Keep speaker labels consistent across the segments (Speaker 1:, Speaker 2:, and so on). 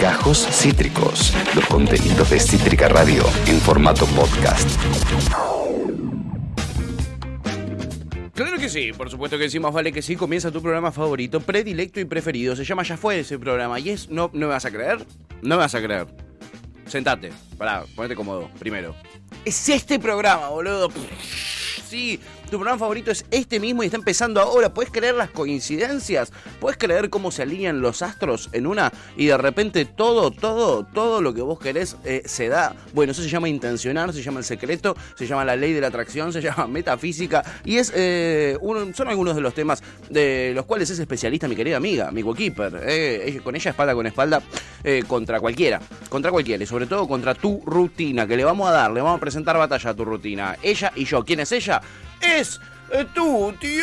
Speaker 1: Gajos Cítricos, los contenidos de Cítrica Radio en formato podcast.
Speaker 2: Claro que sí, por supuesto que sí, más vale que sí. Comienza tu programa favorito, predilecto y preferido. Se llama Ya fue ese programa y es. No, no me vas a creer. No me vas a creer. Sentate, pará, ponete cómodo primero. Es este programa, boludo. Sí, tu programa favorito es este mismo y está empezando ahora. ¿Puedes creer las coincidencias? ¿Puedes creer cómo se alinean los astros en una y de repente todo, todo, todo lo que vos querés eh, se da? Bueno, eso se llama intencionar, se llama el secreto, se llama la ley de la atracción, se llama metafísica y es eh, un- son algunos de los temas de los cuales es especialista mi querida amiga, mi coequiper. eh, ella- con ella espalda con espalda eh, contra cualquiera, contra cualquiera y sobre todo contra tu rutina que le vamos a dar, le vamos a presentar batalla a tu rutina. Ella y yo, ¿quién es ella? es eh, tu tiefe.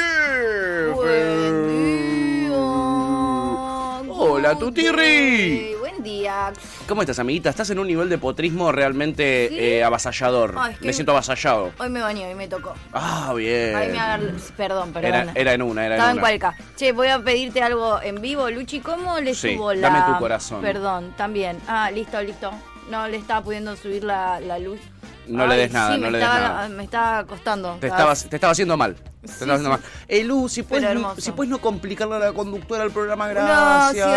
Speaker 2: Hola, Tutirri.
Speaker 3: Buen día.
Speaker 2: ¿Cómo estás, amiguita? Estás en un nivel de potrismo realmente
Speaker 3: Sí.
Speaker 2: eh, avasallador.
Speaker 3: Ay, es que-
Speaker 2: Me siento avasallado.
Speaker 3: Hoy me bañé, hoy me tocó.
Speaker 2: Ah, bien.
Speaker 3: Ahí me agarré- Perdón, perdón.
Speaker 2: Era, era en una, era
Speaker 3: Estaba
Speaker 2: en
Speaker 3: en
Speaker 2: una.
Speaker 3: Cualca. Che, voy a pedirte algo en vivo, Luchi. ¿Cómo le
Speaker 2: Sí,
Speaker 3: subo la.
Speaker 2: dame tu corazón.
Speaker 3: Perdón, también. Ah, listo, listo. No le estaba pudiendo subir la, la luz.
Speaker 2: No le
Speaker 3: Ay,
Speaker 2: des nada,
Speaker 3: sí,
Speaker 2: no
Speaker 3: me
Speaker 2: le des
Speaker 3: estaba-
Speaker 2: nada.
Speaker 3: Me estaba costando.
Speaker 2: Te
Speaker 3: Estaba-
Speaker 2: estaba, te estaba haciendo mal. Te
Speaker 3: Sí,
Speaker 2: estaba haciendo
Speaker 3: sí.
Speaker 2: mal. Eh, Lu, si puedes,
Speaker 3: Pero
Speaker 2: no-
Speaker 3: hermoso.
Speaker 2: si puedes no complicarle a la conductora del programa, gracias.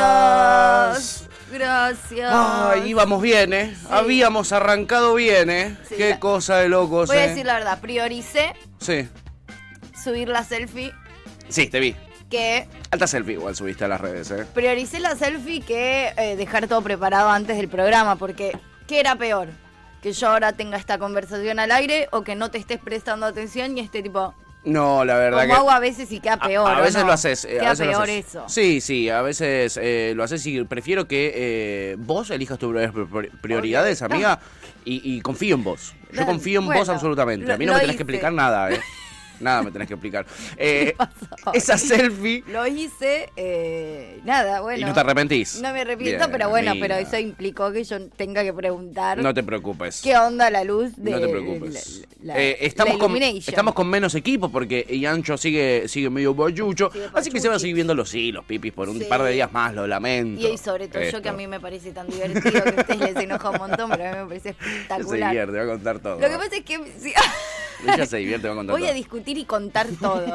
Speaker 3: Gracias. Gracias.
Speaker 2: Ay, íbamos bien, ¿eh? Habíamos arrancado bien, ¿eh?
Speaker 3: Sí,
Speaker 2: Qué
Speaker 3: la-
Speaker 2: cosa de locos,
Speaker 3: Voy a
Speaker 2: eh.
Speaker 3: decir la verdad. Prioricé
Speaker 2: Sí.
Speaker 3: subir la selfie
Speaker 2: Sí, te vi.
Speaker 3: que
Speaker 2: Alta selfie igual subiste a las redes, ¿eh?
Speaker 3: Prioricé la selfie que eh, dejar todo preparado antes del programa, porque ¿qué era peor? Que yo ahora tenga esta conversación al aire o que no te estés prestando atención y este tipo,
Speaker 2: No, la verdad
Speaker 3: como
Speaker 2: que...
Speaker 3: hago a veces y queda
Speaker 2: A-
Speaker 3: peor.
Speaker 2: A,
Speaker 3: ¿o
Speaker 2: veces
Speaker 3: no?
Speaker 2: lo haces. eh, a
Speaker 3: Queda
Speaker 2: veces lo
Speaker 3: peor
Speaker 2: haces.
Speaker 3: eso.
Speaker 2: Sí, sí, a veces eh, lo haces y prefiero que eh, vos elijas tus priori- priori- prioridades,
Speaker 3: Ok.
Speaker 2: amiga, y, y confío en vos. Yo
Speaker 3: Dale,
Speaker 2: confío en vos
Speaker 3: bueno,
Speaker 2: absolutamente. a mí no
Speaker 3: lo-
Speaker 2: me
Speaker 3: lo
Speaker 2: tenés que
Speaker 3: hice.
Speaker 2: explicar nada, ¿eh? Nada me tenés que explicar. Eh,
Speaker 3: pasó?
Speaker 2: esa selfie...
Speaker 3: Lo hice, eh, nada, bueno.
Speaker 2: y no te arrepentís.
Speaker 3: No me arrepiento,
Speaker 2: Bien,
Speaker 3: pero bueno, pero
Speaker 2: amiga.
Speaker 3: eso implicó que yo tenga que preguntar
Speaker 2: No te preocupes.
Speaker 3: qué onda la luz de
Speaker 2: no te preocupes.
Speaker 3: la- la-
Speaker 2: Eh, estamos,
Speaker 3: la
Speaker 2: con,
Speaker 3: illumination.
Speaker 2: estamos con menos equipo porque Iancho sigue, sigue medio boyucho.
Speaker 3: Sigue
Speaker 2: así que
Speaker 3: pachuchi.
Speaker 2: se van a seguir viendo los hilos, pipis, por un
Speaker 3: Sí.
Speaker 2: par de días más, lo lamento.
Speaker 3: Y ahí sobre todo
Speaker 2: Esto.
Speaker 3: yo que a mí me parece tan divertido que a ustedes les enoja un montón, pero a mí me parece
Speaker 2: Se
Speaker 3: espectacular.
Speaker 2: divierte, va a contar todo.
Speaker 3: Lo que pasa es que sí,
Speaker 2: Ella se divierte, va a contar
Speaker 3: voy a
Speaker 2: todo.
Speaker 3: discutir y contar todo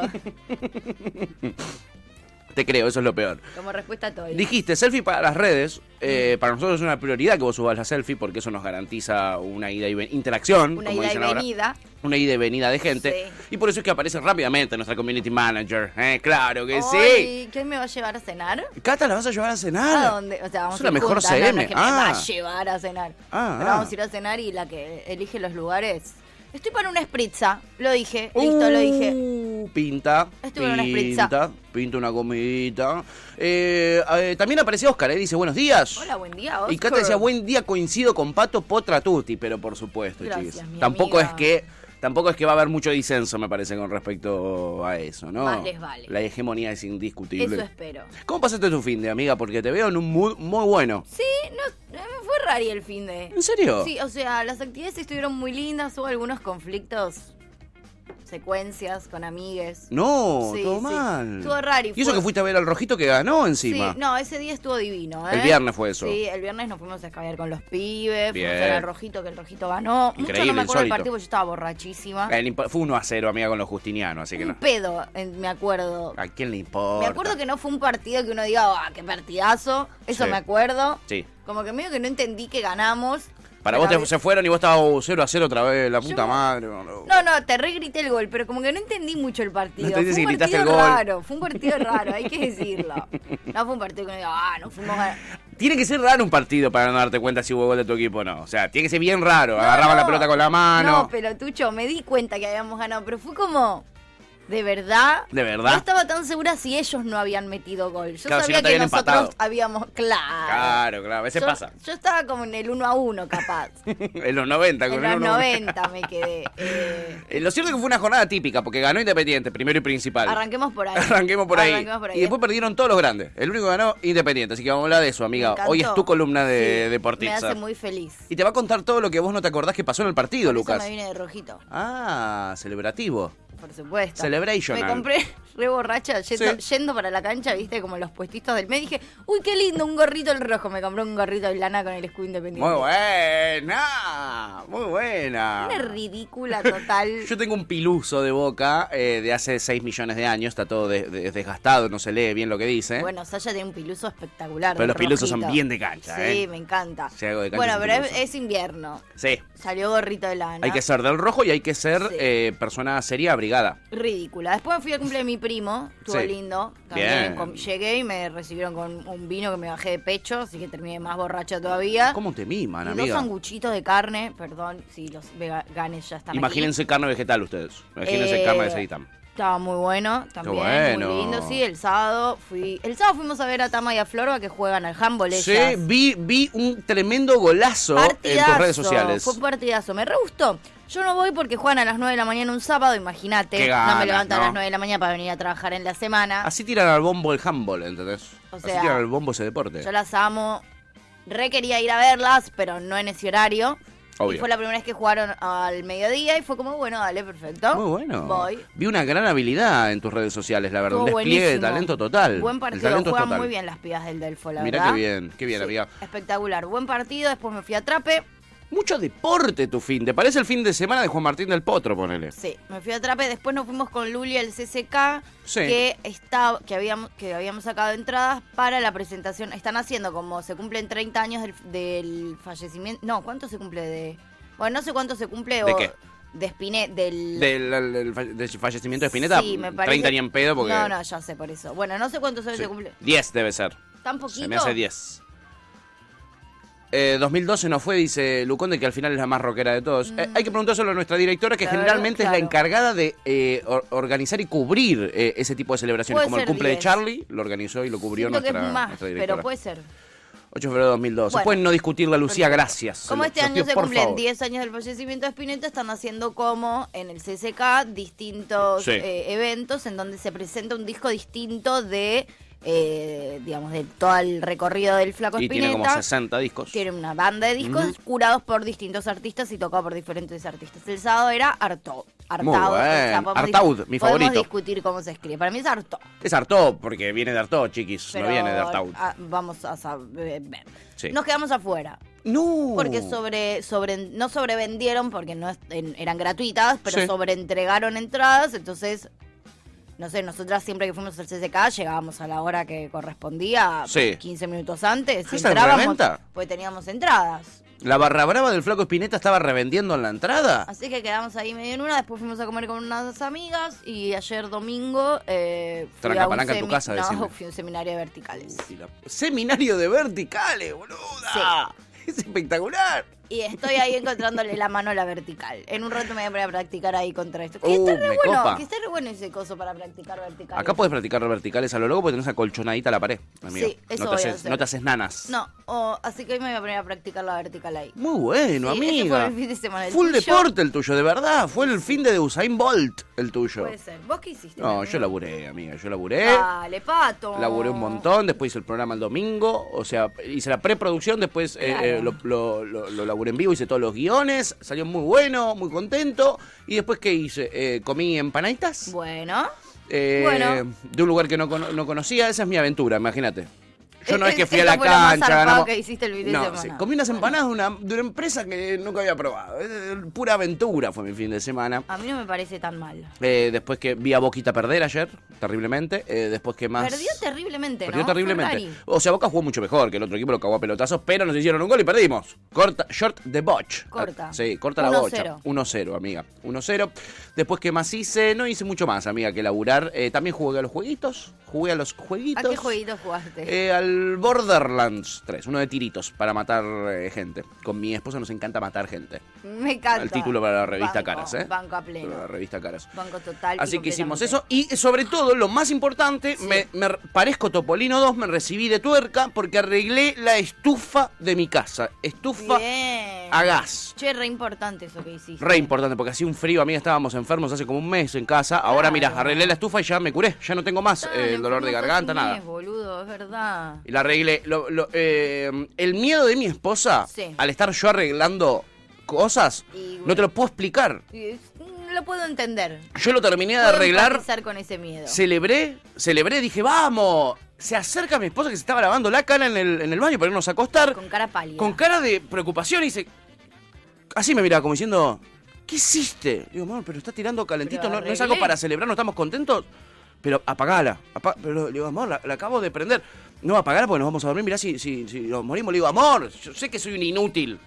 Speaker 2: Te creo, eso es lo peor.
Speaker 3: como respuesta a todo.
Speaker 2: Dijiste, selfie para las redes. eh,
Speaker 3: Mm.
Speaker 2: para nosotros es una prioridad que vos subas la selfie porque eso nos garantiza una ida y ven- interacción,
Speaker 3: Una
Speaker 2: como
Speaker 3: ida y
Speaker 2: dicen ahora.
Speaker 3: venida.
Speaker 2: Una ida y venida de gente.
Speaker 3: Sí.
Speaker 2: Y por eso es que aparece rápidamente nuestra community manager. Eh, claro que sí.
Speaker 3: Ay, ¿Quién me va a llevar a cenar?
Speaker 2: Cata, ¿la vas a llevar a cenar?
Speaker 3: ¿A dónde? O sea, vamos
Speaker 2: es la
Speaker 3: a ir
Speaker 2: mejor
Speaker 3: juntas, no, no
Speaker 2: CM.
Speaker 3: es que me va
Speaker 2: ah,
Speaker 3: a llevar a cenar.
Speaker 2: Ah,
Speaker 3: Pero
Speaker 2: ah.
Speaker 3: vamos a ir a cenar y la que elige los lugares. Estoy para una spritza. Lo dije. Listo, lo dije.
Speaker 2: Uh, Pinta,
Speaker 3: Estuve en una
Speaker 2: pinta, pinta una comidita. Eh, eh, también apareció Oscar, eh, dice buenos días.
Speaker 3: Hola, buen día,
Speaker 2: Y Cata
Speaker 3: Oscar.
Speaker 2: decía, buen día, coincido con Pato Potra Tutti, pero por supuesto,
Speaker 3: Gracias,
Speaker 2: chiquis.
Speaker 3: mi
Speaker 2: Tampoco
Speaker 3: amiga.
Speaker 2: es que tampoco es que va a haber mucho disenso, me parece, con respecto a eso, ¿no?
Speaker 3: Más les vale.
Speaker 2: La hegemonía es indiscutible.
Speaker 3: Eso espero.
Speaker 2: ¿Cómo pasaste tu fin de, amiga? Porque te veo en un mood muy bueno.
Speaker 3: Sí, no, eh, fue rari el fin de.
Speaker 2: ¿En serio?
Speaker 3: Sí, o sea, las actividades estuvieron muy lindas, hubo algunos conflictos, secuencias con amigues.
Speaker 2: No,
Speaker 3: Sí,
Speaker 2: todo
Speaker 3: sí.
Speaker 2: mal.
Speaker 3: Estuvo raro y
Speaker 2: Y eso
Speaker 3: fue-
Speaker 2: que fuiste a ver al rojito que ganó encima.
Speaker 3: Sí, no, ese día estuvo divino, ¿eh?
Speaker 2: El viernes fue eso.
Speaker 3: Sí, el viernes nos fuimos a escabear con los pibes, fuimos
Speaker 2: Bien.
Speaker 3: a ver al rojito, que el rojito ganó. Mucho
Speaker 2: Increíble,
Speaker 3: no me acuerdo del
Speaker 2: insólito.
Speaker 3: partido porque yo estaba borrachísima.
Speaker 2: El impa- Fue 1 a 0, amiga, con los justinianos, así que
Speaker 3: Un
Speaker 2: no.
Speaker 3: pedo, en- me acuerdo.
Speaker 2: ¿A quién le importa?
Speaker 3: Me acuerdo que no fue un partido que uno diga, ah, qué partidazo. Eso
Speaker 2: Sí.
Speaker 3: me acuerdo.
Speaker 2: Sí.
Speaker 3: Como que medio que no entendí que ganamos.
Speaker 2: Para
Speaker 3: Pero
Speaker 2: vos te-
Speaker 3: a ver-
Speaker 2: se fueron y vos estabas 0 a 0 otra vez, la puta
Speaker 3: Yo-
Speaker 2: madre. boludo.
Speaker 3: No, no, te regrité el gol, pero como que no entendí mucho el partido.
Speaker 2: No
Speaker 3: fue
Speaker 2: entendí
Speaker 3: un
Speaker 2: si gritaste
Speaker 3: partido
Speaker 2: el gol.
Speaker 3: raro, fue un partido raro, hay que decirlo. No fue un partido que uno diga, ah, no fuimos a...
Speaker 2: Tiene que ser raro un partido para no darte cuenta si hubo gol de tu equipo o no. O sea, tiene que ser bien raro. Agarraban la
Speaker 3: No, no.
Speaker 2: pelota con la mano.
Speaker 3: No, pelotucho, me di cuenta que habíamos ganado, pero fue como. ¿De verdad?
Speaker 2: ¿De verdad?
Speaker 3: No estaba tan segura si ellos no habían metido gol. Yo
Speaker 2: Claro, si
Speaker 3: sabía
Speaker 2: no te
Speaker 3: que
Speaker 2: habían
Speaker 3: nosotros
Speaker 2: empatado.
Speaker 3: habíamos. Claro.
Speaker 2: Claro, claro, a veces
Speaker 3: yo,
Speaker 2: pasa.
Speaker 3: Yo estaba como en el 1 a 1, capaz.
Speaker 2: en los 90, con
Speaker 3: en
Speaker 2: el
Speaker 3: los
Speaker 2: uno-
Speaker 3: 90 me quedé. Eh,
Speaker 2: Eh, Lo cierto es que fue una jornada típica, porque ganó Independiente, primero y principal.
Speaker 3: arranquemos por ahí.
Speaker 2: Arranquemos por ahí.
Speaker 3: Arranquemos por ahí. eh.
Speaker 2: Y después perdieron todos los grandes. El único que ganó, Independiente. Así que vamos a hablar de eso,
Speaker 3: Me
Speaker 2: amiga.
Speaker 3: encantó.
Speaker 2: Hoy es tu columna de
Speaker 3: Sí,
Speaker 2: deportista.
Speaker 3: Me hace muy feliz.
Speaker 2: Y te va a contar todo lo que vos no te acordás que pasó en el partido,
Speaker 3: Por eso
Speaker 2: Lucas.
Speaker 3: me vine de rojito.
Speaker 2: Ah, celebrativo.
Speaker 3: Por supuesto.
Speaker 2: Celebrational.
Speaker 3: Me compré re borracha yendo,
Speaker 2: Sí.
Speaker 3: yendo para la cancha, viste, como los puestitos del mes. Dije, uy, qué lindo, un gorrito el rojo. Me compré un gorrito de lana con el escudo independiente.
Speaker 2: Muy buena, muy buena.
Speaker 3: Una ridícula total.
Speaker 2: Yo tengo un piluso de boca eh, de hace 6 millones de años, está todo de- de- desgastado, no se lee bien lo que dice.
Speaker 3: Bueno, Saya tiene un piluso espectacular.
Speaker 2: Pero
Speaker 3: de
Speaker 2: los pilusos son
Speaker 3: rojito.
Speaker 2: bien de cancha,
Speaker 3: sí,
Speaker 2: ¿eh?
Speaker 3: me encanta.
Speaker 2: Si algo de cancha
Speaker 3: bueno,
Speaker 2: es un
Speaker 3: pero es,
Speaker 2: piluso.
Speaker 3: es invierno.
Speaker 2: sí,
Speaker 3: Salió gorrito de lana.
Speaker 2: hay que ser del rojo y hay que ser
Speaker 3: Sí.
Speaker 2: eh, persona seria, abrigada.
Speaker 3: Ridícula. Después fui al cumple de mi primo, estuvo
Speaker 2: Sí.
Speaker 3: lindo. También
Speaker 2: Bien.
Speaker 3: com- llegué y me recibieron con un vino que me bajé de pecho, así que terminé más borracha todavía.
Speaker 2: ¿Cómo te miman,
Speaker 3: Ah. y dos
Speaker 2: amiga?
Speaker 3: sanguchitos de carne, perdón, si los veganes ya están aquí.
Speaker 2: Imagínense carne vegetal ustedes. Imagínense
Speaker 3: Eh,
Speaker 2: carne de seitan.
Speaker 3: Estaba muy bueno, también
Speaker 2: bueno.
Speaker 3: muy lindo. Sí, el sábado fui, el sábado fuimos a ver a Tama y a Florba que juegan al handball ellas.
Speaker 2: Sí, vi, vi un tremendo golazo en tus redes sociales.
Speaker 3: Fue un partidazo, me re gustó. Yo no voy porque juegan a las 9 de la mañana un sábado, imagínate.
Speaker 2: Qué
Speaker 3: no
Speaker 2: ganas,
Speaker 3: me levantan
Speaker 2: ¿no?
Speaker 3: a las 9 de la mañana para venir a trabajar en la semana.
Speaker 2: Así tiran al bombo el handball, ¿entendés?
Speaker 3: O
Speaker 2: Así
Speaker 3: sea,
Speaker 2: tiran al bombo ese deporte.
Speaker 3: Yo las amo. Re quería ir a verlas, pero no en ese horario.
Speaker 2: Obvio.
Speaker 3: Y fue la primera vez que jugaron al mediodía y fue como, bueno, dale, perfecto.
Speaker 2: Muy bueno.
Speaker 3: Voy.
Speaker 2: Vi una gran habilidad en tus redes sociales, la verdad.
Speaker 3: Estuvo
Speaker 2: un despliegue
Speaker 3: buenísimo.
Speaker 2: de talento total.
Speaker 3: Buen
Speaker 2: El
Speaker 3: partido,
Speaker 2: talento es
Speaker 3: juegan
Speaker 2: total.
Speaker 3: muy bien las pibas del Delfo, la
Speaker 2: Mirá
Speaker 3: verdad.
Speaker 2: qué bien, qué bien,
Speaker 3: Sí,
Speaker 2: amiga.
Speaker 3: Espectacular. Buen partido, después me fui a Trape.
Speaker 2: Mucho deporte tu fin. ¿Te parece el fin de semana de Juan Martín del Potro, ponele?
Speaker 3: Sí, me fui a Trape. Después nos fuimos con Luli al CCK,
Speaker 2: Sí.
Speaker 3: que, está, que, habíamos, que habíamos sacado entradas para la presentación. Están haciendo como se cumplen 30 años del, del fallecimiento. No, ¿cuánto se cumple de.? Bueno, no sé cuánto se cumple.
Speaker 2: ¿De
Speaker 3: o-
Speaker 2: qué?
Speaker 3: De Spine- del.
Speaker 2: Del, del- del fa- del fallecimiento de Spinetta.
Speaker 3: Sí, me parece.
Speaker 2: 30 ni en pedo porque...
Speaker 3: No, no, ya sé por eso. Bueno, no sé cuántos años
Speaker 2: Sí.
Speaker 3: se cumple.
Speaker 2: 10 debe ser.
Speaker 3: ¿Tan poquito?
Speaker 2: Se me hace 10. Eh, 2012 no fue, dice Luconde, que al final es la más rockera de todos. Eh, hay que preguntárselo a nuestra directora, que
Speaker 3: Mm. Claro,
Speaker 2: generalmente es
Speaker 3: claro.
Speaker 2: la encargada de eh, or- organizar y cubrir eh, ese tipo de celebraciones.
Speaker 3: Puede
Speaker 2: Como el
Speaker 3: ser
Speaker 2: cumple
Speaker 3: 10.
Speaker 2: de Charlie, lo organizó y lo cubrió
Speaker 3: Siento
Speaker 2: nuestra,
Speaker 3: que es más,
Speaker 2: nuestra directora.
Speaker 3: pero puede ser.
Speaker 2: 8 de febrero de 2012.
Speaker 3: Bueno.
Speaker 2: Pueden no discutirla, Lucía,
Speaker 3: Perfecto.
Speaker 2: gracias.
Speaker 3: Como
Speaker 2: Los
Speaker 3: este año
Speaker 2: pido,
Speaker 3: se
Speaker 2: por
Speaker 3: cumplen
Speaker 2: favor.
Speaker 3: 10 años del fallecimiento de Spinetta, están haciendo como en el CCK distintos
Speaker 2: Sí.
Speaker 3: eh, eventos en donde se presenta un disco distinto de, eh, digamos, de todo el recorrido del flaco
Speaker 2: Y tiene
Speaker 3: Spinetta.
Speaker 2: como 60 discos.
Speaker 3: Tiene una banda de discos curados por distintos artistas y tocado por diferentes artistas. El sábado era Artaud. Artaud.
Speaker 2: Muy bueno.
Speaker 3: podemos
Speaker 2: Artaud,
Speaker 3: dis-
Speaker 2: mi
Speaker 3: podemos
Speaker 2: favorito.
Speaker 3: discutir cómo se escribe. Para mí es Artaud.
Speaker 2: Es Artaud, porque viene de Artaud, chiquis.
Speaker 3: Pero
Speaker 2: no viene de Artaud.
Speaker 3: ah, vamos a saber.
Speaker 2: Sí.
Speaker 3: Nos quedamos afuera.
Speaker 2: no.
Speaker 3: Porque sobre, sobre no sobrevendieron porque no es- en- eran gratuitas, pero
Speaker 2: Sí.
Speaker 3: sobreentregaron entradas, entonces no sé, nosotras siempre que fuimos al CCK llegábamos a la hora que correspondía,
Speaker 2: Sí.
Speaker 3: 15 minutos antes,
Speaker 2: ¿Esa
Speaker 3: entrábamos,
Speaker 2: reventa?
Speaker 3: pues teníamos entradas.
Speaker 2: La barra brava del flaco Spinetta estaba revendiendo en la entrada.
Speaker 3: Así que quedamos ahí medio en una, después fuimos a comer con unas amigas y ayer domingo eh, fui
Speaker 2: Tranca
Speaker 3: a un
Speaker 2: palanca en tu
Speaker 3: semi-
Speaker 2: casa,
Speaker 3: no,
Speaker 2: decime.
Speaker 3: fui a un seminario de verticales.
Speaker 2: Y la- Seminario de verticales, boluda. Es espectacular.
Speaker 3: Y estoy ahí encontrándole la mano a la vertical. En un rato me voy a poner a practicar ahí contra esto. Que
Speaker 2: Uh,
Speaker 3: está re
Speaker 2: me
Speaker 3: bueno,
Speaker 2: copa.
Speaker 3: que está re bueno ese coso para practicar vertical.
Speaker 2: Acá puedes practicar verticales a lo loco porque tenés acolchonadita la pared, amigo.
Speaker 3: Sí, eso
Speaker 2: no, te
Speaker 3: voy a
Speaker 2: haces,
Speaker 3: hacer.
Speaker 2: no te haces nanas.
Speaker 3: No, o- así que hoy me voy a poner a practicar la vertical ahí.
Speaker 2: Muy bueno,
Speaker 3: Sí, ese
Speaker 2: amiga.
Speaker 3: fue el fin de semana, el
Speaker 2: Full
Speaker 3: tuyo.
Speaker 2: deporte el tuyo, de verdad. Fue el fin de Usain Bolt el tuyo.
Speaker 3: Puede ser. ¿Vos qué hiciste?
Speaker 2: No,
Speaker 3: amigo?
Speaker 2: yo laburé, amiga. Yo laburé.
Speaker 3: Dale, pato.
Speaker 2: Laburé un montón, después hice el programa el domingo, o sea, hice la preproducción, después eh,
Speaker 3: Claro.
Speaker 2: eh, lo, lo- lo- lo laburé en vivo, hice todos los guiones, salió muy bueno, muy contento. Y después, ¿qué hice? Eh, comí empanaditas
Speaker 3: Bueno.
Speaker 2: eh,
Speaker 3: bueno.
Speaker 2: de un lugar que no, cono- no conocía, esa es mi aventura, imagínate. Yo no es que fui a
Speaker 3: Esto
Speaker 2: la
Speaker 3: Eh, fue lo más
Speaker 2: cancha,
Speaker 3: zarpado
Speaker 2: ganamos-
Speaker 3: que hiciste el fin de
Speaker 2: no,
Speaker 3: semana.
Speaker 2: sí, comí unas empanadas de una, de una empresa que nunca había probado. Eh, Pura aventura fue mi fin de semana.
Speaker 3: A mí no me parece tan mal.
Speaker 2: Eh, después que vi a Boquita perder ayer, terriblemente. Eh, después que más.
Speaker 3: Perdió terriblemente,
Speaker 2: Perdió
Speaker 3: ¿no?
Speaker 2: terriblemente.
Speaker 3: Ferrari.
Speaker 2: O sea, Boca jugó mucho mejor que el otro equipo, lo cagó a pelotazos, pero nos hicieron un gol y perdimos. Corta, short de botch.
Speaker 3: Corta.
Speaker 2: Ah, Sí, corta la
Speaker 3: 1-0.
Speaker 2: bocha. 1-0, amiga. 1-0. Después, que más hice? No hice mucho más, amiga, que laburar. Eh, también jugué a los jueguitos. Jugué a los
Speaker 3: ¿A
Speaker 2: jueguitos.
Speaker 3: qué jueguito jugaste?
Speaker 2: Eh, al Borderlands 3, uno de tiritos para matar eh, gente. Con mi esposa nos encanta matar gente.
Speaker 3: me encanta.
Speaker 2: El título para la revista
Speaker 3: Banco,
Speaker 2: Caras, ¿eh?
Speaker 3: Banco a
Speaker 2: Para la
Speaker 3: pleno.
Speaker 2: revista Caras.
Speaker 3: Banco total. y
Speaker 2: Así que hicimos
Speaker 3: completamente.
Speaker 2: eso. Y sobre todo, lo más importante, me, me re- parezco Topolino 2, me recibí de tuerca porque arreglé la estufa de mi casa. Estufa
Speaker 3: Bien.
Speaker 2: a gas.
Speaker 3: Che, re importante eso que hiciste.
Speaker 2: Re importante, porque hacía un frío, amiga, estábamos enfermos hace como un mes en casa. Ahora,
Speaker 3: Claro.
Speaker 2: mira, arreglé la estufa y ya me curé. Ya no tengo más
Speaker 3: Tan
Speaker 2: eh, el dolor de
Speaker 3: enfermo
Speaker 2: garganta,
Speaker 3: sos un
Speaker 2: nada.
Speaker 3: mes, boludo, es verdad.
Speaker 2: Y la arreglé. Lo- lo- eh, el miedo de mi esposa,
Speaker 3: Sí.
Speaker 2: al estar yo arreglando cosas,
Speaker 3: Y,
Speaker 2: no
Speaker 3: bueno.
Speaker 2: te lo puedo explicar.
Speaker 3: Y es- Lo lo puedo entender.
Speaker 2: Yo lo terminé de
Speaker 3: Puedo
Speaker 2: arreglar,
Speaker 3: empatizar con ese miedo.
Speaker 2: celebré, celebré, dije, vamos. Se acerca mi esposa que se estaba lavando la cara en el, en el baño para irnos a acostar.
Speaker 3: Con cara pálida.
Speaker 2: con cara de preocupación y dice. Así me miraba, como diciendo. ¿Qué hiciste? Digo, amor, pero está tirando calentito,
Speaker 3: Pero
Speaker 2: no, no es
Speaker 3: arreglé.
Speaker 2: algo para celebrar, no estamos contentos. Pero apagala. apa- pero le digo, amor, la, la acabo de prender. No, apagala porque nos vamos a dormir. Mirá si, si, si nos morimos. Le digo, amor, yo sé que soy un inútil.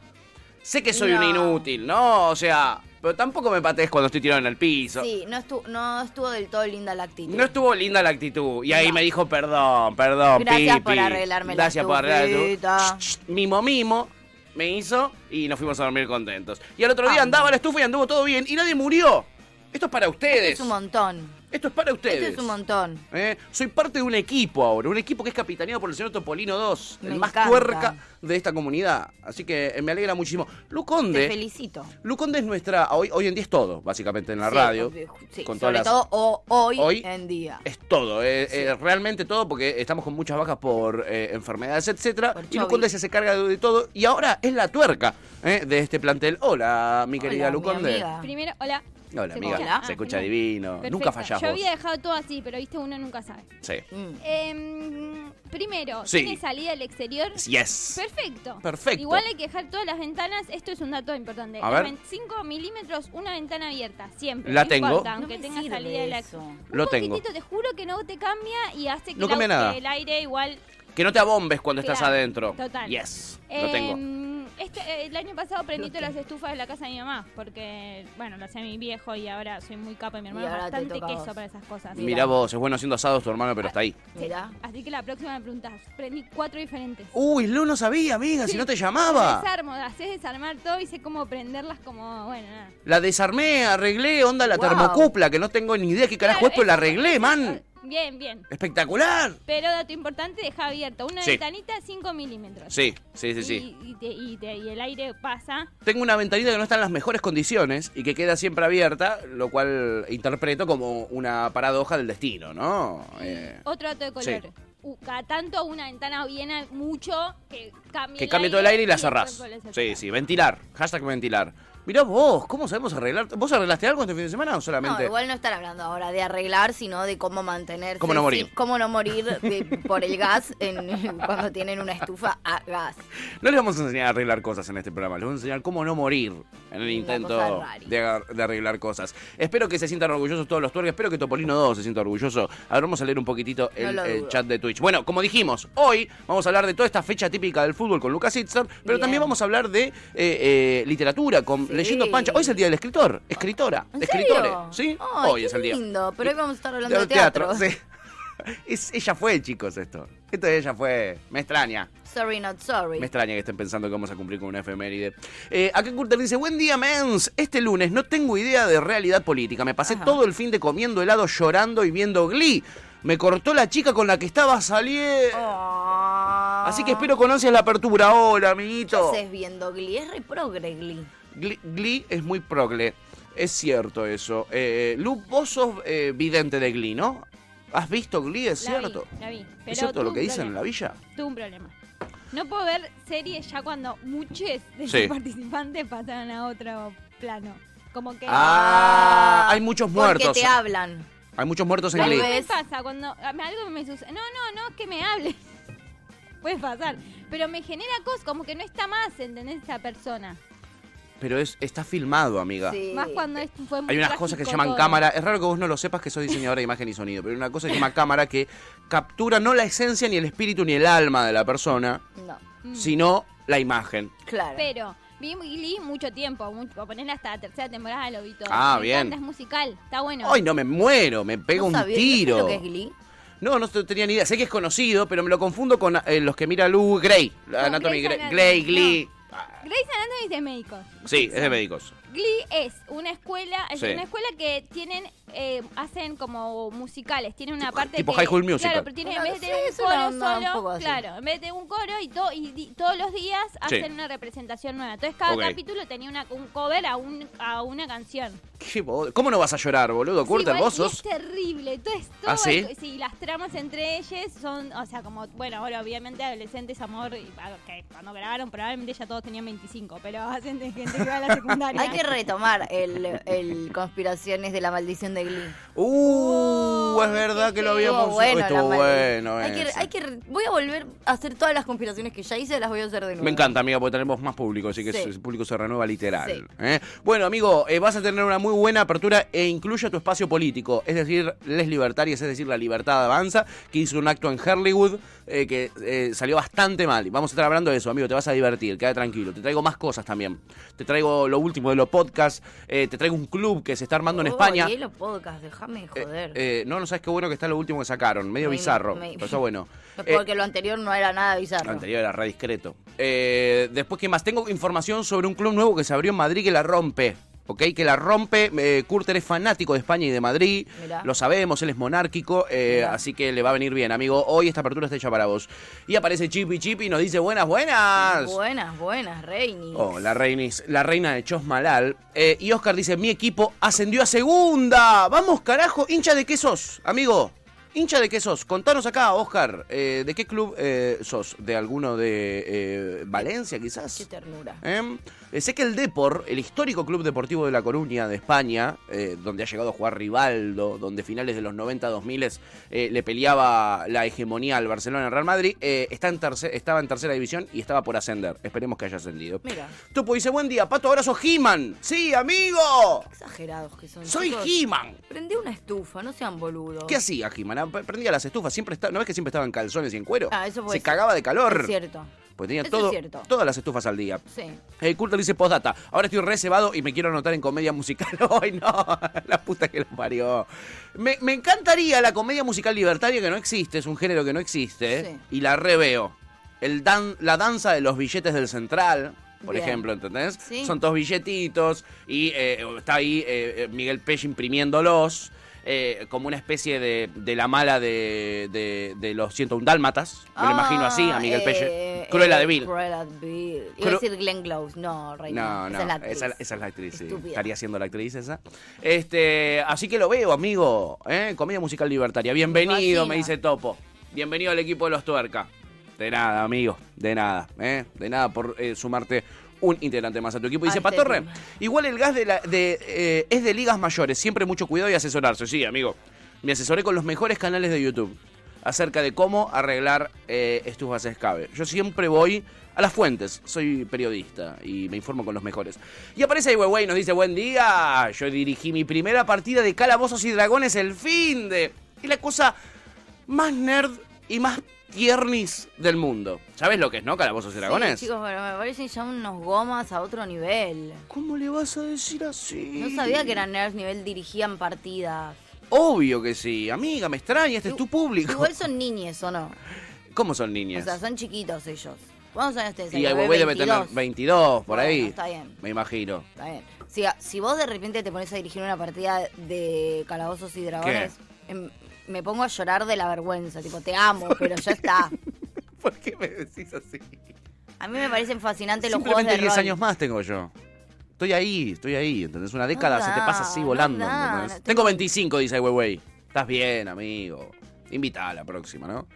Speaker 2: Sé que soy un
Speaker 3: No.
Speaker 2: inútil, ¿no? O sea, pero tampoco me patees cuando estoy tirado en el piso.
Speaker 3: Sí, no estuvo, no estuvo del todo linda la actitud.
Speaker 2: No estuvo linda la actitud. Y ahí
Speaker 3: No.
Speaker 2: me dijo, perdón, perdón,
Speaker 3: Gracias
Speaker 2: Pipi.
Speaker 3: por arreglarme la
Speaker 2: Gracias por arreglarme.
Speaker 3: estufita.
Speaker 2: Mimo, mimo. Me hizo y nos fuimos a dormir contentos. Y al otro día andaba la estufa y anduvo todo bien. Y nadie murió. Esto es para
Speaker 3: Esto
Speaker 2: ustedes.
Speaker 3: es un montón.
Speaker 2: Esto es para ustedes.
Speaker 3: Esto es un montón.
Speaker 2: ¿Eh? Soy parte de un equipo ahora, un equipo que es capitaneado por el señor Topolino 2,
Speaker 3: Me
Speaker 2: el más
Speaker 3: encanta.
Speaker 2: tuerca de esta comunidad. Así que eh, me alegra muchísimo.
Speaker 3: Te
Speaker 2: Luconde,
Speaker 3: felicito.
Speaker 2: Luconde es nuestra, hoy, hoy en día es todo, básicamente, en la
Speaker 3: Sí,
Speaker 2: radio.
Speaker 3: obvio, sí,
Speaker 2: con todas
Speaker 3: sobre
Speaker 2: las-
Speaker 3: todo ho- hoy,
Speaker 2: Hoy
Speaker 3: en día.
Speaker 2: es todo, eh,
Speaker 3: Sí.
Speaker 2: eh, realmente todo, porque estamos con muchas bajas por eh, enfermedades, etcétera.
Speaker 3: Por
Speaker 2: Y
Speaker 3: Chovy.
Speaker 2: Luconde se hace carga de, de todo. Y ahora es la tuerca eh, de este plantel. Hola, mi querida
Speaker 3: Hola, mi
Speaker 2: Luconde.
Speaker 3: amiga.
Speaker 4: Primero, hola.
Speaker 2: Hola,
Speaker 4: ¿Se
Speaker 2: amiga.
Speaker 4: escucha?
Speaker 2: Se
Speaker 4: Ah,
Speaker 2: escucha
Speaker 4: genial.
Speaker 2: divino.
Speaker 4: Perfecto.
Speaker 2: Ah. Nunca fallás
Speaker 4: Yo
Speaker 2: vos.
Speaker 4: había dejado todo así, pero viste, uno nunca sabe.
Speaker 2: Sí.
Speaker 3: Mm.
Speaker 4: Em, primero,
Speaker 2: Sí.
Speaker 4: ¿tiene salida al exterior?
Speaker 2: Yes.
Speaker 4: Perfecto.
Speaker 2: Perfecto.
Speaker 4: Igual hay que dejar todas las ventanas. Esto es un dato importante.
Speaker 2: A ver.
Speaker 4: 5 milímetros, una ventana abierta. Siempre.
Speaker 2: La
Speaker 4: no
Speaker 2: tengo.
Speaker 4: importa,
Speaker 3: No
Speaker 4: aunque
Speaker 3: me
Speaker 4: tenga
Speaker 3: sirve
Speaker 4: salida del
Speaker 3: eso.
Speaker 4: exterior.
Speaker 2: Lo tengo.
Speaker 4: Te juro que no te cambia y hace que
Speaker 2: No
Speaker 4: el,
Speaker 2: cambia
Speaker 4: au-
Speaker 2: nada.
Speaker 4: el aire igual.
Speaker 2: Que no te abombes cuando estás
Speaker 4: Claro,
Speaker 2: adentro.
Speaker 4: total.
Speaker 2: Yes. Lo
Speaker 4: Em,
Speaker 2: tengo.
Speaker 4: este- el año pasado prendí todas las estufas de la casa de mi mamá. Porque, bueno, lo hacía mi viejo y ahora soy muy capa y mi hermano
Speaker 3: ahora te
Speaker 4: bastante
Speaker 3: toca a
Speaker 4: queso
Speaker 3: vos.
Speaker 4: para esas cosas.
Speaker 3: Mirá.
Speaker 2: Mirá vos, es bueno haciendo asados tu hermano, pero está ahí.
Speaker 4: Sí.
Speaker 3: Mirá.
Speaker 4: Así que la próxima me preguntás. Prendí cuatro diferentes.
Speaker 2: Uy, Lu no sabía, amiga, Uh, si no te
Speaker 4: Las
Speaker 2: llamaba.
Speaker 4: Desarmo, las haces desarmar todo y sé cómo prenderlas como, bueno, nada.
Speaker 2: La desarmé, arreglé, onda la
Speaker 3: Wow.
Speaker 2: termocupla, que no tengo ni idea qué carajo es,
Speaker 4: Claro,
Speaker 2: pero pues la
Speaker 4: eso-
Speaker 2: arreglé, man.
Speaker 4: Ah, Bien, bien.
Speaker 2: Espectacular.
Speaker 4: Pero dato importante, deja abierta una
Speaker 2: Sí.
Speaker 4: ventanita 5 milímetros.
Speaker 2: Sí, sí, sí, sí.
Speaker 4: Y, y te- y te- y el aire pasa.
Speaker 2: Tengo una ventanita que no está en las mejores condiciones y que queda siempre abierta, lo cual interpreto como una paradoja del destino, ¿no? Eh,
Speaker 4: Otro dato de color.
Speaker 2: sí.
Speaker 4: U- Cada tanto una ventana viene mucho que cambie
Speaker 2: que cambie todo el aire y la cerrás.
Speaker 4: después volvés a
Speaker 2: Sí,
Speaker 4: cerrar.
Speaker 2: sí, ventilar. Hashtag ventilar. Mirá vos, ¿cómo sabemos arreglar? ¿Vos arreglaste algo este fin de semana o
Speaker 3: No,
Speaker 2: solamente?
Speaker 3: igual no están hablando ahora de arreglar, sino de cómo mantenerse.
Speaker 2: Cómo no morir.
Speaker 3: sí, cómo no morir de- por el gas en- cuando tienen una estufa a gas.
Speaker 2: No les vamos a enseñar a arreglar cosas en este programa, les vamos a enseñar cómo no morir en el
Speaker 3: Una
Speaker 2: intento
Speaker 3: cosa rari.
Speaker 2: de, agar- de arreglar cosas. Espero que se sientan orgullosos todos los tuerques, espero que Topolino 2 se sienta orgulloso. Ahora vamos a leer un poquitito el,
Speaker 3: lo
Speaker 2: el
Speaker 3: dudo.
Speaker 2: chat de Twitch. Bueno, como dijimos, hoy vamos a hablar de toda esta fecha típica del fútbol con Lucas Itzer, pero
Speaker 3: Bien.
Speaker 2: también vamos a hablar de eh, eh, literatura con
Speaker 3: Sí.
Speaker 2: Leyendo Pancha. Hoy es el día del escritor, escritora,
Speaker 3: ¿En
Speaker 2: de
Speaker 3: serio?
Speaker 2: escritores. ¿Sí?
Speaker 3: Ay,
Speaker 2: hoy
Speaker 3: qué
Speaker 2: es el día.
Speaker 3: lindo, pero hoy vamos a estar hablando
Speaker 2: Del
Speaker 3: de teatro.
Speaker 2: sí. Es- ella fue, chicos, esto. Esto ella fue. Me extraña.
Speaker 3: Sorry, not sorry.
Speaker 2: Me extraña que estén pensando que vamos a cumplir con una efeméride. Eh, acá Curter dice, buen día, mens. Este lunes no tengo idea de realidad política. Me pasé
Speaker 3: Ajá.
Speaker 2: todo el fin de comiendo helado, llorando y viendo Glee. Me cortó la chica con la que estaba saliendo.
Speaker 3: Oh.
Speaker 2: Así que espero con ansias la apertura ahora,
Speaker 3: ¿Qué
Speaker 2: amiguito.
Speaker 3: haces viendo Glee? Es reprogre Glee.
Speaker 2: Glee, Glee es muy progle. Es cierto eso. Eh, Lu, vos sos eh, vidente de Glee, ¿no? ¿Has visto Glee? Es
Speaker 4: La vi,
Speaker 2: cierto.
Speaker 4: la vi, pero
Speaker 2: ¿Es cierto lo
Speaker 4: tuve
Speaker 2: que
Speaker 4: un
Speaker 2: dicen en la
Speaker 4: problema.
Speaker 2: villa?
Speaker 4: Tuve un problema. No puedo ver series ya cuando muchos de los
Speaker 2: Sí.
Speaker 4: participantes pasaron a otro plano. Como que...
Speaker 2: Ah, hay muchos muertos.
Speaker 3: Porque te hablan.
Speaker 2: Hay muchos muertos en
Speaker 3: Tal
Speaker 2: Glee.
Speaker 3: vez.
Speaker 4: ¿Qué
Speaker 3: ¿Ves?
Speaker 4: pasa cuando a- me- algo me sucede? No, no, no, que me hable. Puede pasar. Pero me genera cosas, como que no está más, ¿entendés? Esa persona.
Speaker 2: Pero es, está filmado, amiga.
Speaker 3: Sí.
Speaker 4: Más cuando esto fue muy
Speaker 2: Hay unas cosas que se
Speaker 4: trágico
Speaker 2: llaman
Speaker 4: todo.
Speaker 2: cámara. Es raro que vos no lo sepas que sos diseñadora de imagen y sonido, pero hay una cosa que se llama cámara que captura no la esencia, ni el espíritu, ni el alma de la persona,
Speaker 3: No,
Speaker 4: Mm.
Speaker 2: sino la imagen.
Speaker 3: claro.
Speaker 4: Pero vi Glee mucho tiempo, mucho, poner hasta la tercera temporada lo vi todo.
Speaker 2: Ah,
Speaker 4: Me
Speaker 2: bien.
Speaker 4: encanta, es musical, está bueno.
Speaker 2: Ay, no me muero, me pega
Speaker 3: ¿No
Speaker 2: un
Speaker 3: sabés-
Speaker 2: tiro.
Speaker 3: ¿no sabés lo que es Glee?
Speaker 2: No, no te- tenía ni idea. Sé que es conocido, pero me lo confundo con eh, los que mira Lou Grey. La
Speaker 4: No,
Speaker 2: Anatomy
Speaker 4: Grey's
Speaker 2: Grey. Grey,
Speaker 4: Anatomy,
Speaker 2: Glee.
Speaker 4: Grey's Anatomy es de médicos.
Speaker 2: Sí, es de médicos.
Speaker 4: Glee es una escuela, es
Speaker 2: Sí.
Speaker 4: una escuela que tienen, eh, hacen como musicales, tienen una
Speaker 2: Tipo-
Speaker 4: parte
Speaker 2: tipo
Speaker 4: que-
Speaker 2: High School Musical.
Speaker 4: Claro, pero tienen
Speaker 3: Bueno,
Speaker 4: en vez de
Speaker 3: sí,
Speaker 4: un
Speaker 3: es una
Speaker 4: coro
Speaker 3: onda un
Speaker 4: solo,
Speaker 3: poco así.
Speaker 4: claro, en vez de un coro y, to- y di- todos los días hacen una representación nueva. Entonces cada
Speaker 2: Ok.
Speaker 4: capítulo tenía una- un cover a, un- a una canción.
Speaker 2: Qué bo- ¿Cómo no vas a llorar, boludo?
Speaker 4: Sí,
Speaker 2: Curter,
Speaker 4: igual,
Speaker 2: vos
Speaker 4: y
Speaker 2: sos.
Speaker 4: Es terrible, todo es todo.
Speaker 2: ¿Ah, sí?
Speaker 4: es- las tramas entre ellas son, o sea, como, bueno, ahora obviamente adolescentes, amor, y, ah, que cuando grabaron probablemente ya todos tenían 25, pero hacen de gente que va a la secundaria.
Speaker 3: Hay que que retomar el, el Conspiraciones de la Maldición de Glee.
Speaker 2: Uh, es verdad que lo habíamos
Speaker 3: Estuvo bueno,
Speaker 2: estuvo
Speaker 3: la
Speaker 2: bueno
Speaker 3: Maldición. hay que,
Speaker 2: ese.
Speaker 3: hay que re- Voy a volver a hacer todas las conspiraciones que ya hice, las voy a hacer de nuevo.
Speaker 2: Me encanta, amiga, porque tenemos más público, así que
Speaker 3: Sí.
Speaker 2: el público se renueva literal.
Speaker 3: Sí.
Speaker 2: ¿eh? Bueno, amigo, eh, vas a tener una muy buena apertura e incluye tu espacio político, es decir, Les Libertarias, es decir, La Libertad Avanza, que hizo un acto en Hollywood eh, que eh, salió bastante mal. Y Vamos a estar hablando de eso, amigo, te vas a divertir, queda tranquilo. Te traigo más cosas también. Te traigo lo último de los podcasts, eh, te traigo un club que se está armando en
Speaker 3: Oh,
Speaker 2: España.
Speaker 3: Hielo Podcast, déjame de joder.
Speaker 2: Eh, eh, no, no sabes qué bueno que está lo último que sacaron, medio
Speaker 3: Me-
Speaker 2: bizarro,
Speaker 3: me-
Speaker 2: pero está bueno. Eh,
Speaker 3: Porque lo anterior no era nada
Speaker 2: lo
Speaker 3: bizarro.
Speaker 2: anterior era re discreto. Eh, después, ¿qué más? Tengo información sobre un club nuevo que se abrió en Madrid que la rompe. ¿Ok? Que la rompe. Eh, Curter es fanático de España y de Madrid.
Speaker 3: Mirá.
Speaker 2: Lo sabemos, él es monárquico. eh,
Speaker 3: Mirá.
Speaker 2: así que le va a venir bien, amigo. Hoy esta apertura está hecha para vos. Y aparece Chipi Chipi y nos dice: Buenas, buenas.
Speaker 3: Buenas, buenas, Reini.
Speaker 2: Oh, la, reinis- la reina de Chosmalal. Eh, y Oscar dice: Mi equipo ascendió a segunda. Vamos, carajo. Hincha de qué sos, amigo. Hincha de qué sos. Contanos acá, Oscar. eh, ¿De qué club eh, sos? ¿De alguno de eh, Valencia,
Speaker 3: Qué
Speaker 2: quizás?
Speaker 3: ternura.
Speaker 2: Em, eh, sé que el Depor, el histórico club deportivo de La Coruña de España, eh, donde ha llegado a jugar Rivaldo, donde finales de los 90-2000 eh, le peleaba la hegemonía al Barcelona-Real Madrid, eh, está en terce- estaba en tercera división y estaba por ascender. Esperemos que haya ascendido.
Speaker 3: Mira.
Speaker 2: Topo dice, buen día, Pato, ahora sos He-Man. Sí, amigo,
Speaker 3: Exagerados que son.
Speaker 2: soy
Speaker 3: chicos.
Speaker 2: He-Man.
Speaker 3: Prendí una estufa, no sean boludos.
Speaker 2: ¿Qué hacía He-Man? Ah, pre- Prendía las estufas, siempre está, ¿no ves que siempre estaba en calzones y en cuero?
Speaker 3: Ah, eso
Speaker 2: Se
Speaker 3: puede ser.
Speaker 2: cagaba de calor.
Speaker 3: Es cierto.
Speaker 2: Pues tenía
Speaker 3: Eso
Speaker 2: todo,
Speaker 3: es cierto.
Speaker 2: todas las estufas al día.
Speaker 3: Sí.
Speaker 2: Eh, Curto dice postdata. Ahora estoy reservado y me quiero anotar en comedia musical. Hoy no, la puta que lo parió. Me, me encantaría la comedia musical libertaria que no existe, es un género que no existe.
Speaker 3: Sí.
Speaker 2: Y la reveo. El dan- la danza de los billetes del central. Por
Speaker 3: Bien.
Speaker 2: ejemplo, ¿entendés?
Speaker 3: Sí.
Speaker 2: Son todos billetitos y eh, está ahí eh, eh, Miguel Pech imprimiéndolos eh, como una especie de, de la mala de, de, de los 101 dálmatas. Me lo imagino así a Miguel Pech.
Speaker 3: Pelle.
Speaker 2: Cruella de Vil.
Speaker 3: Ah, eh, Cruella de Vil. Iba a
Speaker 2: Cru-
Speaker 3: decir Glenn Close. No, Reina.
Speaker 2: No, no,
Speaker 3: Esa es la actriz.
Speaker 2: esa, esa es la actriz, sí.
Speaker 3: Estúpida.
Speaker 2: Estaría siendo la actriz esa. Este, así que lo veo, amigo. ¿eh? Comedia musical libertaria. Bienvenido,
Speaker 3: Fascina.
Speaker 2: me dice Topo. Bienvenido al equipo de los tuerca. De nada, amigo. De nada. ¿eh? De nada por eh, sumarte un integrante más a tu equipo. Dice
Speaker 3: Ay,
Speaker 2: Patorre,
Speaker 3: terrible.
Speaker 2: igual el gas de la- de, eh, es de ligas mayores. Siempre mucho cuidado y asesorarse. Sí, amigo. Me asesoré con los mejores canales de YouTube acerca de cómo arreglar eh, estufas de escabe. Yo siempre voy a las fuentes, soy periodista y me informo con los mejores. Y aparece ahí, güey, nos dice, buen día, yo dirigí mi primera partida de Calabozos y Dragones el fin de... Y la cosa más nerd y más tiernis del mundo. ¿Sabes lo que es, no? Calabozos y Dragones.
Speaker 3: Sí, chicos, pero me parecen ya unos gomas a otro nivel.
Speaker 2: ¿Cómo le vas a decir así?
Speaker 3: No sabía que eran nerds nivel dirigían partidas.
Speaker 2: Obvio que sí, amiga, me extraña, este es tu público.
Speaker 3: Igual son niñes, ¿o no?
Speaker 2: ¿Cómo son niñas?
Speaker 3: O sea, son chiquitos ellos. ¿Cuántos años tenés?
Speaker 2: Y
Speaker 3: El
Speaker 2: el
Speaker 3: bebé
Speaker 2: Huawei debe tener
Speaker 3: 22.
Speaker 2: 22, por
Speaker 3: Bueno,
Speaker 2: ahí.
Speaker 3: está bien.
Speaker 2: Me imagino.
Speaker 3: Está bien. Si, si vos de repente te pones a dirigir una partida de calabozos y dragones, em, me pongo a llorar de la vergüenza. Tipo, te amo, pero ya está.
Speaker 2: ¿Por qué me decís así?
Speaker 3: A mí me parecen fascinantes los juegos de
Speaker 2: Simplemente 10
Speaker 3: rol.
Speaker 2: años más tengo yo. Estoy ahí, estoy ahí, ¿entendés? Una década
Speaker 3: No
Speaker 2: se te
Speaker 3: da,
Speaker 2: pasa así
Speaker 3: no
Speaker 2: volando,
Speaker 3: da,
Speaker 2: ¿entendés?
Speaker 3: no te-
Speaker 2: Tengo 25, dice el Huawei. Estás bien, amigo. Invita a la próxima, ¿no?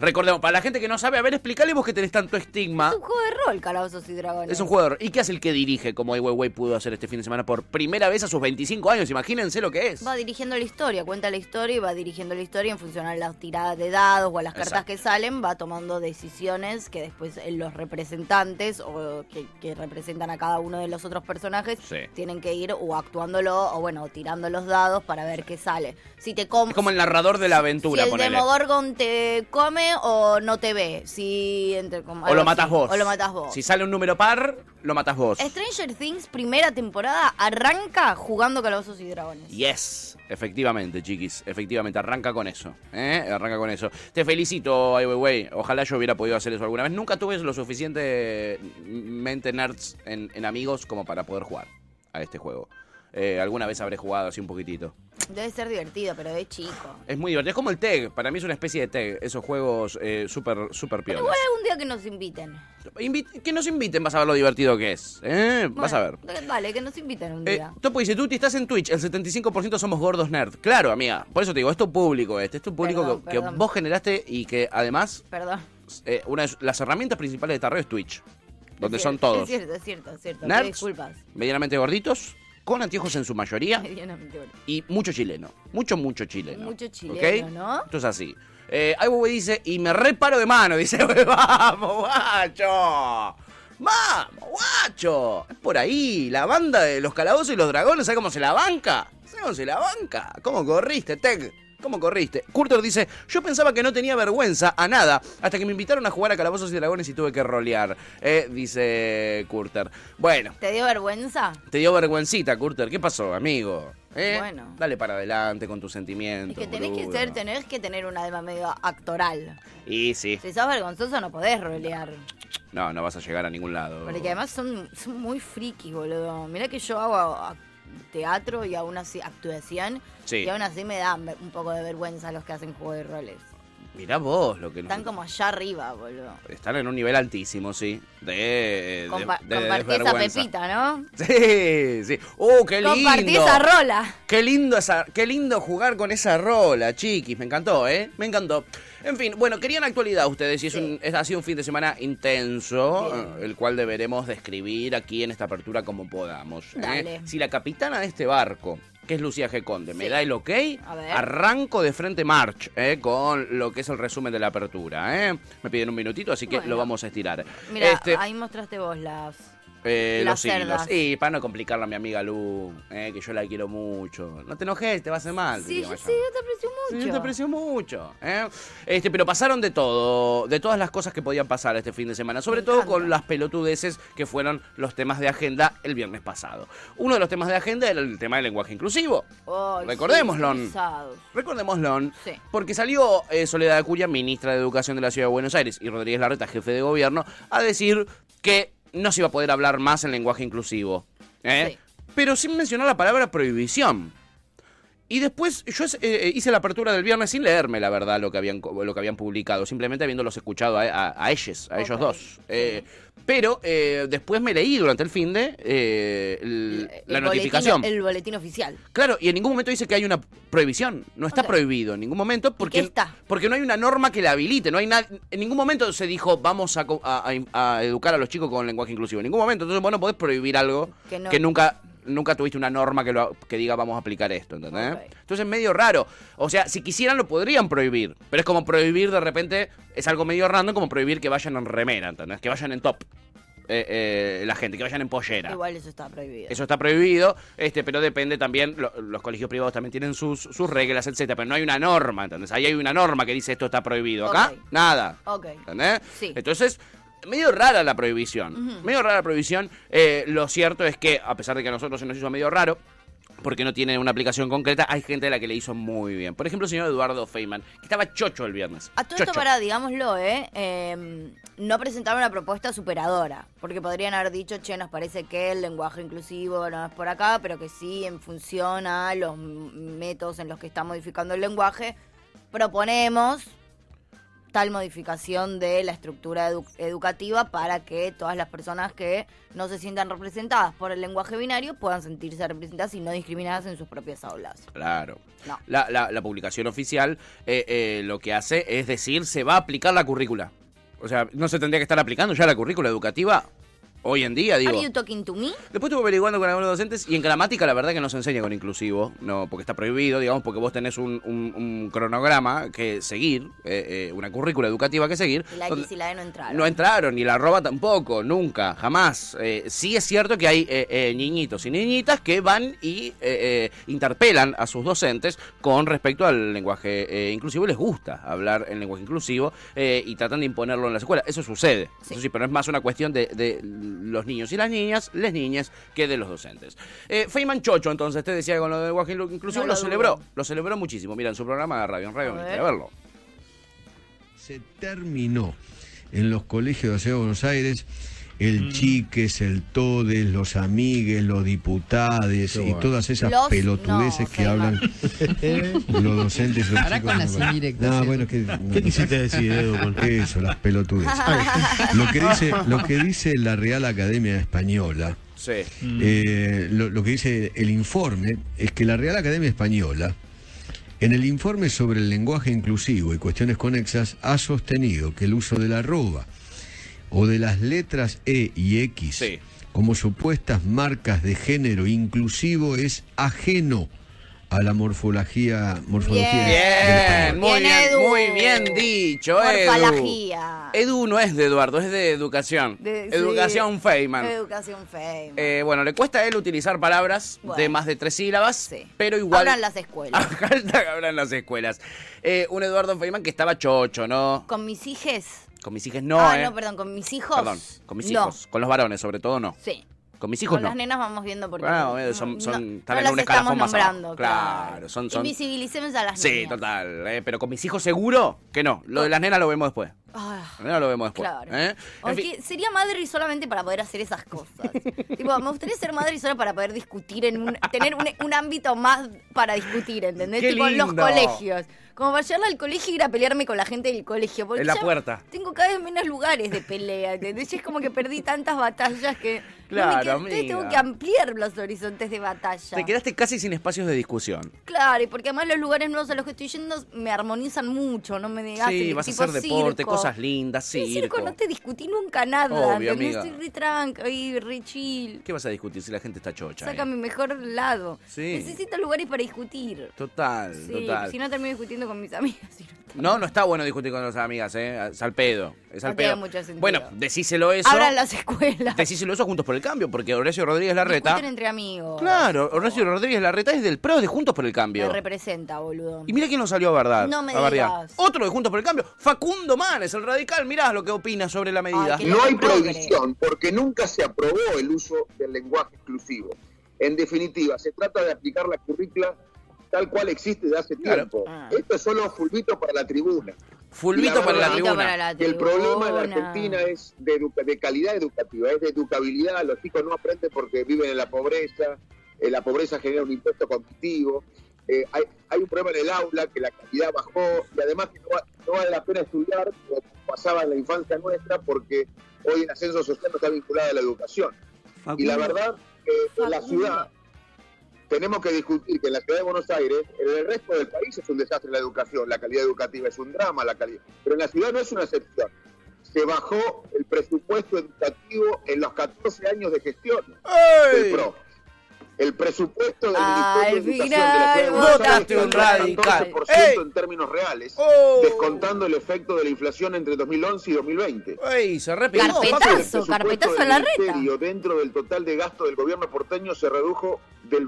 Speaker 2: Recordemos, para la gente que no sabe, a ver, explícale vos que tenés tanto estigma.
Speaker 3: Es un juego de rol, calabozos y dragones.
Speaker 2: Es un jugador. ¿Y qué hace el que dirige como el Huawei pudo hacer este fin de semana por primera vez a sus 25 años? Imagínense lo que es.
Speaker 3: Va dirigiendo la historia, cuenta la historia y va dirigiendo la historia en función a las tiradas de dados o a las cartas
Speaker 2: Exacto.
Speaker 3: que salen, va tomando decisiones que después eh, los representantes o que, que representan a cada uno de los otros personajes
Speaker 2: Sí.
Speaker 3: tienen que ir o actuándolo o bueno, o tirando los dados para ver qué sale. Si te com
Speaker 2: Es como el narrador de la aventura,
Speaker 3: si el
Speaker 2: ponele.
Speaker 3: Demogorgon te come o no te ve, si entre com-
Speaker 2: O
Speaker 3: algo
Speaker 2: lo matas
Speaker 3: así.
Speaker 2: vos.
Speaker 3: O lo matas vos.
Speaker 2: Si sale un número par, lo matas vos.
Speaker 3: Stranger Things primera temporada arranca jugando calabozos y dragones.
Speaker 2: Yes, efectivamente, chiquis, efectivamente, arranca con eso, ¿eh? arranca con eso. Te felicito, Ai Weiwei, ojalá yo hubiera podido hacer eso alguna vez. Nunca tuve lo suficientemente nerds en, en amigos como para poder jugar a este juego. Eh, alguna vez habré jugado así un poquitito.
Speaker 3: Debe ser divertido, pero de chico.
Speaker 2: Es muy divertido, es como el TEG, para mí es una especie de TEG, esos juegos eh, súper, súper piolas.
Speaker 3: Igual algún día que nos inviten.
Speaker 2: Invi- que nos inviten, vas a ver lo divertido que es, ¿eh? vas a ver.
Speaker 3: Bueno, de- Vale, que nos inviten un
Speaker 2: Eh,
Speaker 3: día.
Speaker 2: Topo dice, Tuti, estás en Twitch, el 75% somos gordos nerd. Claro, amiga, por eso te digo, es tu público este, es tu público
Speaker 3: Perdón,
Speaker 2: que, que
Speaker 3: perdón.
Speaker 2: vos generaste y que además
Speaker 3: Perdón.
Speaker 2: eh, una de las herramientas principales de esta red es Twitch. donde
Speaker 3: Es
Speaker 2: son
Speaker 3: cierto,
Speaker 2: todos.
Speaker 3: Es cierto, es cierto, es cierto.
Speaker 2: Nerds,
Speaker 3: Te disculpas.
Speaker 2: medianamente gorditos, con anteojos en su mayoría
Speaker 3: Medianamente gordo.
Speaker 2: y mucho chileno. Mucho, mucho chileno.
Speaker 3: Mucho
Speaker 2: ¿ok?
Speaker 3: chileno, ¿no?
Speaker 2: Esto es así. Eh, ahí Bobby dice, y me reparo de mano. Dice, vamos, guacho. Vamos, guacho. Es por ahí. La banda de los calabozos y los dragones, ¿sabes cómo se la banca? ¿Sabes cómo se la banca? ¿Cómo corriste, Teg? ¿Cómo corriste? Curter dice, yo pensaba que no tenía vergüenza a nada hasta que me invitaron a jugar a calabozos y dragones y tuve que rolear. Eh, dice Curter. Bueno,
Speaker 3: ¿Te dio vergüenza?
Speaker 2: te dio vergüencita, Curter. ¿Qué pasó, amigo? ¿Eh?
Speaker 3: Bueno.
Speaker 2: Dale para adelante con tus
Speaker 3: Es
Speaker 2: sentimientos.
Speaker 3: que tenés que
Speaker 2: boludo.
Speaker 3: ser, tenés que tener un alma medio actoral.
Speaker 2: Y sí.
Speaker 3: Si sos vergonzoso no podés rolear.
Speaker 2: No, no vas a llegar a ningún lado.
Speaker 3: Porque además son, son muy frikis, boludo. Mirá que yo hago a- teatro y aún así actuación.
Speaker 2: Sí.
Speaker 3: Y aún así me dan ve- un poco de vergüenza los que hacen juego de roles.
Speaker 2: Mirá vos lo que nos-
Speaker 3: Están como allá arriba, boludo.
Speaker 2: Están en un nivel altísimo, sí. De. de,
Speaker 3: Compa-
Speaker 2: de- de
Speaker 3: compartí esa
Speaker 2: vergüenza.
Speaker 3: pepita, ¿no?
Speaker 2: Sí, sí. ¡Oh, qué lindo!
Speaker 3: Compartí esa rola.
Speaker 2: Qué lindo, esa, qué lindo jugar con esa rola, chiquis. Me encantó, ¿eh? Me encantó. En fin, bueno, querían actualidad ustedes. Y es un- es- ha sido un fin de semana intenso, eh, el cual deberemos describir aquí en esta apertura como podamos. ¿eh?
Speaker 3: Dale.
Speaker 2: Si la capitana de este barco, que es Lucía G. Conde, me
Speaker 3: Sí.
Speaker 2: da el ok,
Speaker 3: A ver.
Speaker 2: arranco de frente March eh, con lo que es el resumen de la apertura. ¿eh? Me piden un minutito, así que
Speaker 3: Bueno.
Speaker 2: lo vamos a estirar.
Speaker 3: Mira,
Speaker 2: Este-
Speaker 3: ahí mostraste vos las.
Speaker 2: eh,
Speaker 3: Las
Speaker 2: los hilos.
Speaker 3: cerdas.
Speaker 2: Y para no complicarla a mi amiga Lu, eh, que yo la quiero mucho. No te enojes, te va a hacer mal.
Speaker 3: Sí,
Speaker 2: diría
Speaker 3: yo
Speaker 2: Mayra.
Speaker 3: sí, yo te aprecio
Speaker 2: Sí,
Speaker 3: mucho.
Speaker 2: yo te aprecio mucho. eh. Este, pero pasaron de todo, de todas las cosas que podían pasar este fin de semana, sobre
Speaker 3: Me
Speaker 2: todo
Speaker 3: encanta.
Speaker 2: con las pelotudeces que fueron los temas de agenda el viernes pasado. Uno de los temas de agenda era el tema del lenguaje inclusivo.
Speaker 3: Ay,
Speaker 2: Recordémoslo.
Speaker 3: sí, pesados.
Speaker 2: Recordémoslo,
Speaker 3: Sí.
Speaker 2: porque salió eh, Soledad Acuña, ministra de Educación de la Ciudad de Buenos Aires, y Rodríguez Larreta, jefe de gobierno, a decir que no se iba a poder hablar más en lenguaje inclusivo. ¿eh?
Speaker 3: Sí.
Speaker 2: Pero sin mencionar la palabra prohibición. Y después yo eh, hice la apertura del viernes sin leerme, la verdad, lo que habían, co- lo que habían publicado, simplemente habiéndolos escuchado a, a- a ellos, a ellos
Speaker 3: Ok.
Speaker 2: dos. Eh, pero eh, después me leí durante el fin de eh, el- la
Speaker 3: El boletín-
Speaker 2: notificación.
Speaker 3: el boletín oficial.
Speaker 2: Claro, y en ningún momento dice que hay una prohibición. No está
Speaker 3: Ok.
Speaker 2: prohibido en ningún momento porque,
Speaker 3: qué está?
Speaker 2: porque no hay una norma que la habilite. No hay na- en ningún momento se dijo vamos a, co- a- a- a educar a los chicos con lenguaje inclusivo. En ningún momento. Entonces vos no podés prohibir algo que,
Speaker 3: Que no-
Speaker 2: nunca nunca tuviste una norma que, lo- que diga vamos a aplicar esto. ¿entendés?
Speaker 3: Ok.
Speaker 2: Entonces es medio raro. O sea, si quisieran lo podrían prohibir. Pero es como prohibir de repente, es algo medio random como prohibir que vayan en remera, ¿entendés? Que vayan en top. eh, eh, la gente, que vayan en pollera.
Speaker 3: Igual eso está prohibido.
Speaker 2: Eso está prohibido, este, pero depende también, lo- los colegios privados también tienen sus, sus reglas, etcétera, pero no hay una norma, ¿entendés? Ahí hay una norma que dice esto está prohibido. Acá,
Speaker 3: Ok.
Speaker 2: nada.
Speaker 3: Ok.
Speaker 2: ¿Entendés?
Speaker 3: Sí.
Speaker 2: Entonces, medio rara la prohibición. Medio rara la prohibición. Eh, lo cierto es que, a pesar de que a nosotros se nos hizo medio raro, porque no tiene una aplicación concreta, hay gente a la que le hizo muy bien. Por ejemplo, el señor Eduardo Feynman, que estaba chocho el viernes.
Speaker 3: A todo
Speaker 2: Chocho.
Speaker 3: esto para, digámoslo, ¿eh? Eh, no presentaron una propuesta superadora, porque podrían haber dicho, che, nos parece que el lenguaje inclusivo no es por acá, pero que sí, en función a los m- métodos en los que está modificando el lenguaje, proponemos tal modificación de la estructura edu- educativa para que todas las personas que no se sientan representadas por el lenguaje binario puedan sentirse representadas y no discriminadas en sus propias aulas.
Speaker 2: Claro.
Speaker 3: No.
Speaker 2: La, la- la publicación oficial eh, eh, lo que hace es decir, se va a aplicar la currícula. O sea, no se tendría que estar aplicando ya la currícula educativa hoy en día, digo.
Speaker 3: ¿Are you talking to me?
Speaker 2: Después estuve averiguando con algunos docentes y en gramática la verdad que no se enseña con inclusivo, no, porque está prohibido, digamos, porque vos tenés un, un- un cronograma que seguir, eh, eh, una currícula educativa que seguir.
Speaker 3: Y la
Speaker 2: donde-
Speaker 3: X y la E no entraron.
Speaker 2: no entraron, ni la roba tampoco, nunca, jamás. Eh, sí es cierto que hay eh, eh, niñitos y niñitas que van y eh, eh, interpelan a sus docentes con respecto al lenguaje eh, inclusivo. Les gusta hablar en lenguaje inclusivo eh, y tratan de imponerlo en las escuelas. Eso sucede,
Speaker 3: Sí.
Speaker 2: eso sí, pero es más una cuestión de, de los niños y las niñas, les niñas, que de los docentes. Eh, Feynman Chocho, entonces, te decía con lo del lenguaje inclusivo,
Speaker 3: No
Speaker 2: lo,
Speaker 3: lo dudo.
Speaker 2: celebró, lo celebró muchísimo. Mira, en su programa de radio, en radio,
Speaker 3: A
Speaker 2: venite
Speaker 3: ver.
Speaker 2: a verlo.
Speaker 5: Se terminó en los colegios de la Ciudad de Buenos Aires el chiques, el todes, los amigues, los diputades y todas esas
Speaker 3: Los-
Speaker 5: pelotudeces
Speaker 3: no,
Speaker 5: que
Speaker 3: Feynman.
Speaker 5: hablan los docentes. Los
Speaker 6: Ahora
Speaker 5: chicos
Speaker 6: con
Speaker 5: no
Speaker 6: las
Speaker 5: van.
Speaker 6: indirectas,
Speaker 5: No,
Speaker 6: Edu.
Speaker 5: bueno, es que, no,
Speaker 7: ¿Qué
Speaker 5: no,
Speaker 7: quisiste decir, Edu? con-
Speaker 5: Eso, las pelotudeces. Lo que dice, lo que dice la Real Academia Española
Speaker 2: Sí.
Speaker 5: eh, lo, lo que dice el informe es que la Real Academia Española, en el informe sobre el lenguaje inclusivo y cuestiones conexas, ha sostenido que el uso de la arroba o de las letras E y X
Speaker 2: Sí.
Speaker 5: como supuestas marcas de género inclusivo es ajeno a la morfología, morfología
Speaker 3: Bien.
Speaker 5: del español.
Speaker 2: Bien, muy
Speaker 3: Bien,
Speaker 2: bien,
Speaker 3: Edu.
Speaker 2: muy bien dicho, Edu.
Speaker 3: Morfología.
Speaker 2: Edu no es de Eduardo, es de educación.
Speaker 3: De- sí.
Speaker 2: educación Feynman.
Speaker 3: Educación Feynman.
Speaker 2: Eh, bueno, le cuesta a él utilizar palabras
Speaker 3: Bueno.
Speaker 2: de más de tres sílabas,
Speaker 3: Sí.
Speaker 2: pero igual... Ah.
Speaker 3: Abran las escuelas.
Speaker 2: Hashtag abran las escuelas. Eh, un Eduardo Feynman que estaba chocho, ¿no?
Speaker 3: Con mis hijes.
Speaker 2: Con mis hijos no,
Speaker 3: ah,
Speaker 2: ¿eh?
Speaker 3: no, perdón, con mis hijos.
Speaker 2: Perdón, con mis
Speaker 3: no.
Speaker 2: hijos. Con los varones, sobre todo, no.
Speaker 3: Sí.
Speaker 2: Con mis hijos
Speaker 3: Con
Speaker 2: no.
Speaker 3: las nenas vamos viendo porque
Speaker 2: Ah, bueno, son- son- están en un escalafón
Speaker 3: estamos
Speaker 2: más abajo.
Speaker 3: nombrando,
Speaker 2: Claro, son- son-
Speaker 3: Invisibilicemos a las
Speaker 2: Sí,
Speaker 3: niñas.
Speaker 2: total. eh, pero con mis hijos seguro que no. Lo de las nenas lo vemos después.
Speaker 3: Ah,
Speaker 2: Las nenas lo vemos después.
Speaker 3: claro.
Speaker 2: ¿eh?
Speaker 3: O
Speaker 2: En
Speaker 3: es
Speaker 2: fin,
Speaker 3: que sería madre solamente para poder hacer esas cosas. tipo, me gustaría ser madre solo para poder discutir en un, tener un, un ámbito más para discutir, ¿entendés?
Speaker 2: Qué
Speaker 3: tipo en los
Speaker 2: lindo.
Speaker 3: colegios. Como para llegar al colegio y ir a pelearme con la gente del colegio. Porque
Speaker 2: En la
Speaker 3: ya
Speaker 2: puerta.
Speaker 3: Tengo cada vez menos lugares de pelea, ¿entendés? Y es como que perdí tantas batallas que.
Speaker 2: Claro,
Speaker 3: no me quedo- entonces tengo
Speaker 2: amiga.
Speaker 3: que ampliar los horizontes de batalla.
Speaker 2: te quedaste casi sin espacios de discusión.
Speaker 3: Claro, y porque además los lugares nuevos a los que estoy yendo me armonizan mucho, no me digas.
Speaker 2: Sí,
Speaker 3: el
Speaker 2: vas a
Speaker 3: tipo
Speaker 2: hacer deporte,
Speaker 3: circo.
Speaker 2: cosas lindas,
Speaker 3: Sí, circo.
Speaker 2: circo.
Speaker 3: no te discutí nunca nada.
Speaker 2: Obvio,
Speaker 3: ¿entendés?
Speaker 2: amiga.
Speaker 3: Estoy re tranca y re chill.
Speaker 2: ¿Qué vas a discutir si la gente está chocha?
Speaker 3: Saca
Speaker 2: eh?
Speaker 3: mi mejor lado.
Speaker 2: Sí.
Speaker 3: Necesito lugares para discutir.
Speaker 2: Total,
Speaker 3: Sí, pues
Speaker 2: total.
Speaker 3: si no termino discutiendo con mis amigas. si no-
Speaker 2: No, no está bueno discutir con las amigas, ¿eh? Es al pedo. Es
Speaker 3: No
Speaker 2: al
Speaker 3: tiene
Speaker 2: pedo.
Speaker 3: mucho sentido.
Speaker 2: Bueno, decíselo eso.
Speaker 3: Abran las escuelas.
Speaker 2: Decíselo eso juntos por el cambio, porque Horacio Rodríguez Larreta.
Speaker 3: Discuten entre amigos.
Speaker 2: Claro, Horacio Rodríguez Larreta es del PRO de Juntos por el
Speaker 3: Me
Speaker 2: Cambio.
Speaker 3: representa, boludo.
Speaker 2: Y mira quién nos salió a verdad.
Speaker 3: No me
Speaker 2: a bardear.
Speaker 3: digas.
Speaker 2: Otro de Juntos por el Cambio, Facundo Manes, el radical. Mirá lo que opina sobre la medida.
Speaker 3: qué-
Speaker 6: No hay
Speaker 3: Progre.
Speaker 6: prohibición porque nunca se aprobó el uso del lenguaje exclusivo. En definitiva, se trata de aplicar la currícula tal cual existe desde hace
Speaker 2: Claro.
Speaker 6: tiempo.
Speaker 3: Ah.
Speaker 6: Esto es solo fulbito para la tribuna.
Speaker 2: Fulvito
Speaker 6: La
Speaker 2: para la
Speaker 6: verdad-
Speaker 3: Grito
Speaker 2: tribuna.
Speaker 3: para la
Speaker 6: Y el problema de la
Speaker 3: tribuna.
Speaker 6: Argentina es de, educa- de calidad educativa, es de educabilidad. Los chicos no aprenden porque viven en la pobreza, eh, la pobreza genera un impuesto competitivo. eh, hay, hay un problema en el aula que la calidad bajó y además que no, va- no vale la pena estudiar como pasaba en la infancia nuestra porque hoy el ascenso social no está vinculado a la educación. Y la verdad, que en la ciudad tenemos que discutir que en la ciudad de Buenos Aires, en el resto del país es un desastre la educación, la calidad educativa es un drama, la calidad. Pero en la ciudad no es una excepción. Se bajó el presupuesto educativo en los 14 años de gestión del
Speaker 2: ¡Ey!
Speaker 6: PRO. El presupuesto del
Speaker 3: Al
Speaker 6: Ministerio de Educación de la Ciudad de
Speaker 3: final,
Speaker 6: Buenos
Speaker 2: votaste
Speaker 6: Aires
Speaker 2: un
Speaker 6: cayó
Speaker 2: radical.
Speaker 6: 14%
Speaker 2: ¡Ey!
Speaker 6: en términos reales,
Speaker 2: ¡Oh!
Speaker 6: descontando el efecto de la inflación entre 2011 y 2020.
Speaker 2: Ey, se repitió.
Speaker 3: Carpetazo.
Speaker 2: papi.
Speaker 6: El presupuesto
Speaker 3: carpetazo
Speaker 6: del
Speaker 3: a la reta.
Speaker 6: ministerio Dentro del total de gasto del gobierno porteño se redujo del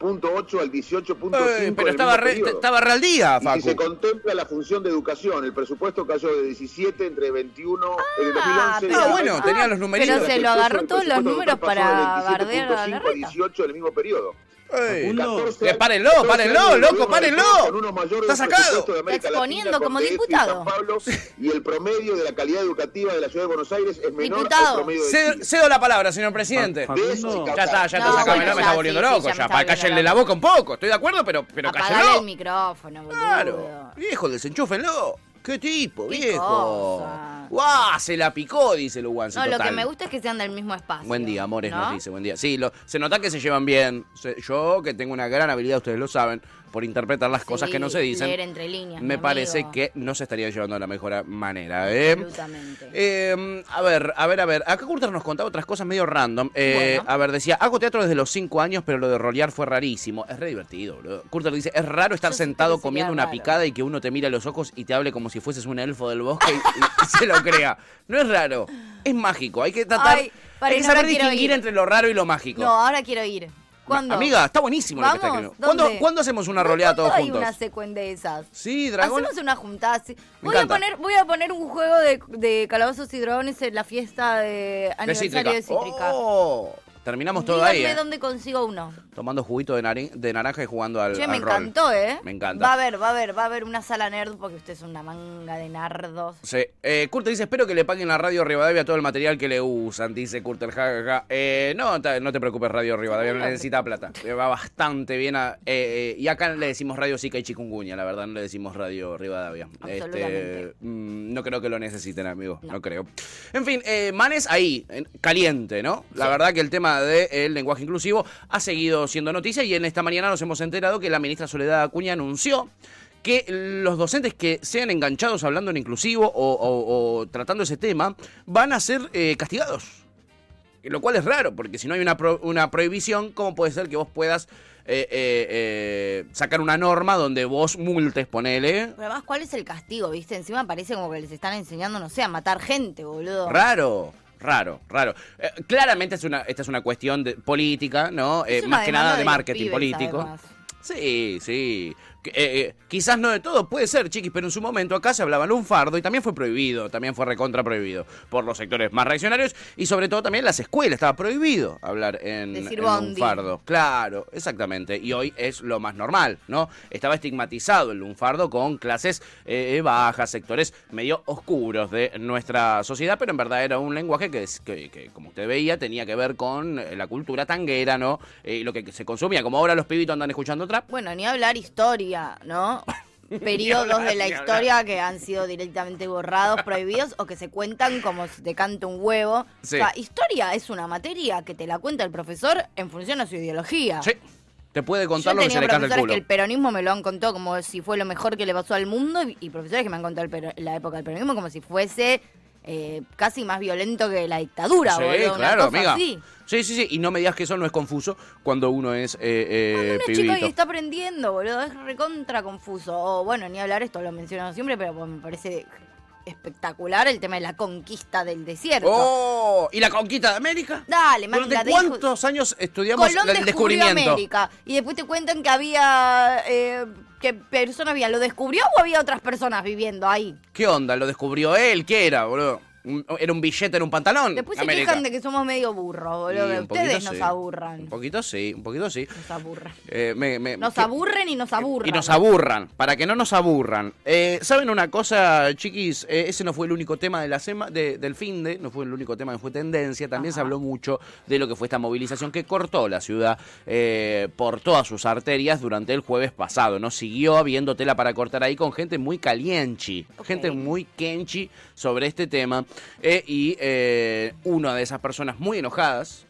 Speaker 6: 23.8 al 18.5.
Speaker 2: Ey,
Speaker 6: en
Speaker 2: pero
Speaker 6: el
Speaker 2: estaba,
Speaker 6: mismo
Speaker 2: re-
Speaker 6: periodo.
Speaker 2: estaba re al día,
Speaker 6: Y si
Speaker 2: Facu.
Speaker 6: se contempla la función de educación, el presupuesto cayó de 17 entre 21 en el 2011. y
Speaker 2: pero-
Speaker 6: al
Speaker 2: Ah, bueno, tenía los numeritos.
Speaker 3: Pero se lo agarró todos los números para bardear a la
Speaker 6: 17.5
Speaker 3: reta.
Speaker 6: 18 en el mismo periodo.
Speaker 2: Ey.
Speaker 5: Facundo,
Speaker 6: 14
Speaker 2: Que Eh, párenlo,
Speaker 6: años
Speaker 2: párenlo,
Speaker 6: del
Speaker 2: loco,
Speaker 6: gobierno
Speaker 2: párenlo.
Speaker 6: de Trump, con uno mayor
Speaker 2: Está
Speaker 6: del
Speaker 2: sacado.
Speaker 6: presupuesto de América
Speaker 3: Está exponiendo
Speaker 6: Latina,
Speaker 3: como
Speaker 6: con DF y
Speaker 3: diputado.
Speaker 6: San Pablo, y el promedio de la calidad educativa de la ciudad de Buenos Aires es menor
Speaker 3: Diputado.
Speaker 6: al promedio de
Speaker 2: Cedo,
Speaker 6: Chile.
Speaker 2: cedo la palabra, señor presidente.
Speaker 5: Fa-
Speaker 6: De eso se
Speaker 5: Facundo.
Speaker 6: trata.
Speaker 2: Ya está, ya está,
Speaker 3: No,
Speaker 2: sacame,
Speaker 3: bueno,
Speaker 2: no me
Speaker 3: ya,
Speaker 2: está volviendo
Speaker 3: sí, sí,
Speaker 2: loco.
Speaker 3: ya
Speaker 2: Ya,
Speaker 3: me está
Speaker 2: para
Speaker 3: volviendo
Speaker 2: cállale la
Speaker 3: loco.
Speaker 2: boca un poco, estoy de acuerdo, pero, pero
Speaker 3: Apagale
Speaker 2: cállenlo.
Speaker 3: el micrófono, boludo.
Speaker 2: Claro, viejo, desenchúfenlo. ¿Qué tipo,
Speaker 3: Qué
Speaker 2: viejo?
Speaker 3: cosa.
Speaker 2: ¡Guau! Se la picó, dice Luan.
Speaker 3: No, lo que me gusta es que sean del mismo espacio.
Speaker 2: Buen día, amores,
Speaker 3: ¿no?
Speaker 2: nos dice, buen día. Sí, lo- se nota que se llevan bien. Se- yo, que tengo una gran habilidad, ustedes lo saben, por interpretar las cosas
Speaker 3: Sí,
Speaker 2: que no se dicen.
Speaker 3: leer entre líneas, mi
Speaker 2: me
Speaker 3: amigo.
Speaker 2: parece que no se estaría llevando de la mejor manera. ¿eh?
Speaker 3: Absolutamente.
Speaker 2: Eh, a ver, a ver, a ver. Acá Curter nos contaba otras cosas medio random. Eh,
Speaker 3: Bueno.
Speaker 2: A ver, decía, hago teatro desde los 5 años, pero lo de rolear fue rarísimo. Es re divertido, boludo. Curter dice, es raro estar
Speaker 3: Yo siento que
Speaker 2: sentado
Speaker 3: sería
Speaker 2: comiendo una
Speaker 3: raro.
Speaker 2: picada y que uno te mira a los ojos y te hable como si fueses un elfo del bosque y, y se lo crea. No es raro, es mágico. Hay que tratar,
Speaker 3: Ay, para
Speaker 2: hay que
Speaker 3: que no
Speaker 2: saber
Speaker 3: me quiero
Speaker 2: distinguir
Speaker 3: ir.
Speaker 2: entre lo raro y lo mágico.
Speaker 3: No, ahora quiero ir. ¿Cuándo?
Speaker 2: Amiga, está buenísimo lo que está
Speaker 3: Vamos,
Speaker 2: escribiendo. ¿Cuándo,
Speaker 3: ¿dónde?
Speaker 2: ¿Cuándo hacemos una
Speaker 3: ¿No?
Speaker 2: roleada todos
Speaker 3: ¿Cuándo
Speaker 2: juntos?
Speaker 3: hay una secuen de esas?
Speaker 2: Sí, dragón.
Speaker 3: Hacemos una juntada así.
Speaker 2: Me
Speaker 3: Voy a,
Speaker 2: encanta.
Speaker 3: poner, voy a poner un juego de, de calabozos y dragones en la fiesta de
Speaker 2: De
Speaker 3: aniversario de Cítrica.
Speaker 2: Oh, terminamos todo ahí.
Speaker 3: Díganme
Speaker 2: eh.
Speaker 3: dónde consigo uno.
Speaker 2: Tomando juguito de, nari- de naranja y jugando al.
Speaker 3: Che,
Speaker 2: al
Speaker 3: me
Speaker 2: rol.
Speaker 3: encantó, ¿eh?
Speaker 2: Me encanta.
Speaker 3: Va a haber, va a haber, va a haber una sala nerd porque usted es una manga de nardos.
Speaker 2: Sí. Eh, Curter dice, espero que le paguen a Radio Rivadavia todo el material que le usan, dice Curter, ja, ja, ja. Eh, no, ta- no te preocupes, Radio Rivadavia, no necesita plata. Le va bastante bien a- eh, eh, y acá le decimos Radio Sica y Chikungunya, la verdad, no le decimos Radio Rivadavia.
Speaker 3: Absolutamente.
Speaker 2: mm, no creo que lo necesiten, amigo, no, creo. En fin, eh, Manes ahí, en- caliente, ¿no? La verdad que el tema del lenguaje inclusivo ha seguido siendo noticia y en esta mañana nos hemos enterado que la ministra Soledad Acuña anunció que los docentes que sean enganchados hablando en inclusivo o, o- o tratando ese tema van a ser eh, castigados. Y Lo cual es raro, porque si no hay una, pro- una prohibición, ¿cómo puede ser que vos puedas eh, eh, eh, sacar una norma donde vos multes, ponele?
Speaker 3: Pero además, ¿cuál es el castigo, viste? Encima parece como que les están enseñando, no sé, a matar gente, boludo.
Speaker 2: Raro, raro, raro. Eh, claramente es una, esta es una cuestión de, política, ¿no? Eh,
Speaker 3: Es una
Speaker 2: más que nada
Speaker 3: demanda
Speaker 2: de
Speaker 3: de los
Speaker 2: marketing
Speaker 3: pibes,
Speaker 2: político.
Speaker 3: además.
Speaker 2: Sí, sí. Que, eh, eh, quizás no de todo, puede ser, chiquis, pero en su momento acá se hablaba un fardo y también fue prohibido, también fue recontra prohibido por los sectores más reaccionarios y sobre todo también en las escuelas, estaba prohibido hablar en,
Speaker 3: Decir
Speaker 2: en
Speaker 3: bondi.
Speaker 2: lunfardo. Claro, exactamente. Y hoy es lo más normal, ¿no? Estaba estigmatizado el lunfardo con clases eh, bajas, sectores medio oscuros de nuestra sociedad, pero en verdad era un lenguaje que, es- que- que, como usted veía, tenía que ver con eh, la cultura tanguera, ¿no? Eh, y lo que se consumía, como ahora los pibitos andan escuchando trap.
Speaker 3: Bueno, ni hablar historia, ¿no? Periodos
Speaker 2: hablar,
Speaker 3: de la
Speaker 2: ni
Speaker 3: historia que han sido directamente borrados, prohibidos o que se cuentan como si te canta un huevo.
Speaker 2: Sí.
Speaker 3: O sea, historia es una materia que te la cuenta el profesor en función a su ideología.
Speaker 2: Sí, te puede
Speaker 3: Ah. Yo
Speaker 2: contar
Speaker 3: he
Speaker 2: lo que se
Speaker 3: tenido
Speaker 2: le canta el
Speaker 3: profesores
Speaker 2: culo.
Speaker 3: que el peronismo me lo han contado como si fue lo mejor que le pasó al mundo y, y profesores que me han contado el pero- la época del peronismo como si fuese eh, casi más violento que la dictadura,
Speaker 2: Sí,
Speaker 3: boludo, una
Speaker 2: claro,
Speaker 3: cosa
Speaker 2: amiga.
Speaker 3: así.
Speaker 2: Sí, sí, sí. Y no me digas que eso no es confuso cuando uno es eh, eh,
Speaker 3: Uno es
Speaker 2: pibito.
Speaker 3: chico y está aprendiendo, boludo. Es recontra confuso. O bueno, ni hablar, esto lo menciono siempre, pero pues, me parece espectacular el tema de la conquista del desierto.
Speaker 2: ¡Oh! ¿Y la conquista de América?
Speaker 3: Dale, manga,
Speaker 2: ¿Durante
Speaker 3: de
Speaker 2: cuántos años estudiamos
Speaker 3: Colón
Speaker 2: la- el
Speaker 3: descubrió
Speaker 2: descubrimiento?
Speaker 3: América. Y después te cuentan que había. eh, que persona había. ¿Lo descubrió o había otras personas viviendo ahí?
Speaker 2: ¿Qué onda? ¿Lo descubrió él? ¿Qué era, boludo? Un- ¿Era un billete en un pantalón?
Speaker 3: Después se
Speaker 2: América.
Speaker 3: quejan de que somos medio burros,
Speaker 2: Y
Speaker 3: boludo. que
Speaker 2: un poquito
Speaker 3: Ustedes nos
Speaker 2: sí.
Speaker 3: aburran.
Speaker 2: Un poquito sí, un poquito sí.
Speaker 3: Nos aburran.
Speaker 2: Eh, me- me-
Speaker 3: Nos
Speaker 2: que-
Speaker 3: aburren y nos aburran.
Speaker 2: Y nos aburran, para que no nos aburran. Eh, ¿Saben una cosa, chiquis? Eh, ese no fue el único tema de la sema, de- del fin de, no fue el único tema que fue tendencia. También se habló mucho de lo que fue esta movilización que cortó la ciudad eh, por todas sus arterias durante el jueves pasado. ¿no? Siguió habiendo tela para cortar ahí con gente muy calienchi, gente muy kenchi sobre este tema. Eh, y eh, una de esas personas muy enojadas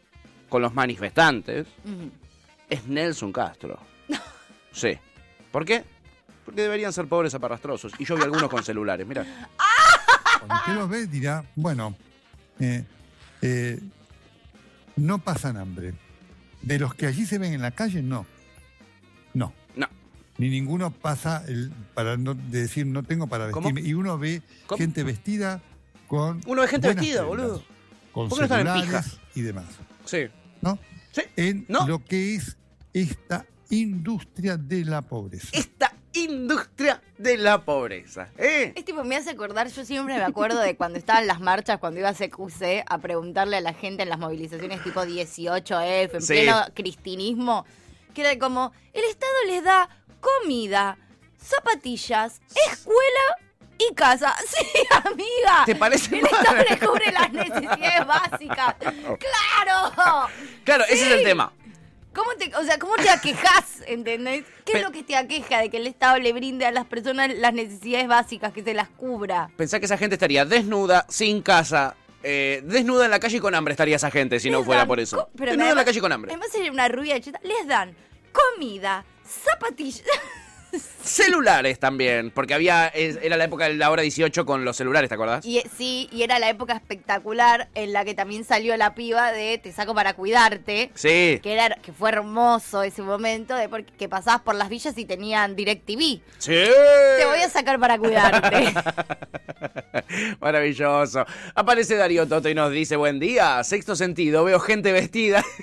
Speaker 2: con los manifestantes
Speaker 3: Ujú.
Speaker 2: es Nelson Castro. Sí. ¿Por qué? Porque deberían ser pobres aparrastrosos. Y yo vi algunos con celulares, mira.
Speaker 7: Cuando usted los ve, dirá, bueno, eh, eh, no pasan hambre. De los que allí se ven en la calle, no. No.
Speaker 2: No.
Speaker 7: Ni ninguno pasa el, para no, de decir no tengo para
Speaker 2: ¿Cómo?
Speaker 7: vestirme. Y uno ve
Speaker 2: ¿Cómo?
Speaker 7: gente vestida con.
Speaker 2: Uno ve gente
Speaker 7: buenas
Speaker 2: vestida,
Speaker 7: prendas,
Speaker 2: boludo.
Speaker 7: Con
Speaker 2: ¿Por qué no están en
Speaker 7: celulares y demás.
Speaker 2: Sí.
Speaker 7: ¿No?
Speaker 2: Sí.
Speaker 7: En
Speaker 2: No.
Speaker 7: lo que es esta industria de la pobreza.
Speaker 2: Esta industria de la pobreza. ¿Eh?
Speaker 3: Es tipo, me hace acordar, yo siempre me acuerdo de cuando estaban las marchas, cuando iba a CQC a preguntarle a la gente en las movilizaciones tipo 18F, en
Speaker 2: Sí.
Speaker 3: pleno cristinismo, que era como, el Estado les da comida, zapatillas, escuela y casa. Sí, amiga.
Speaker 2: ¿Te parece
Speaker 3: El Estado
Speaker 2: mal?
Speaker 3: les cubre las necesidades básicas.
Speaker 2: Oh.
Speaker 3: ¡Claro!
Speaker 2: Claro, ese es el
Speaker 3: Sí.
Speaker 2: tema.
Speaker 3: ¿Cómo te, o sea, ¿cómo te aquejas? ¿Entendés? ¿Qué
Speaker 2: Pe-
Speaker 3: es lo que te aqueja de que el Estado le brinde a las personas las necesidades básicas, que se las cubra?
Speaker 2: Pensá que esa gente estaría desnuda, sin casa, eh, desnuda en la calle y con hambre estaría esa gente si no
Speaker 3: Les
Speaker 2: fuera
Speaker 3: dan
Speaker 2: por eso.
Speaker 3: co-
Speaker 2: desnuda
Speaker 3: pero
Speaker 2: en la
Speaker 3: además-
Speaker 2: calle con hambre.
Speaker 3: Además sería una rubia de cheta. Les dan comida, zapatillas.
Speaker 2: Celulares también, porque había es- era la época de la hora 18 con los celulares, ¿te acordás?
Speaker 3: Y eh, sí, y era la época espectacular en la que también salió la piba de Te saco para cuidarte.
Speaker 2: Sí.
Speaker 3: Que, era, que fue hermoso ese momento de porque, que pasabas por las villas y tenían DirecTV.
Speaker 2: Sí.
Speaker 3: Te voy a sacar para cuidarte.
Speaker 2: Maravilloso. Aparece Darío Toto y nos dice, buen día, sexto sentido, veo gente vestida.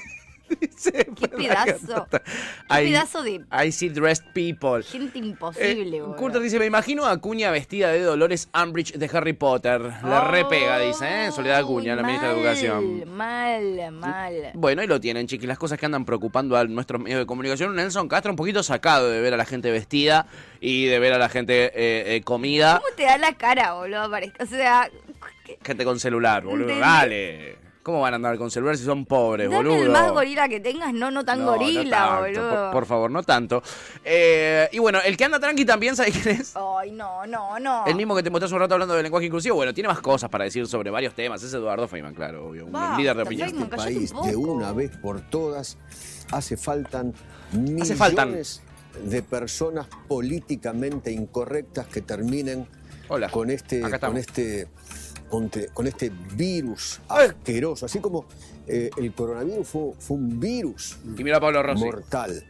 Speaker 2: Dice,
Speaker 3: Qué pedazo.
Speaker 2: Qué
Speaker 3: Qué pedazo de
Speaker 2: I see dressed people.
Speaker 3: gente
Speaker 2: Eh,
Speaker 3: imposible, boludo.
Speaker 2: Curtis dice, me imagino a Acuña vestida de Dolores Umbridge de Harry Potter. La
Speaker 3: Oh,
Speaker 2: repega, dice, ¿eh? Soledad Acuña, la ministra de
Speaker 3: mal,
Speaker 2: Educación.
Speaker 3: Mal, mal.
Speaker 2: Bueno, y lo tienen, chiquis, las cosas que andan preocupando a nuestros medios de comunicación. Nelson Castro un poquito sacado de ver a la gente vestida y de ver a la gente eh, eh, comida.
Speaker 3: ¿Cómo te da la cara, boludo? Parece- O sea, ¿qué-
Speaker 2: Gente con celular, boludo.
Speaker 3: ¿Entendés?
Speaker 2: Dale. ¿Cómo van a andar con celular si son pobres,
Speaker 3: Dame
Speaker 2: boludo?
Speaker 3: el más gorila que tengas, no, no tan
Speaker 2: No, no
Speaker 3: gorila,
Speaker 2: tanto,
Speaker 3: boludo.
Speaker 2: Por, por favor, no tanto. Eh, y bueno, el que anda tranqui también, ¿sabes quién es?
Speaker 3: Ay, no, no, no.
Speaker 2: El mismo que te mostré hace un rato hablando del lenguaje inclusivo. Bueno, tiene más cosas para decir sobre varios temas. Es Eduardo Feynman, claro, obvio. Un
Speaker 3: Basta,
Speaker 2: líder de opinión.
Speaker 3: Feynman. Cállate
Speaker 8: este país
Speaker 3: un poco.
Speaker 8: de una vez por todas hace faltan millones
Speaker 2: faltan.
Speaker 8: de personas políticamente incorrectas que terminen
Speaker 2: Hola.
Speaker 8: con este,
Speaker 2: Acá estamos.
Speaker 8: con este, con te- con este virus
Speaker 2: Ay.
Speaker 8: asqueroso. Así como eh, el coronavirus fue, fue un virus
Speaker 2: Y mira a Pablo Rossi.
Speaker 8: mortal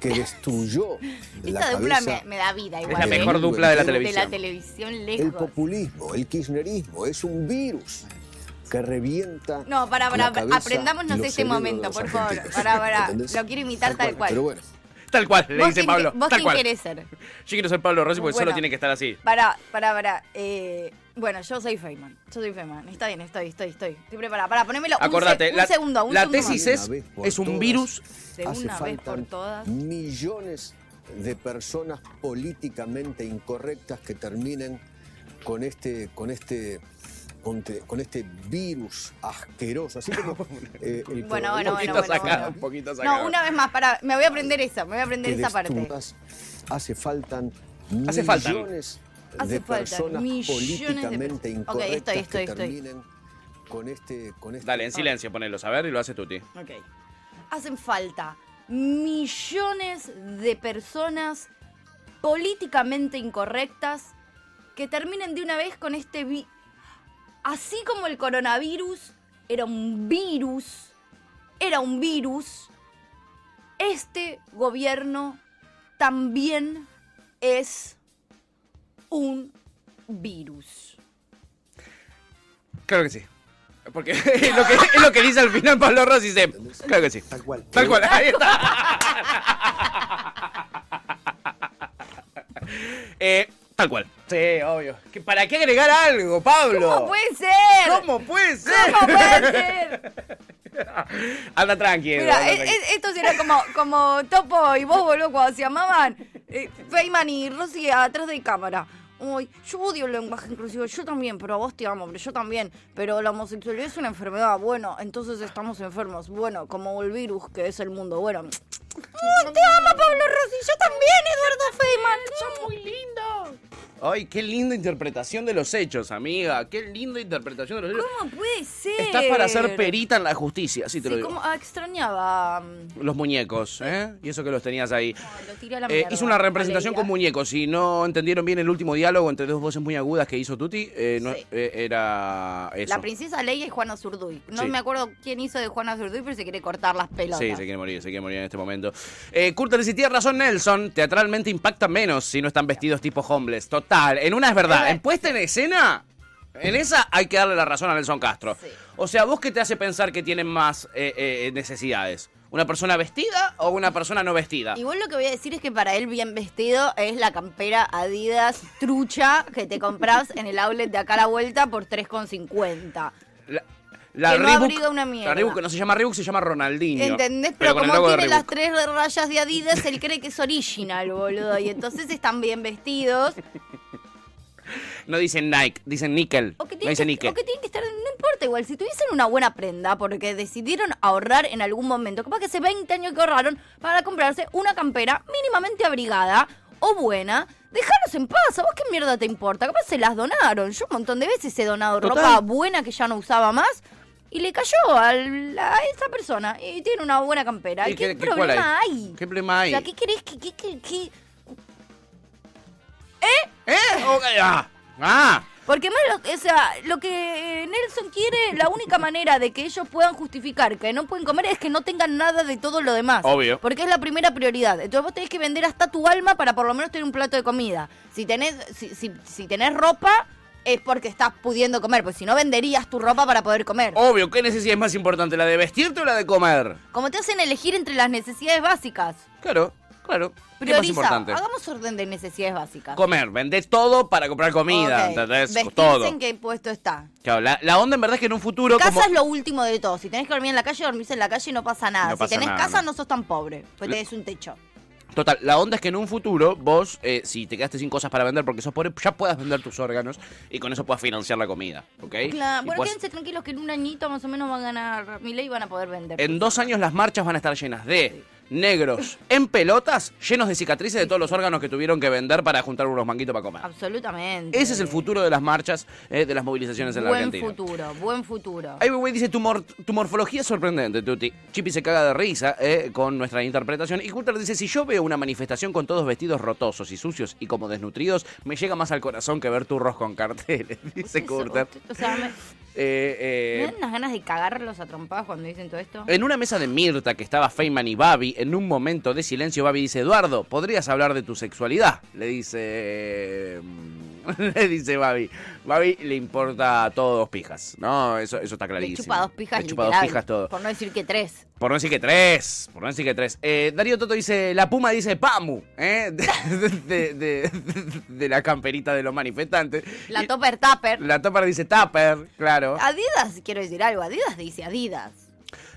Speaker 8: que destruyó la
Speaker 3: Esta dupla
Speaker 8: cabeza,
Speaker 3: me, me da vida igual.
Speaker 2: la
Speaker 3: ¿eh?
Speaker 2: mejor dupla de la
Speaker 8: De la
Speaker 3: De la
Speaker 2: televisión.
Speaker 3: televisión
Speaker 8: el
Speaker 3: lejos.
Speaker 8: populismo, el kirchnerismo. Es un virus que revienta.
Speaker 3: No, para,
Speaker 8: la
Speaker 3: para,
Speaker 8: cabeza
Speaker 3: aprendámonos
Speaker 8: y los
Speaker 3: este
Speaker 8: cerebros de
Speaker 3: momento,
Speaker 8: los
Speaker 3: por favor.
Speaker 8: argentinos.
Speaker 3: Para, para.
Speaker 8: ¿Entendés?
Speaker 3: Lo quiero imitar tal cual.
Speaker 8: Pero bueno,
Speaker 2: Tal cual, le
Speaker 3: ¿Vos
Speaker 2: dice
Speaker 3: quién
Speaker 2: Pablo.
Speaker 3: que- ¿Vos
Speaker 2: tal
Speaker 3: quién
Speaker 2: cual.
Speaker 3: querés ser?
Speaker 2: Yo quiero ser Pablo Rossi porque
Speaker 3: Bueno.
Speaker 2: solo tiene que estar así.
Speaker 3: Pará, pará, pará. Eh, bueno, yo soy Feynman. Yo soy Feynman. Está bien, estoy, estoy, estoy. Estoy preparada. Pará, ponémelo. un sec-
Speaker 2: Acordate,
Speaker 3: un,
Speaker 2: la-
Speaker 3: segundo, un
Speaker 2: la
Speaker 3: segundo
Speaker 2: tesis
Speaker 3: más.
Speaker 2: es-
Speaker 8: una vez por
Speaker 2: un
Speaker 8: todas,
Speaker 2: virus.
Speaker 3: De
Speaker 8: hace
Speaker 3: una vez
Speaker 8: falta
Speaker 3: por todas.
Speaker 8: Millones de personas políticamente incorrectas que terminen con este, con este, con, te- con este virus asqueroso. Así como eh, el
Speaker 3: Bueno,
Speaker 8: coronavirus.
Speaker 3: bueno,
Speaker 2: un poquito
Speaker 3: bueno,
Speaker 2: sacado,
Speaker 3: bueno.
Speaker 2: un poquito sacado.
Speaker 3: No, una vez más, pará. Me voy a aprender esa, me voy a aprender
Speaker 8: que
Speaker 3: esa parte.
Speaker 8: destruyas. Hace faltan
Speaker 2: Hace faltan.
Speaker 8: millones
Speaker 3: Hace
Speaker 8: de
Speaker 3: faltan
Speaker 8: personas
Speaker 3: millones de
Speaker 8: políticamente
Speaker 3: personas. Ok,
Speaker 8: incorrectas
Speaker 3: estoy, estoy,
Speaker 8: que
Speaker 3: estoy.
Speaker 8: terminen con este con este
Speaker 2: Dale, en silencio, ponelo, a ver, y lo hace Tuti.
Speaker 3: Ok. Hacen falta millones de personas políticamente incorrectas que terminen de una vez con este vi- Así como el coronavirus era un virus, era un virus, este gobierno también es un virus.
Speaker 2: Claro que sí. Porque es lo que, es lo que dice al final Pablo Rossi. Dice, claro que sí.
Speaker 8: tal cual.
Speaker 2: Tal cual, ahí está. Eh, tal cual. Sí, obvio. ¿Que ¿Para qué agregar algo, Pablo?
Speaker 3: ¿Cómo puede ser?
Speaker 2: ¿Cómo puede ser?
Speaker 3: ¿Cómo puede ser?
Speaker 2: Anda tranqui, Edu,
Speaker 3: Mira,
Speaker 2: anda
Speaker 3: e-
Speaker 2: tranqui.
Speaker 3: e- estos eran como, como Topo y vos, boludo, cuando se amaban. eh, Feynman y Rosy atrás de cámara. Uy, yo odio el lenguaje inclusivo, yo también, pero a vos te amo, pero yo también. Pero la homosexualidad es una enfermedad, bueno, entonces estamos enfermos. Bueno, como el virus que es el mundo, bueno. Uy, te amo, Pablo Rossi, yo también, Eduardo Feynman. Son muy lindos.
Speaker 2: Ay, qué linda interpretación de los hechos, amiga. Qué linda interpretación de los hechos.
Speaker 3: ¿Cómo puede ser?
Speaker 2: Estás para ser perita en la justicia, así te lo
Speaker 3: Sí,
Speaker 2: digo.
Speaker 3: como, ah, extrañaba. mm,
Speaker 2: Los muñecos, ¿eh? Y eso que los tenías ahí.
Speaker 3: Lo tiré a la
Speaker 2: Eh,
Speaker 3: mierda.
Speaker 2: hizo una representación
Speaker 3: Valeria.
Speaker 2: con muñecos. Si no entendieron bien el último diálogo entre dos voces muy agudas que hizo Tuti, eh, no-
Speaker 3: Sí.
Speaker 2: eh, era eso.
Speaker 3: La princesa Leia y Juana Zurduy. No
Speaker 2: Sí.
Speaker 3: me acuerdo quién hizo de Juana Zurduy, pero se quiere cortar las pelotas.
Speaker 2: Sí, se quiere morir, se quiere morir en este momento. Eh, Curtis, si tiene razón Nelson, teatralmente impacta menos si no están vestidos tipo homeless. Total, en una es verdad, en puesta en escena, en esa hay que darle la razón a Nelson Castro.
Speaker 3: Sí.
Speaker 2: O sea, ¿vos qué te hace pensar que tienen más eh, eh, necesidades? ¿Una persona vestida o una persona no vestida?
Speaker 3: Igual lo que voy a decir es que para él bien vestido es la campera Adidas trucha que te compras en el outlet de acá a la vuelta por 3,50.
Speaker 2: La, la
Speaker 3: Que no ha
Speaker 2: Reebok-
Speaker 3: abrido una mierda.
Speaker 2: La Reebok no se llama Reebok, se llama Ronaldinho.
Speaker 3: ¿Entendés? Pero,
Speaker 2: con el
Speaker 3: como
Speaker 2: logo de
Speaker 3: tiene las
Speaker 2: Reebok.
Speaker 3: tres rayas de Adidas, él cree que es original, boludo. Y entonces están bien vestidos.
Speaker 2: No dicen Nike, dicen Nickel.
Speaker 3: O que,
Speaker 2: No
Speaker 3: tienen
Speaker 2: dicen
Speaker 3: que,
Speaker 2: Nike.
Speaker 3: o que tienen que estar, no importa, igual, si tuviesen una buena prenda, porque decidieron ahorrar en algún momento, capaz que hace 20 años que ahorraron para comprarse una campera mínimamente abrigada o buena, dejaros en paz, ¿a vos qué mierda te importa? Capaz se las donaron, yo un montón de veces he donado
Speaker 2: Total.
Speaker 3: ropa buena que ya no usaba más. Y le cayó al- a esa persona y tiene una buena campera.
Speaker 2: ¿Y
Speaker 3: ¿Y ¿Qué,
Speaker 2: qué- qué- cuál
Speaker 3: problema
Speaker 2: hay?
Speaker 3: hay?
Speaker 2: ¿Qué problema hay?
Speaker 3: O sea, ¿qué querés que.? que, que- que-
Speaker 2: ¿Eh?
Speaker 3: Oh,
Speaker 2: Ok, ah, ah.
Speaker 3: Porque más lo, o sea, lo que Nelson quiere, la única manera de que ellos puedan justificar que no pueden comer es que no tengan nada de todo lo demás.
Speaker 2: Obvio.
Speaker 3: Porque es la primera prioridad. Entonces vos tenés que vender hasta tu alma para por lo menos tener un plato de comida. Si tenés, si, si- si tenés ropa, es porque estás pudiendo comer. Pues si no, venderías tu ropa para poder comer.
Speaker 2: Obvio, ¿qué necesidad es más importante, la de vestirte o la de comer?
Speaker 3: Como te hacen elegir entre las necesidades básicas.
Speaker 2: Claro, claro. ¿Qué es más
Speaker 3: Prioriza.
Speaker 2: importante?
Speaker 3: Hagamos orden de necesidades básicas.
Speaker 2: Comer, vendés todo para comprar comida,
Speaker 3: Ok.
Speaker 2: ¿entendés?
Speaker 3: Vestirse
Speaker 2: Todo.
Speaker 3: en qué puesto está.
Speaker 2: Claro, la, la onda en verdad es que en un futuro
Speaker 3: Casa
Speaker 2: como...
Speaker 3: es lo último de todo. Si tenés que dormir en la calle, dormís en la calle y no pasa nada.
Speaker 2: No
Speaker 3: si
Speaker 2: pasa
Speaker 3: tenés
Speaker 2: nada,
Speaker 3: casa,
Speaker 2: no.
Speaker 3: no sos tan pobre, pues
Speaker 2: Le-
Speaker 3: tenés un techo.
Speaker 2: Total, la onda es que en un futuro vos, eh, si te quedaste sin cosas para vender porque sos pobre, ya puedas vender tus órganos y con eso puedas financiar la comida, ¿ok?
Speaker 3: Claro,
Speaker 2: Y
Speaker 3: bueno,
Speaker 2: puedas-
Speaker 3: quédense tranquilos que en un añito más o menos van a ganar mil y van a poder vender.
Speaker 2: En dos años las marchas van a estar llenas de negros en pelotas, llenos de cicatrices de todos los órganos que tuvieron que vender para juntar unos manguitos para comer.
Speaker 3: Absolutamente.
Speaker 2: Ese es el futuro de las marchas, eh, de las movilizaciones en la
Speaker 3: Buen
Speaker 2: Argentina.
Speaker 3: futuro, buen futuro.
Speaker 2: Ahí, güey, dice, tu, mor- tu morfología es sorprendente, Tuti. Chippy se caga de risa eh, con nuestra interpretación. Y Coulter dice, si yo veo una manifestación con todos vestidos rotosos y sucios y como desnutridos, me llega más al corazón que ver turros con carteles, dice
Speaker 3: Eso,
Speaker 2: Coulter.
Speaker 3: usted- O sea, me,
Speaker 2: Eh,
Speaker 3: me
Speaker 2: eh,
Speaker 3: dan unas ganas de cagarlos a trompadas cuando dicen todo esto.
Speaker 2: en una mesa de Mirta que estaba Feynman y Babi, en un momento de silencio, Babi dice, Eduardo, podrías hablar de tu sexualidad. Le dice... mm, Le dice Babi. Babi le importa a todos pijas, ¿no? Eso, eso está
Speaker 3: Le
Speaker 2: clarísimo.
Speaker 3: chupa dos pijas
Speaker 2: Le chupa dos
Speaker 3: literal,
Speaker 2: pijas todo.
Speaker 3: Por no decir que tres.
Speaker 2: Por no decir que tres, por no decir que tres. Eh, Darío Toto dice, la puma dice Pamu, ¿eh? de, de- de- de- de la camperita de los manifestantes.
Speaker 3: La
Speaker 2: Y
Speaker 3: topper tupper.
Speaker 2: La topper dice Tupper, claro.
Speaker 3: Adidas, quiero decir algo. Adidas dice Adidas.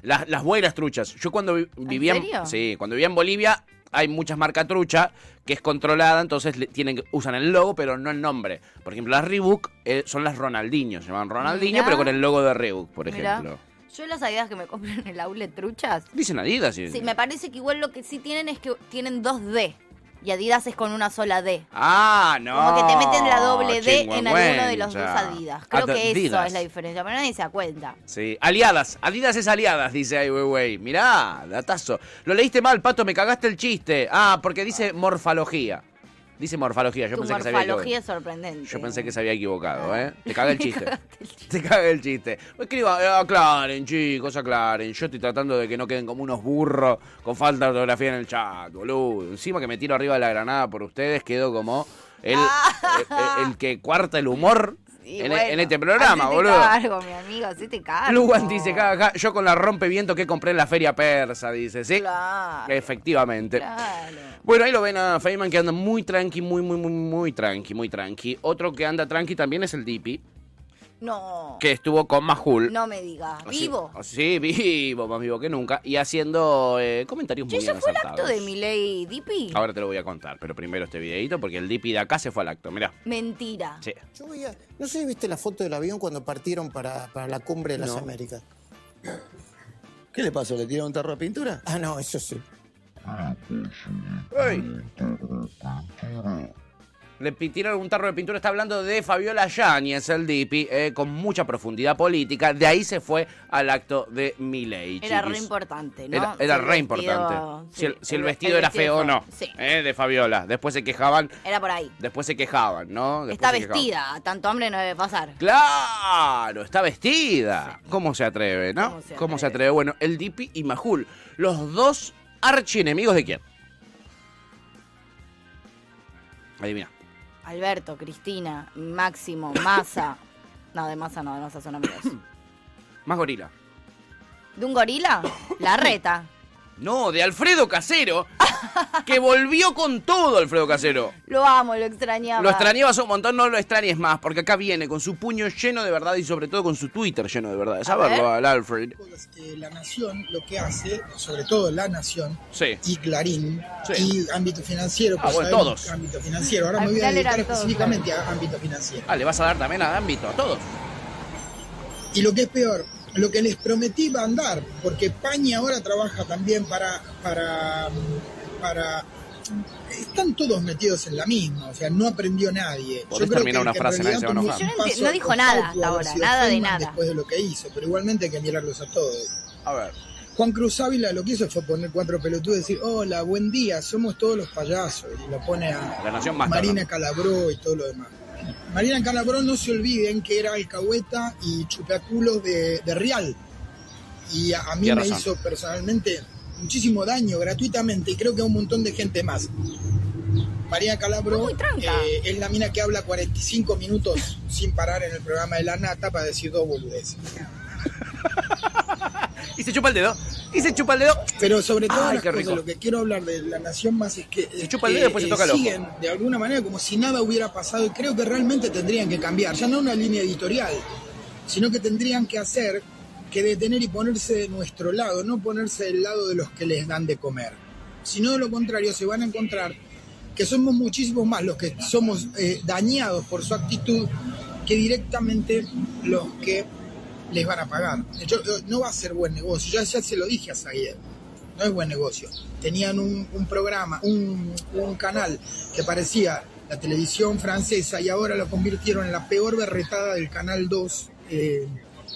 Speaker 2: Las, las buenas truchas. Yo cuando vi- vivía
Speaker 3: serio?
Speaker 2: Sí, cuando vivía en Bolivia hay muchas marcas trucha que es controlada, entonces le- tienen, usan el logo pero no el nombre. Por ejemplo, las Reebok eh, son las Ronaldinho, se llaman Ronaldinho
Speaker 3: Mirá.
Speaker 2: pero con el logo de Reebok, por
Speaker 3: Mirá.
Speaker 2: ejemplo.
Speaker 3: Yo las Adidas que me compro en el outlet truchas.
Speaker 2: Dicen Adidas. sí.
Speaker 3: Sí, me parece que igual lo que sí tienen es que tienen dos D. Y Adidas es con una sola D.
Speaker 2: Ah, no.
Speaker 3: Como que te meten la doble D en alguno de los dos
Speaker 2: Chingüengüencha.
Speaker 3: Adidas. Creo que eso
Speaker 2: Ah, Adidas.
Speaker 3: es la diferencia, pero nadie se da cuenta.
Speaker 2: Sí, aliadas. Adidas es aliadas, dice Ay Weiwei. Mirá, datazo. Lo leíste mal, Pato, me cagaste el chiste. Ah, porque dice morfología. Dice morfología, yo
Speaker 3: tu
Speaker 2: pensé que se había equivocado.
Speaker 3: morfología es sorprendente.
Speaker 2: Yo pensé que se había equivocado, ¿eh? Te caga el chiste.
Speaker 3: cagaste el chiste.
Speaker 2: Te caga el chiste. Escriba, eh, aclaren, chicos, aclaren. Yo estoy tratando de que no queden como unos burros con falta de ortografía en el chat, boludo. Encima que me tiro arriba de la granada por ustedes, quedo como el, el- el que cuarta el humor
Speaker 3: Ah. Sí,
Speaker 2: en,
Speaker 3: bueno,
Speaker 2: en este programa,
Speaker 3: hacete
Speaker 2: boludo.
Speaker 3: cargo, mi amigo, hacete cargo.
Speaker 2: Lugan dice, jaja, yo con la rompeviento que compré en la feria persa, dice, ¿sí?
Speaker 3: Claro.
Speaker 2: Efectivamente.
Speaker 3: Claro.
Speaker 2: Bueno, ahí lo ven a Feynman que anda muy tranqui, muy, muy, muy, muy tranqui, muy tranqui. Otro que anda tranqui también es el Dipi,
Speaker 3: No.
Speaker 2: que estuvo con Majul.
Speaker 3: No me digas.
Speaker 2: Así-
Speaker 3: Vivo.
Speaker 2: Sí, vivo, más vivo que nunca. Y haciendo eh, comentarios
Speaker 3: Che,
Speaker 2: muy
Speaker 3: ¿eso
Speaker 2: bien
Speaker 3: fue el
Speaker 2: acertados.
Speaker 3: acto de Miley Dipi?
Speaker 2: Ahora te lo voy a contar, pero primero este videito, porque el Dipi de acá se fue al acto. Mirá,
Speaker 3: Mentira.
Speaker 2: sí.
Speaker 9: Yo veía, no sé si viste la foto del avión cuando partieron para, para la cumbre de las Américas.
Speaker 10: Ah. ¿Qué le pasó? ¿Le tiraron un tarro de pintura?
Speaker 9: Ah, no, eso sí.
Speaker 2: Le pi- tiraron un tarro de pintura. Está hablando de Fabiola Yáñez, el Dipi, eh, con mucha profundidad política. De ahí se fue al acto de Milei.
Speaker 3: Era re
Speaker 2: chiquis.
Speaker 3: importante, ¿no?
Speaker 2: Era,
Speaker 3: Si
Speaker 2: era
Speaker 3: el
Speaker 2: re
Speaker 3: vestido-
Speaker 2: importante.
Speaker 3: sí,
Speaker 2: si el, si el vestido era
Speaker 3: vestido
Speaker 2: feo o no.
Speaker 3: fue- Sí,
Speaker 2: eh, de Fabiola. Después se quejaban.
Speaker 3: era por ahí.
Speaker 2: Después se quejaban, ¿no? Después
Speaker 3: Está
Speaker 2: se quejaban.
Speaker 3: vestida, a tanto hombre no debe pasar.
Speaker 2: Claro, está vestida. ¿Cómo se atreve, no? ¿Cómo se atreve? Bueno, el Dipi y Majul, los dos archienemigos de quién. Adivina.
Speaker 3: Alberto, Cristina, Máximo, Massa. No, de Massa no, de Massa son amigos.
Speaker 2: Más gorila.
Speaker 3: ¿De un gorila? La reta.
Speaker 2: No, de Alfredo Casero, que volvió con todo Alfredo Casero.
Speaker 3: Lo amo, lo extrañaba.
Speaker 2: Lo extrañabas un montón, no lo extrañes más, porque acá viene con su puño lleno de verdad y sobre todo con su Twitter lleno de verdad.
Speaker 3: A ver.
Speaker 2: Saberlo al Alfred.
Speaker 10: Eh, La Nación lo que hace, sobre todo La Nación
Speaker 2: Sí.
Speaker 10: y Clarín
Speaker 2: Sí.
Speaker 10: y ámbito financiero,
Speaker 2: Ah,
Speaker 10: pues
Speaker 2: bueno,
Speaker 10: sabemos
Speaker 2: todos.
Speaker 10: ámbito financiero. Ahora
Speaker 3: Al
Speaker 10: me voy a
Speaker 3: final eran
Speaker 10: dedicar
Speaker 3: todos,
Speaker 10: específicamente a ámbito financiero.
Speaker 2: Ah, le vas a dar también a ámbito a todos.
Speaker 10: Y lo que es peor, lo que les prometí va a andar, porque Paña ahora trabaja también para, para, para están todos metidos en la misma, o sea, no aprendió nadie.
Speaker 2: Podés terminar una
Speaker 10: en
Speaker 2: frase, nadie
Speaker 10: realidad
Speaker 2: se va a
Speaker 10: tomó
Speaker 2: enojar.
Speaker 10: un
Speaker 3: Yo no enti-
Speaker 10: paso
Speaker 3: no dijo nada
Speaker 10: oculto
Speaker 3: hasta
Speaker 10: haber
Speaker 3: ahora,
Speaker 10: sido
Speaker 3: nada de
Speaker 10: Feynman
Speaker 3: nada.
Speaker 10: Después de lo que hizo, pero igualmente hay que mirarlos a todos.
Speaker 2: A ver.
Speaker 10: Juan Cruz Ávila lo que hizo fue poner cuatro pelotudos y decir, hola, buen día, somos todos los payasos. Y lo pone a
Speaker 2: La Nación más
Speaker 10: Marina Calabró y todo lo demás. Marina Calabró, no se olviden que era alcahueta y chupaculos de, de Real. Y a, a mí
Speaker 2: Tiene
Speaker 10: me
Speaker 2: razón.
Speaker 10: hizo personalmente muchísimo daño gratuitamente y creo que a un montón de gente más. Marina Calabro
Speaker 3: Está muy tranca.
Speaker 10: eh, es la mina que habla 45 minutos sin parar en el programa de la nata para decir dos boludeces.
Speaker 2: Y se chupa el dedo. Y se chupa el dedo.
Speaker 10: Pero sobre todo
Speaker 2: Ay,
Speaker 10: las
Speaker 2: qué
Speaker 10: cosas,
Speaker 2: rico.
Speaker 10: lo que quiero hablar de la nación más es que, es
Speaker 2: chupa el
Speaker 10: que, eh,
Speaker 2: dedo y después se toca el ojo.
Speaker 10: siguen de alguna manera como si nada hubiera pasado y creo que realmente tendrían que cambiar, ya no una línea editorial, sino que tendrían que hacer que detener y ponerse de nuestro lado, no ponerse del lado de los que les dan de comer. Si no, de lo contrario, se van a encontrar que somos muchísimos más los que somos eh, dañados por su actitud que directamente los que les van a pagar. Yo- yo- no va a ser buen negocio, ya, ya se lo dije a Said. no es buen negocio. Tenían un, un programa, un, un canal que parecía la televisión francesa y ahora lo convirtieron en la peor berretada del Canal 2, eh,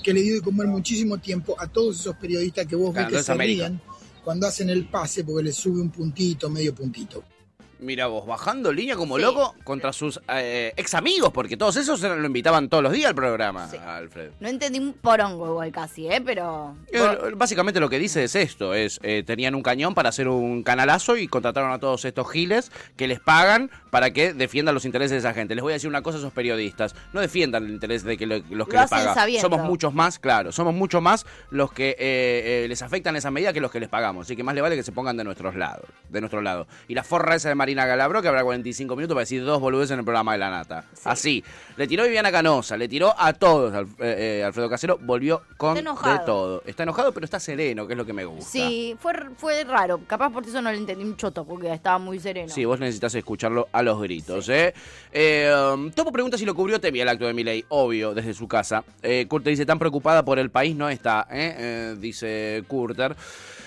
Speaker 10: que le dio de comer muchísimo tiempo a todos esos periodistas que vos
Speaker 2: Claro,
Speaker 10: ves que
Speaker 2: es
Speaker 10: se
Speaker 2: América.
Speaker 10: ríen cuando hacen el pase porque les sube un puntito, medio puntito.
Speaker 2: Mira vos, bajando línea como
Speaker 3: Sí.
Speaker 2: loco contra sus eh, ex amigos, porque todos esos eran- lo invitaban todos los días al programa, Alfred.
Speaker 3: No entendí un porongo igual casi, ¿eh? Pero.
Speaker 2: Eh, Básicamente lo que dice es esto, es eh, tenían un cañón para hacer un canalazo y contrataron a todos estos giles que les pagan para que defiendan los intereses de esa gente. Les voy a decir una cosa a esos periodistas, no defiendan el interés de que lo- los que
Speaker 3: Lo
Speaker 2: les
Speaker 3: hacen
Speaker 2: pagan.
Speaker 3: sabiendo.
Speaker 2: Somos muchos más, claro, somos muchos más los que eh, eh, les afectan esa medida que los que les pagamos. Así que más le vale que se pongan de nuestros lados, de nuestro lado. Y la forra esa de Marina Galabro que habrá 45 minutos para decir dos boludeces en el programa de La Nata. Así, le tiró Viviana Canosa, le tiró a todos. Al- eh, eh, Alfredo Casero volvió con
Speaker 3: Está enojado.
Speaker 2: de todo. Está enojado, pero está sereno, que es lo que me gusta.
Speaker 3: Sí, fue, fue raro. Capaz por eso no le entendí un choto, porque estaba muy sereno.
Speaker 2: Sí, vos necesitas escucharlo a los gritos, ¿eh? Eh, um, Topo pregunta si lo cubrió Temi el acto de Milei, obvio, desde su casa. Eh, Curter dice, tan preocupada por el país no está, ¿eh? Eh, dice Curter.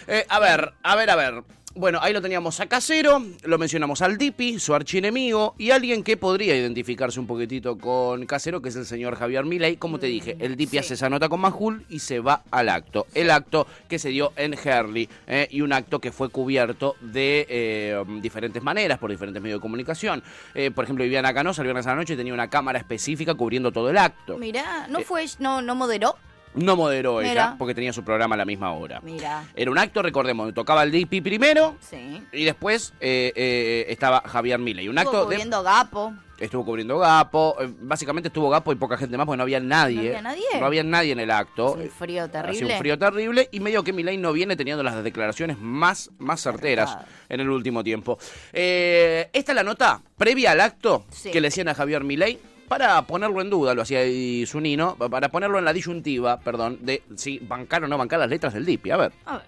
Speaker 2: Eh, a ver, a ver, a ver. Bueno, ahí lo teníamos a Casero, lo mencionamos al Dipi, su archienemigo, y alguien que podría identificarse un poquitito con Casero, que es el señor Javier Milei. Como te dije, el Dipi hace esa nota con Majul y se va al acto. El acto que se dio en Herley, eh, y un acto que fue cubierto de eh, um, diferentes maneras, por diferentes medios de comunicación. Eh, por ejemplo, Viviana Canosa el viernes a la noche tenía una cámara específica cubriendo todo el acto.
Speaker 3: Mirá, no
Speaker 2: Eh.
Speaker 3: fue, no, no moderó.
Speaker 2: No moderó ella,
Speaker 3: Mira.
Speaker 2: porque tenía su programa a la misma hora.
Speaker 3: Mirá.
Speaker 2: Era un acto, recordemos, donde tocaba el Dipi primero,
Speaker 3: Sí.
Speaker 2: y después eh, eh, estaba Javier Milei. Un
Speaker 3: Estuvo
Speaker 2: acto de-
Speaker 3: cubriendo Gapo.
Speaker 2: estuvo cubriendo Gapo. eh, Básicamente estuvo Gapo y poca gente más porque no había nadie.
Speaker 3: ¿No había nadie?
Speaker 2: No había nadie en el acto.
Speaker 3: Hace un frío
Speaker 2: Hacía
Speaker 3: terrible.
Speaker 2: Eh, un frío terrible y medio que Milei no viene teniendo las declaraciones más, más certeras
Speaker 3: Verdad.
Speaker 2: en el último tiempo. Eh, esta es la nota previa al acto
Speaker 3: Sí.
Speaker 2: que le hacían a Javier Milei para ponerlo en duda, lo hacía ahí su nino, pa- para ponerlo en la disyuntiva, perdón, de si bancar o no bancar las letras del DIPI. A ver.
Speaker 3: A ver.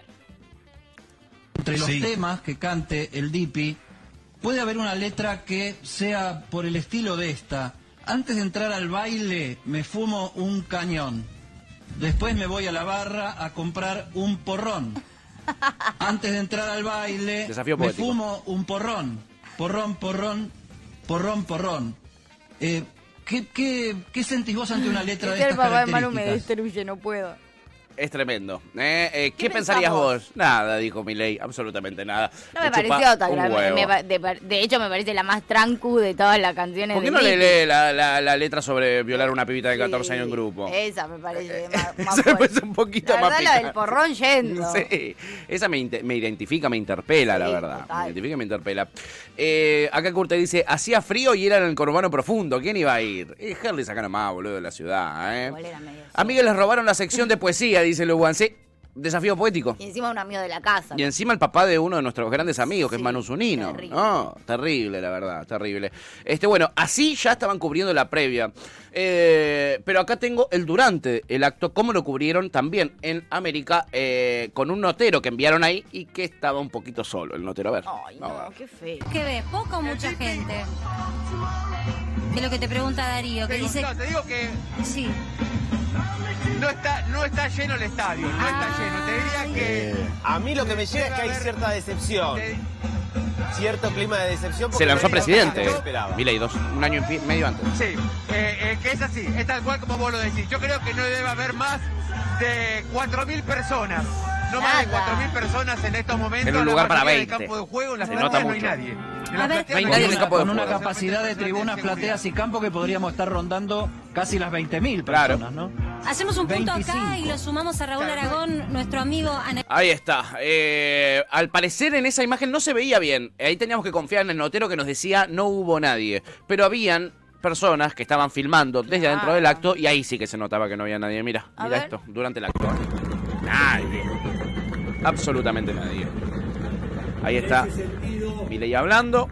Speaker 11: entre los
Speaker 5: Sí.
Speaker 11: temas que cante el Dipi, puede haber una letra que sea por el estilo de esta. Antes de entrar al baile, me fumo un cañón. Después me voy a la barra a comprar un porrón. Antes de entrar al baile,
Speaker 2: Desafío
Speaker 11: me
Speaker 2: poético.
Speaker 11: fumo un porrón. Porrón, porrón, porrón, porrón. Eh, ¿qué, qué, ¿Qué sentís vos ante una letra de
Speaker 3: Este el
Speaker 11: estas
Speaker 3: papá de Manu me
Speaker 11: características?
Speaker 3: destruye, no puedo.
Speaker 2: Es tremendo. ¿eh? Eh, ¿Qué,
Speaker 3: ¿Qué
Speaker 2: pensarías
Speaker 3: pensamos?
Speaker 2: vos? Nada, dijo Milei, absolutamente nada.
Speaker 3: No me
Speaker 2: Le chupa
Speaker 3: pareció tan
Speaker 2: un
Speaker 3: grave.
Speaker 2: huevo.
Speaker 3: Me pa- de, par- de hecho, me parece la más trancu de todas las canciones.
Speaker 2: ¿Por qué
Speaker 3: del
Speaker 2: no le
Speaker 3: Dipi.
Speaker 2: lee la, la- la letra sobre violar a una pibita de 14 años en
Speaker 3: Sí,
Speaker 2: grupo?
Speaker 3: Esa me parece más, más
Speaker 2: Esa me
Speaker 3: fuerte.
Speaker 2: parece un poquito
Speaker 3: La
Speaker 2: más
Speaker 3: verdad, la del
Speaker 2: picante.
Speaker 3: porrón yendo.
Speaker 2: Sí, esa me, inte- me identifica, me interpela, la
Speaker 3: Sí,
Speaker 2: verdad.
Speaker 3: total.
Speaker 2: Me identifica, me interpela. Eh, acá Curte dice, hacía frío y era en el conurbano profundo. ¿Quién iba a ir? Eh, Herley saca nomás, boludo, de la ciudad,
Speaker 3: Igual
Speaker 2: ¿eh?
Speaker 3: era medio
Speaker 2: A Miguel les robaron la sección de poesía, dice Luan. Sí, desafío poético.
Speaker 3: Y encima un amigo de la casa.
Speaker 2: Y encima el papá de uno de nuestros grandes amigos, que es
Speaker 3: Sí,
Speaker 2: Manu Zunino.
Speaker 3: terrible.
Speaker 2: No, terrible, la verdad, terrible. Este, bueno, así ya estaban cubriendo la previa. Eh, pero acá tengo el durante el acto, cómo lo cubrieron también en América eh, con un notero que enviaron ahí y que estaba un poquito solo el notero. A ver.
Speaker 3: Ay,
Speaker 2: vamos a
Speaker 3: no,
Speaker 2: ver.
Speaker 3: qué feo.
Speaker 12: ¿Qué ves? ¿Poca o mucha gente? Es lo que te pregunta Darío, que dice...
Speaker 13: te digo que
Speaker 12: Sí.
Speaker 13: no está, no está lleno el estadio, no está lleno. Te diría que...
Speaker 14: A mí lo que me llega es que hay cierta decepción. Cierto clima de decepción.
Speaker 2: Se lanzó presidente,
Speaker 14: No esperaba.
Speaker 2: Milei dos, un año y pi- medio antes.
Speaker 13: Sí, eh, eh, que es así, es tal cual como vos lo decís. Yo creo que no debe haber más de 4.000 personas. No más de 4.000 personas en estos momentos.
Speaker 2: En un
Speaker 13: La
Speaker 2: lugar para
Speaker 13: mayoría del
Speaker 2: 20.
Speaker 13: campo de juego, en las
Speaker 2: Se
Speaker 13: plateas
Speaker 2: nota
Speaker 13: no hay
Speaker 2: mucho.
Speaker 13: nadie. En
Speaker 12: A
Speaker 13: las
Speaker 12: ver,
Speaker 13: plateas no
Speaker 2: Nadie
Speaker 13: hay
Speaker 2: en el
Speaker 13: nadie.
Speaker 2: campo de
Speaker 11: Con una
Speaker 2: juego.
Speaker 11: capacidad de tribunas, plateas y campo que podríamos estar rondando casi las 20.000
Speaker 2: Claro.
Speaker 11: personas, ¿no?
Speaker 12: Hacemos un punto acá
Speaker 11: 25.
Speaker 12: y lo sumamos a Raúl Aragón, nuestro amigo Ana.
Speaker 2: Ahí está. Eh, al parecer en esa imagen no se veía bien. Ahí teníamos que confiar en el notero que nos decía no hubo nadie. Pero habían personas que estaban filmando desde
Speaker 3: Claro.
Speaker 2: adentro del acto y ahí sí que se notaba que no había nadie. Mira,
Speaker 3: A
Speaker 2: mira
Speaker 3: ver.
Speaker 2: esto, durante el acto. Nadie. Absolutamente nadie. Ahí está Milei hablando.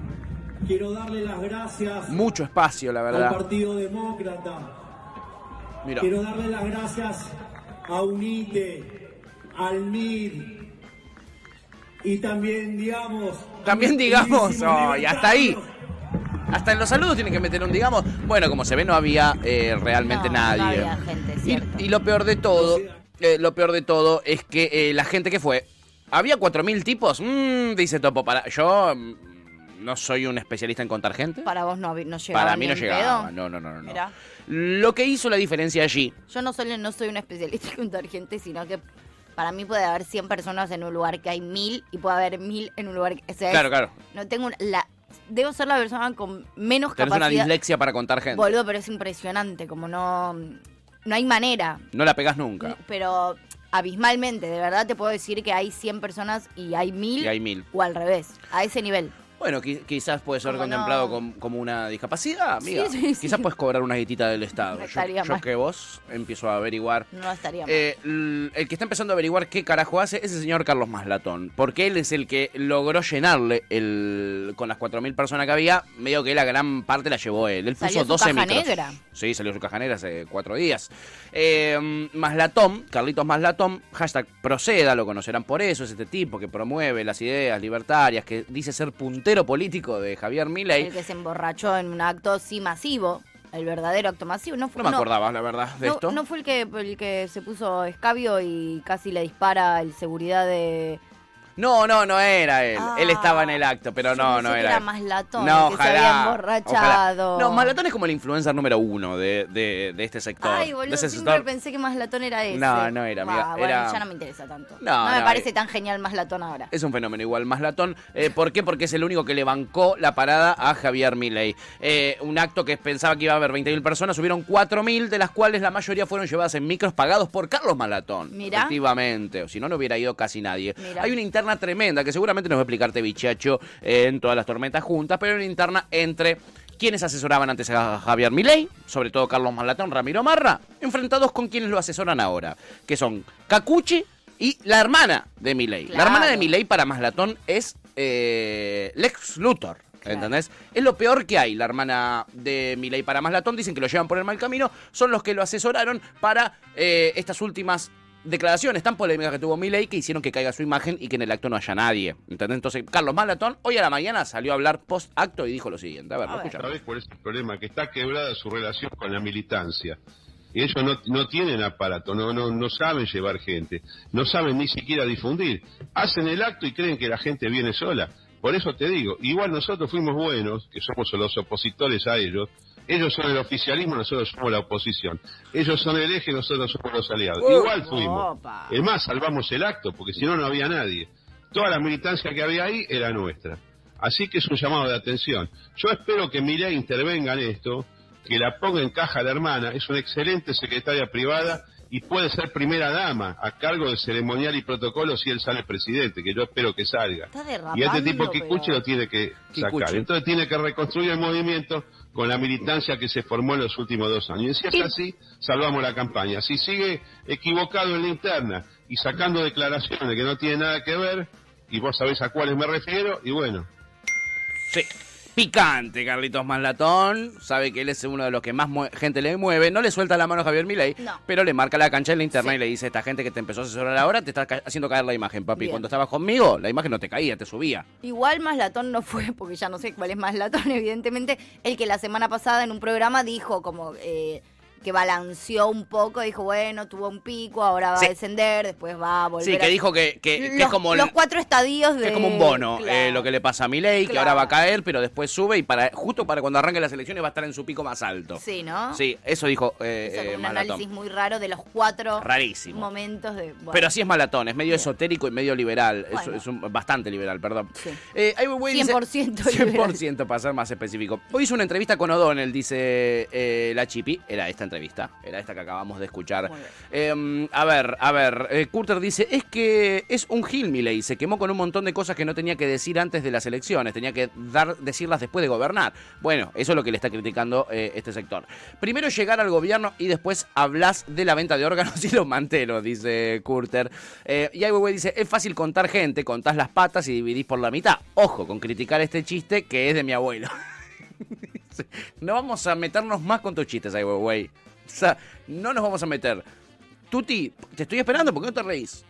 Speaker 15: Quiero darle las gracias
Speaker 2: Mucho espacio, la
Speaker 15: al
Speaker 2: verdad.
Speaker 15: Partido Demócrata.
Speaker 2: Mira.
Speaker 15: Quiero darle las gracias a UNITE, al MIR y también, digamos.
Speaker 2: También digamos,
Speaker 15: queridísimos
Speaker 2: ay, hasta ahí. Hasta en los saludos tienen que meter un digamos. Bueno, como se ve, no había eh, realmente
Speaker 3: No, no
Speaker 2: nadie.
Speaker 3: había gente,
Speaker 2: y,
Speaker 3: cierto.
Speaker 2: y lo peor de todo, eh, lo peor de todo es que eh, la gente que fue ¿Había 4.000 tipos? Mm, dice Topo. Para... Yo mm, no soy un especialista en contar gente.
Speaker 3: Para vos no, vi- no llegaba.
Speaker 2: Para mí
Speaker 3: ni
Speaker 2: no
Speaker 3: en
Speaker 2: llegaba.
Speaker 3: pedo.
Speaker 2: No, no, no, no, no.
Speaker 3: Mirá,
Speaker 2: Lo que hizo la diferencia allí.
Speaker 3: yo no solo no soy una especialista en contar gente, sino que para mí puede haber 100 personas en un lugar que hay mil y puede haber mil en un lugar que... o sea,
Speaker 2: Claro,
Speaker 3: es-
Speaker 2: claro.
Speaker 3: No tengo una- la Debo ser la persona con menos
Speaker 2: Tenés una
Speaker 3: capacidad.
Speaker 2: dislexia para contar gente.
Speaker 3: Boludo, pero es impresionante, como no... No hay manera.
Speaker 2: No la pegás nunca.
Speaker 3: pero abismalmente, de verdad te puedo decir que hay 100 personas y hay 1000
Speaker 2: Y hay mil.
Speaker 3: o al revés, a ese nivel.
Speaker 2: Bueno, qui- quizás puede ser
Speaker 3: Como
Speaker 2: contemplado
Speaker 3: no.
Speaker 2: com- como una discapacidad,
Speaker 3: Sí,
Speaker 2: amiga.
Speaker 3: sí, sí.
Speaker 2: Quizás puedes cobrar una guitita del Estado.
Speaker 3: No
Speaker 2: Yo,
Speaker 3: estaría
Speaker 2: yo
Speaker 3: mal.
Speaker 2: que vos empiezo a averiguar.
Speaker 3: No estaría mal.
Speaker 2: Eh, l- el que está empezando a averiguar qué carajo hace es el señor Carlos Maslatón, porque él es el que logró llenarle el con las 4.000 personas que había, medio que la gran parte la llevó él. Él
Speaker 3: Salió
Speaker 2: puso
Speaker 3: su
Speaker 2: 12
Speaker 3: caja
Speaker 2: micros.
Speaker 3: negra.
Speaker 2: Sí, salió su caja negra hace cuatro días. Eh, Maslatón, Carlitos Maslatón, hashtag proceda, lo conocerán por eso, es este tipo que promueve las ideas libertarias, que dice ser puntero político de Javier Milei.
Speaker 3: El que se emborrachó en un acto sí masivo, el verdadero acto masivo. No, fue,
Speaker 2: No me acordaba, la verdad, de
Speaker 3: no-
Speaker 2: esto.
Speaker 3: no fue el que, el que se puso escabio y casi le dispara el seguridad de...
Speaker 2: No, no, no era él. él estaba en el acto, pero no, no
Speaker 3: Ah. Pensé que
Speaker 2: era.
Speaker 3: era
Speaker 2: él.
Speaker 3: más latón,
Speaker 2: No,
Speaker 3: que
Speaker 2: ojalá.
Speaker 3: se había emborrachado.
Speaker 2: ojalá. No, Malatón es como el influencer número uno de, de, de este sector.
Speaker 3: Ay,
Speaker 2: De
Speaker 3: boludo,
Speaker 2: ese
Speaker 3: siempre
Speaker 2: sector.
Speaker 3: pensé que más latón era ese.
Speaker 2: No, no era, amiga,
Speaker 3: Ah, bueno,
Speaker 2: era-
Speaker 3: ya no me interesa tanto.
Speaker 2: No,
Speaker 3: me
Speaker 2: no,
Speaker 3: parece
Speaker 2: eh.
Speaker 3: tan genial más latón ahora.
Speaker 2: Es un fenómeno igual, más latón. Eh, ¿Por qué? Porque es el único que le bancó la parada a Javier Milei. Eh, un acto que pensaba que iba a haber 20.000 personas, subieron 4.000, de las cuales la mayoría fueron llevadas en micros pagados por Carlos Malatón.
Speaker 3: Mirá.
Speaker 2: Efectivamente, o si no, no hubiera ido casi nadie.
Speaker 3: Mirá.
Speaker 2: Hay una interna tremenda que seguramente nos va a explicarte, bichacho, eh, en todas las tormentas juntas, pero una interna entre quienes asesoraban antes a Javier Milei, sobre todo Carlos Malatón, Ramiro Marra, enfrentados con quienes lo asesoran ahora, que son Cacuchi y la hermana de Milei. La hermana de
Speaker 16: Claro.
Speaker 2: Milei para Maslatón es eh, Lex Luthor. ¿Entendés? Es lo peor que hay. La hermana de Milei para Maslatón dicen que lo llevan por el mal camino. Son los que lo asesoraron para eh, estas últimas declaraciones tan polémicas que tuvo Milei que hicieron que caiga su imagen y que en el acto no haya nadie. ¿Entendés? Entonces, Carlos Maslatón hoy a la mañana salió a hablar post acto y dijo lo siguiente. A ver, lo
Speaker 6: Otra
Speaker 2: escuchamos.
Speaker 6: vez por ese problema, que está quebrada su relación con la militancia. Y ellos no, no tienen aparato, no, no, no saben llevar gente, no saben ni siquiera difundir. Hacen el acto y creen que la gente viene sola. Por eso te digo, igual nosotros fuimos buenos, que somos los opositores a ellos. Ellos son el oficialismo, nosotros somos la oposición. Ellos son el eje, nosotros somos los aliados.
Speaker 17: Uy,
Speaker 6: igual fuimos.
Speaker 17: opa.
Speaker 6: Es más, salvamos el acto, porque si no, no había nadie. Toda la militancia que había ahí era nuestra. Así que es un llamado de atención. Yo espero que Milei intervenga en esto, que la ponga en caja la hermana. Es una excelente secretaria privada y puede ser primera dama a cargo de ceremonial y protocolo si él sale presidente, que yo espero que salga. Y a este tipo que escuche lo tiene que sacar.
Speaker 17: Kikuchi.
Speaker 6: Entonces tiene que reconstruir el movimiento con la militancia que se formó en los últimos dos años. Y si es así, salvamos la campaña. Si sigue equivocado en la interna y sacando declaraciones que no tienen nada que ver, y vos sabés a cuáles me refiero, y bueno,
Speaker 2: Sí. Picante, Carlitos Maslatón. Sabe que él es uno de los que más mue- gente le mueve. No le suelta la mano a Javier Milei,
Speaker 16: No.
Speaker 2: pero le marca la cancha en la interna y le dice, esta gente que te empezó a asesorar ahora te está ca- haciendo caer la imagen, papi.
Speaker 3: Bien.
Speaker 2: Cuando estabas conmigo, la imagen no te caía, te subía.
Speaker 3: Igual más latón no fue, porque ya no sé cuál es más latón, evidentemente, el que la semana pasada en un programa dijo como eh, que balanceó un poco, dijo, bueno, tuvo un pico, ahora va
Speaker 2: Sí.
Speaker 3: a descender, después va a volver.
Speaker 2: Sí, que
Speaker 3: a-
Speaker 2: dijo que, que- que
Speaker 3: los,
Speaker 2: es como... el-
Speaker 3: los cuatro estadios de...
Speaker 2: que es como un bono eh, lo que le pasa a Milei, que
Speaker 3: Claro.
Speaker 2: ahora va a caer, pero después sube y para justo para cuando arranque las elecciones va a estar en su pico más alto.
Speaker 3: Sí, ¿no?
Speaker 2: Sí, eso dijo eh,
Speaker 3: Hizo como
Speaker 2: eh,
Speaker 3: un
Speaker 2: Maslatón.
Speaker 3: análisis muy raro de los cuatro
Speaker 2: Rarísimo.
Speaker 3: momentos de... bueno,
Speaker 2: Pero así es Malatón, es medio esotérico y medio liberal. Es-
Speaker 3: Bueno.
Speaker 2: Es, un- bastante liberal, perdón.
Speaker 3: sí.
Speaker 2: Eh, ahí voy, dice-
Speaker 3: 100%
Speaker 2: 100% para ser más específico. Hoy hizo una entrevista con O'Donnell, dice eh, la Chipi. Era esta entrevista, era esta que acabamos de escuchar. Eh, a ver, a ver. eh, Curter dice: Es que es un Gil Milei. Se quemó con un montón de cosas que no tenía que decir antes de las elecciones. Tenía que dar, decirlas después de gobernar. Bueno, eso es lo que le está criticando eh, este sector. Primero llegar al gobierno y después hablas de la venta de órganos y los mantelos, dice Curter. Eh, y Aiwewe dice, es fácil contar gente, contás las patas y dividís por la mitad. Ojo con criticar este chiste que es de mi abuelo. Dice, no vamos a meternos más con tus chistes, Aiwewe. O sea, no nos vamos a meter. Tuti, te estoy esperando, ¿por qué no te reís?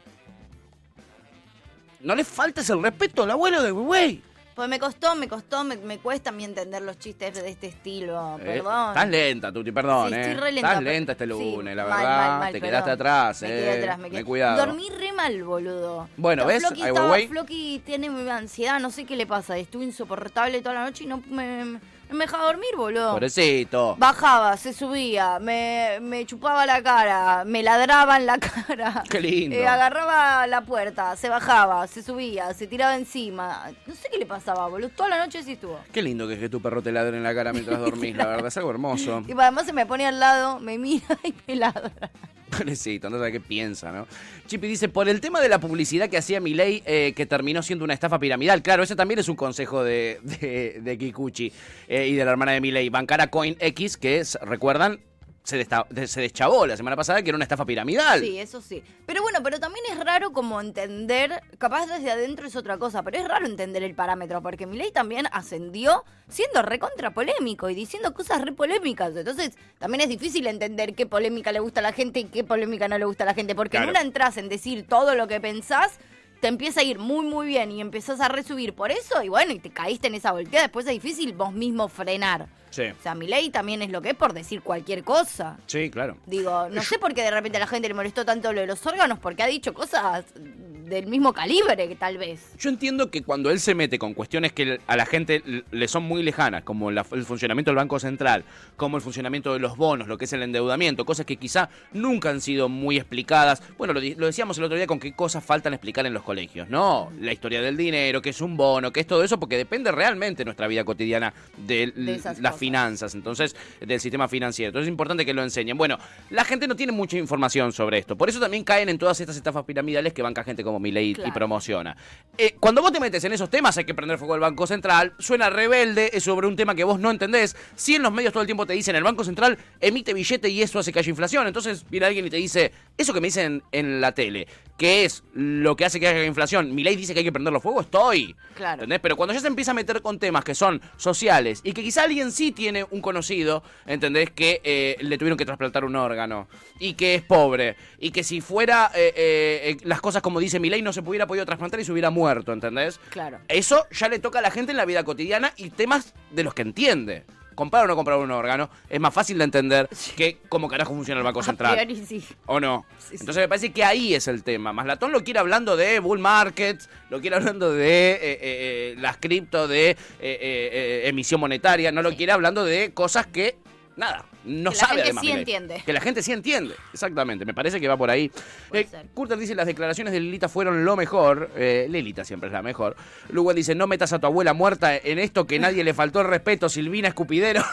Speaker 2: No le faltes el respeto al abuelo de Aiwewe.
Speaker 3: Pues me costó, me costó, me, me cuesta a mí entender los chistes de este estilo,
Speaker 2: Eh,
Speaker 3: perdón.
Speaker 2: estás lenta, Tuti, perdón,
Speaker 3: Sí,
Speaker 2: eh.
Speaker 3: estoy re lenta,
Speaker 2: estás
Speaker 3: pero-
Speaker 2: lenta este
Speaker 3: sí,
Speaker 2: lunes, la
Speaker 3: mal,
Speaker 2: verdad.
Speaker 3: mal, mal,
Speaker 2: te
Speaker 3: perdón.
Speaker 2: quedaste atrás,
Speaker 3: Me
Speaker 2: eh.
Speaker 3: quedé atrás, me quedé.
Speaker 2: Ten cuidado.
Speaker 3: Dormí re mal, boludo.
Speaker 2: Bueno,
Speaker 3: No,
Speaker 2: ¿ves?
Speaker 3: Floki,
Speaker 2: Ai
Speaker 3: estaba-
Speaker 2: Weiwei.
Speaker 3: Floki tiene ansiedad, no sé qué le pasa. Estuvo insoportable toda la noche y no me, no me dejaba dormir, boludo.
Speaker 2: Pobrecito.
Speaker 3: Bajaba, se subía, me, me chupaba la cara, me ladraba en la cara.
Speaker 2: Qué lindo.
Speaker 3: Eh, agarraba la puerta, se bajaba, se subía, se tiraba encima. No sé qué le pasaba, boludo. Toda la noche sí estuvo.
Speaker 2: Qué lindo que, es que tu perro te ladre en la cara mientras dormís, la verdad, es algo hermoso.
Speaker 3: Y además se me pone al lado, me mira y me ladra.
Speaker 2: Pobrecito, no sabe qué piensa, ¿no? Chipi dice, por el tema de la publicidad que hacía Milei, eh, que terminó siendo una estafa piramidal. Claro, ese también es un consejo de, de, de Kikuchi eh, y de la hermana de Milei. Bancara Coin X, que es, recuerdan, se, desta- de- se deschavó la semana pasada, que era una estafa piramidal.
Speaker 3: Sí, eso sí. Pero bueno, pero también es raro como entender, capaz desde adentro es otra cosa, pero es raro entender el parámetro, porque Milei también ascendió siendo recontra polémico y diciendo cosas re polémicas. Entonces, también es difícil entender qué polémica le gusta a la gente y qué polémica no le gusta a la gente, porque
Speaker 18: Claro.
Speaker 3: en una entras en decir todo lo que pensás, te empieza a ir muy muy bien y empezás a resubir por eso y bueno, y te caíste en esa volteada, después es difícil vos mismo frenar.
Speaker 2: Sí.
Speaker 3: O sea, Milei también es lo que es por decir cualquier cosa.
Speaker 2: Sí, claro.
Speaker 3: Digo, no sé por qué de repente a la gente le molestó tanto lo de los órganos, porque ha dicho cosas del mismo calibre, que tal vez.
Speaker 2: Yo entiendo que cuando él se mete con cuestiones que a la gente l- le son muy lejanas, como la- el funcionamiento del Banco Central, como el funcionamiento de los bonos, lo que es el endeudamiento, cosas que quizá nunca han sido muy explicadas. Bueno, lo, di- lo decíamos el otro día con qué cosas faltan explicar en los colegios, ¿no? La historia del dinero, que es un bono, que es todo eso, porque depende realmente nuestra vida cotidiana de, l-
Speaker 14: De esas
Speaker 2: las
Speaker 14: cosas.
Speaker 2: finanzas, entonces, del sistema financiero. Entonces es importante que lo enseñen. Bueno, la gente no tiene mucha información sobre esto, por eso también caen en todas estas estafas piramidales que banca gente como Milei y
Speaker 14: Claro.
Speaker 2: promociona. Eh, cuando vos te metes en esos temas, hay que prender fuego al Banco Central. Suena rebelde, es sobre un tema que vos no entendés. Si en los medios todo el tiempo te dicen el Banco Central emite billete y eso hace que haya inflación, entonces viene alguien y te dice eso que me dicen en la tele, que es lo que hace que haya inflación. Milei dice que hay que prenderlo fuego, estoy.
Speaker 3: Claro.
Speaker 2: ¿Entendés? Pero cuando ya se empieza a meter con temas que son sociales y que quizá alguien sí tiene un conocido, ¿entendés? Que eh, le tuvieron que trasplantar un órgano y que es pobre y que si fuera eh, eh, eh, las cosas como dice Milei no se hubiera podido trasplantar y se hubiera muerto, ¿entendés?
Speaker 3: Claro.
Speaker 2: Eso ya le toca a la gente en la vida cotidiana y temas de los que entiende. Comprar o no comprar un órgano es más fácil de entender que cómo carajo funciona el Banco Central.
Speaker 3: Peor y sí.
Speaker 2: ¿O no? Entonces me parece que ahí es el tema. Maslatón lo quiere hablando de bull markets, lo quiere hablando de eh, eh, eh, las cripto, de eh, eh, eh, emisión monetaria, no lo quiere hablando de cosas que, nada, no
Speaker 3: Que la
Speaker 2: sabe
Speaker 3: gente
Speaker 2: además
Speaker 3: sí
Speaker 2: Milei.
Speaker 3: entiende.
Speaker 2: Que la gente sí entiende, exactamente. Me parece que va por ahí. Eh, Curter dice, las declaraciones de Lilita fueron lo mejor. Eh, Lilita siempre es la mejor. Lugan dice, no metas a tu abuela muerta en esto que nadie le faltó el respeto, Silvina Escupidero.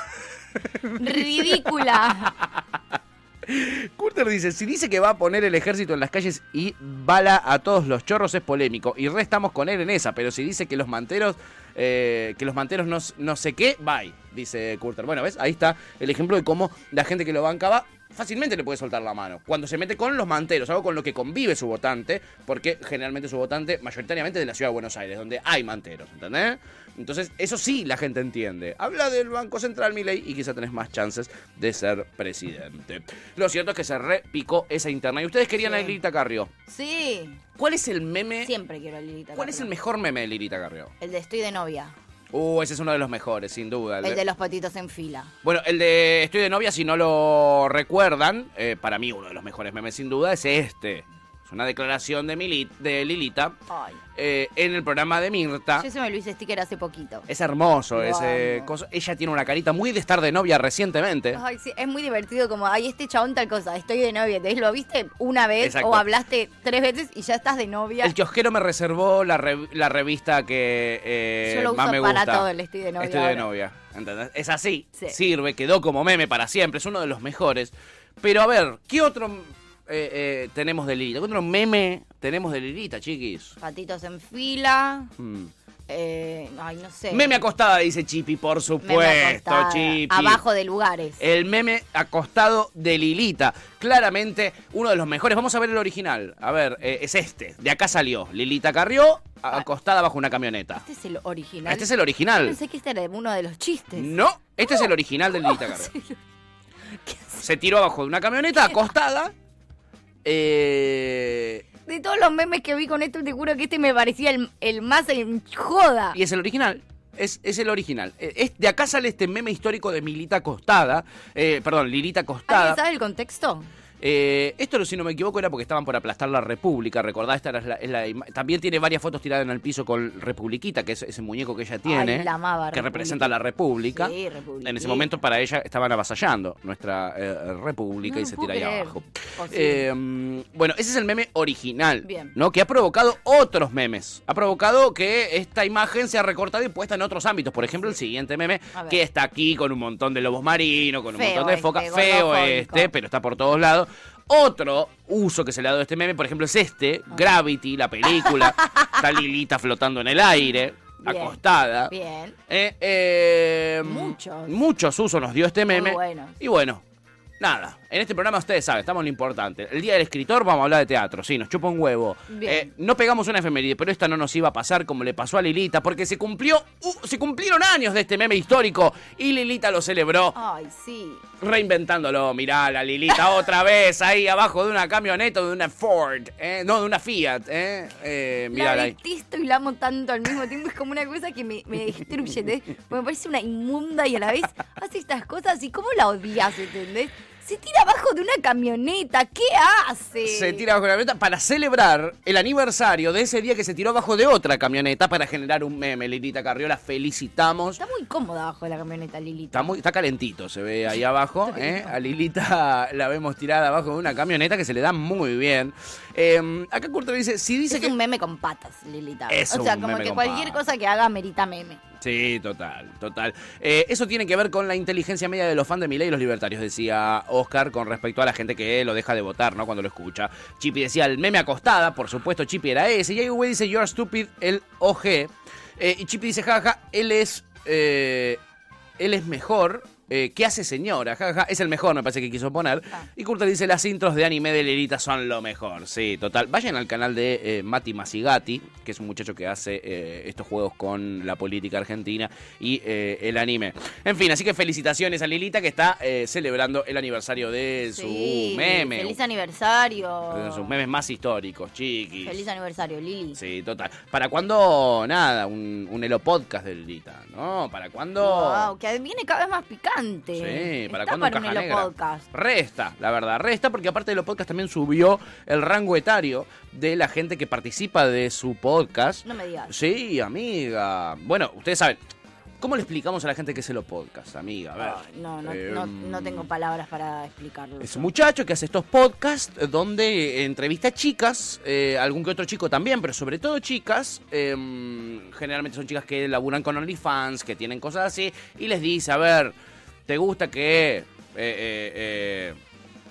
Speaker 3: Ridícula.
Speaker 2: Curter dice, si dice que va a poner el ejército en las calles y bala a todos los chorros es polémico. Y re estamos con él en esa, pero si dice que los manteros, eh, que los manteros no, no sé qué, bye, dice Curter. Bueno, ¿ves? Ahí está el ejemplo de cómo la gente que lo bancaba fácilmente le puede soltar la mano. Cuando se mete con los manteros, algo con lo que convive su votante, porque generalmente su votante mayoritariamente es de la ciudad de Buenos Aires, donde hay manteros, ¿entendés? Entonces, eso sí la gente entiende. Habla del Banco Central, Milei, y quizá tenés más chances de ser presidente. Lo cierto es que se repicó esa interna. Y ustedes querían a Lilita Carrió.
Speaker 3: Sí.
Speaker 2: ¿Cuál es el meme?
Speaker 3: Siempre quiero a Lilita.
Speaker 2: ¿Cuál es el
Speaker 3: Carrió.
Speaker 2: mejor meme de Lilita Carrió?
Speaker 3: El de Estoy de novia.
Speaker 2: Uh, ese es uno de los mejores, sin duda.
Speaker 3: El de los patitos en fila.
Speaker 2: Bueno, el de Estoy de novia, si no lo recuerdan, eh, para mí uno de los mejores memes sin duda es este. Es una declaración de, Mili- de Lilita
Speaker 3: Ay.
Speaker 2: eh, en el programa de Mirta.
Speaker 3: Yo se me lo hice sticker hace poquito.
Speaker 2: Es hermoso
Speaker 3: Lo
Speaker 2: ese
Speaker 3: amo.
Speaker 2: coso. Ella tiene una carita muy de estar de novia recientemente.
Speaker 3: Ay, sí, es muy divertido como, ay, este chabón tal cosa, estoy de novia. Entonces lo viste una vez
Speaker 2: Exacto.
Speaker 3: o hablaste tres veces y ya estás de novia.
Speaker 2: El kiosquero me reservó la, re- la revista que eh,
Speaker 3: Yo lo uso
Speaker 2: más me
Speaker 3: para
Speaker 2: gusta.
Speaker 3: todo el estoy de novia.
Speaker 2: Estoy de
Speaker 3: ahora.
Speaker 2: novia. ¿entendés? Es así.
Speaker 3: Sí.
Speaker 2: Sirve, quedó como meme para siempre. Es uno de los mejores. Pero a ver, ¿qué otro eh, eh, tenemos de Lilita? ¿Qué otro meme tenemos de Lilita, chiquis?
Speaker 3: Patitos en fila.
Speaker 2: Mm.
Speaker 3: eh, ay, no sé.
Speaker 2: Meme acostada, dice Chipi, por
Speaker 3: Meme
Speaker 2: supuesto,
Speaker 3: acostada,
Speaker 2: Chipi. Eh.
Speaker 3: Abajo de lugares.
Speaker 2: El meme acostado de Lilita. Claramente uno de los mejores. Vamos a ver el original. A ver, eh, es este. De acá salió. Lilita Carrió a- acostada bajo una camioneta.
Speaker 3: Este es el original.
Speaker 2: Este es el
Speaker 3: Yo
Speaker 2: original.
Speaker 3: pensé que este era uno de los chistes.
Speaker 2: No, este es el original de Lilita Carrió. Se tiró abajo de una camioneta acostada. Eh,
Speaker 3: De todos los memes que vi con esto, te juro que este me parecía el, el más en joda.
Speaker 2: Y es el original. Es, es el original. Eh, es- de acá sale este meme histórico de Milita Acostada. eh, perdón, Lilita Acostada.
Speaker 3: ¿Alguien sabe el contexto?
Speaker 2: Eh, esto, si no me equivoco, era porque estaban por aplastar la República. Recordá, esta era la, es la ima- también tiene varias fotos tiradas en el piso con Republiquita, que es ese muñeco que ella tiene,
Speaker 3: la amaba,
Speaker 2: que representa a la República. en ese momento para ella estaban avasallando nuestra eh, República y se tira ahí abajo. Eh, mm, bueno, ese es el meme original,
Speaker 3: Bien.
Speaker 2: ¿no? Que ha provocado otros memes. Ha provocado que esta imagen sea recortada y puesta en otros ámbitos. Por ejemplo, el siguiente meme,
Speaker 3: A ver.
Speaker 2: que está aquí con un montón de lobos marinos, con un
Speaker 3: Feo
Speaker 2: montón de
Speaker 3: este,
Speaker 2: focas. Feo
Speaker 3: gordofóbico.
Speaker 2: este, pero está por todos lados. Otro uso que se le ha dado a este meme, por ejemplo, es este, Gravity, la película. está Lilita flotando en el aire,
Speaker 3: Bien.
Speaker 2: acostada.
Speaker 3: Bien.
Speaker 2: Eh, eh,
Speaker 3: Muchos.
Speaker 2: Muchos usos nos dio este meme.
Speaker 3: Muy buenos.
Speaker 2: Y bueno, nada. En este programa ustedes saben, estamos en lo importante. El día del escritor vamos a hablar de teatro, sí, nos chupa un huevo.
Speaker 3: Bien.
Speaker 2: Eh, no pegamos una efeméride, pero esta no nos iba a pasar como le pasó a Lilita, porque se cumplió, uh, se cumplieron años de este meme histórico y Lilita lo celebró
Speaker 3: Ay, sí.
Speaker 2: reinventándolo. Mirá, la Lilita otra vez ahí abajo de una camioneta, o de una Ford, eh, no, de una Fiat. Eh, eh,
Speaker 3: La
Speaker 2: mirala ahí.
Speaker 3: detesto y la amo tanto al mismo tiempo. Es como una cosa que me, me destruye. ¿entendés? Porque Me parece una inmunda y a la vez hace estas cosas. ¿Y cómo la odias, entendés? Se tira abajo de una camioneta. ¿Qué hace?
Speaker 2: se tira bajo la camioneta para celebrar el aniversario de ese día que se tiró abajo de otra camioneta para generar un meme. Lilita Carriola, felicitamos.
Speaker 3: Está muy cómoda abajo de la camioneta, Lilita.
Speaker 2: Está, muy, está calentito, se ve ahí abajo. ¿eh? A Lilita la vemos tirada abajo de una camioneta que se le da muy bien. Eh, acá Curto dice, si dice
Speaker 3: es
Speaker 2: que...
Speaker 3: un meme con patas, Lilita.
Speaker 2: Es
Speaker 3: o sea,
Speaker 2: un
Speaker 3: como
Speaker 2: meme
Speaker 3: que
Speaker 2: con
Speaker 3: cualquier
Speaker 2: patas.
Speaker 3: cosa que haga merita meme.
Speaker 2: Sí, total, total. Eh, eso tiene que ver con la inteligencia media de los fans de Milei y los libertarios, decía Oscar, con respecto a la gente que lo deja de votar, ¿no? Cuando lo escucha. Chippy decía el meme acostada, por supuesto, Chippy era ese. Y ahí güey dice, You're stupid, el OG. Eh, y Chippy dice, jaja, él es. eh, él es mejor. Eh, ¿Qué hace señora? Jaja, es el mejor, me parece que quiso poner.
Speaker 3: Ah.
Speaker 2: Y Curta dice, las intros de anime de Lilita son lo mejor. Sí, total. Vayan al canal de eh, Mati Masigati, que es un muchacho que hace eh, estos juegos con la política argentina y eh, el anime. En fin, así que felicitaciones a Lilita que está eh, celebrando el aniversario de
Speaker 3: Sí,
Speaker 2: su meme.
Speaker 3: Feliz
Speaker 2: uno de
Speaker 3: aniversario.
Speaker 2: sus memes más históricos, chiquis.
Speaker 3: Feliz aniversario, Lili.
Speaker 2: Sí, total. ¿Para cuándo, nada, un, un Elo Podcast de Lilita? ¿No? ¿Para cuándo?
Speaker 3: Wow, que viene cada vez más picante.
Speaker 2: Sí, para
Speaker 3: Está
Speaker 2: cuando
Speaker 3: para un Elo podcast.
Speaker 2: Resta, la verdad, resta porque aparte de los podcasts también subió el rango etario de la gente que participa de su podcast.
Speaker 3: No me digas.
Speaker 2: Sí, amiga. Bueno, ustedes saben, ¿cómo le explicamos a la gente qué es el podcast, amiga? A ver.
Speaker 3: Ah, No, no,
Speaker 2: Eh,
Speaker 3: no, no tengo palabras para explicarlo.
Speaker 2: es un muchacho que hace estos podcasts eh, donde entrevista a chicas, eh, algún que otro chico también, pero sobre todo chicas. eh, generalmente son chicas que laburan con OnlyFans, que tienen cosas así, y les dice, a ver, ¿te gusta que... eh, eh, eh,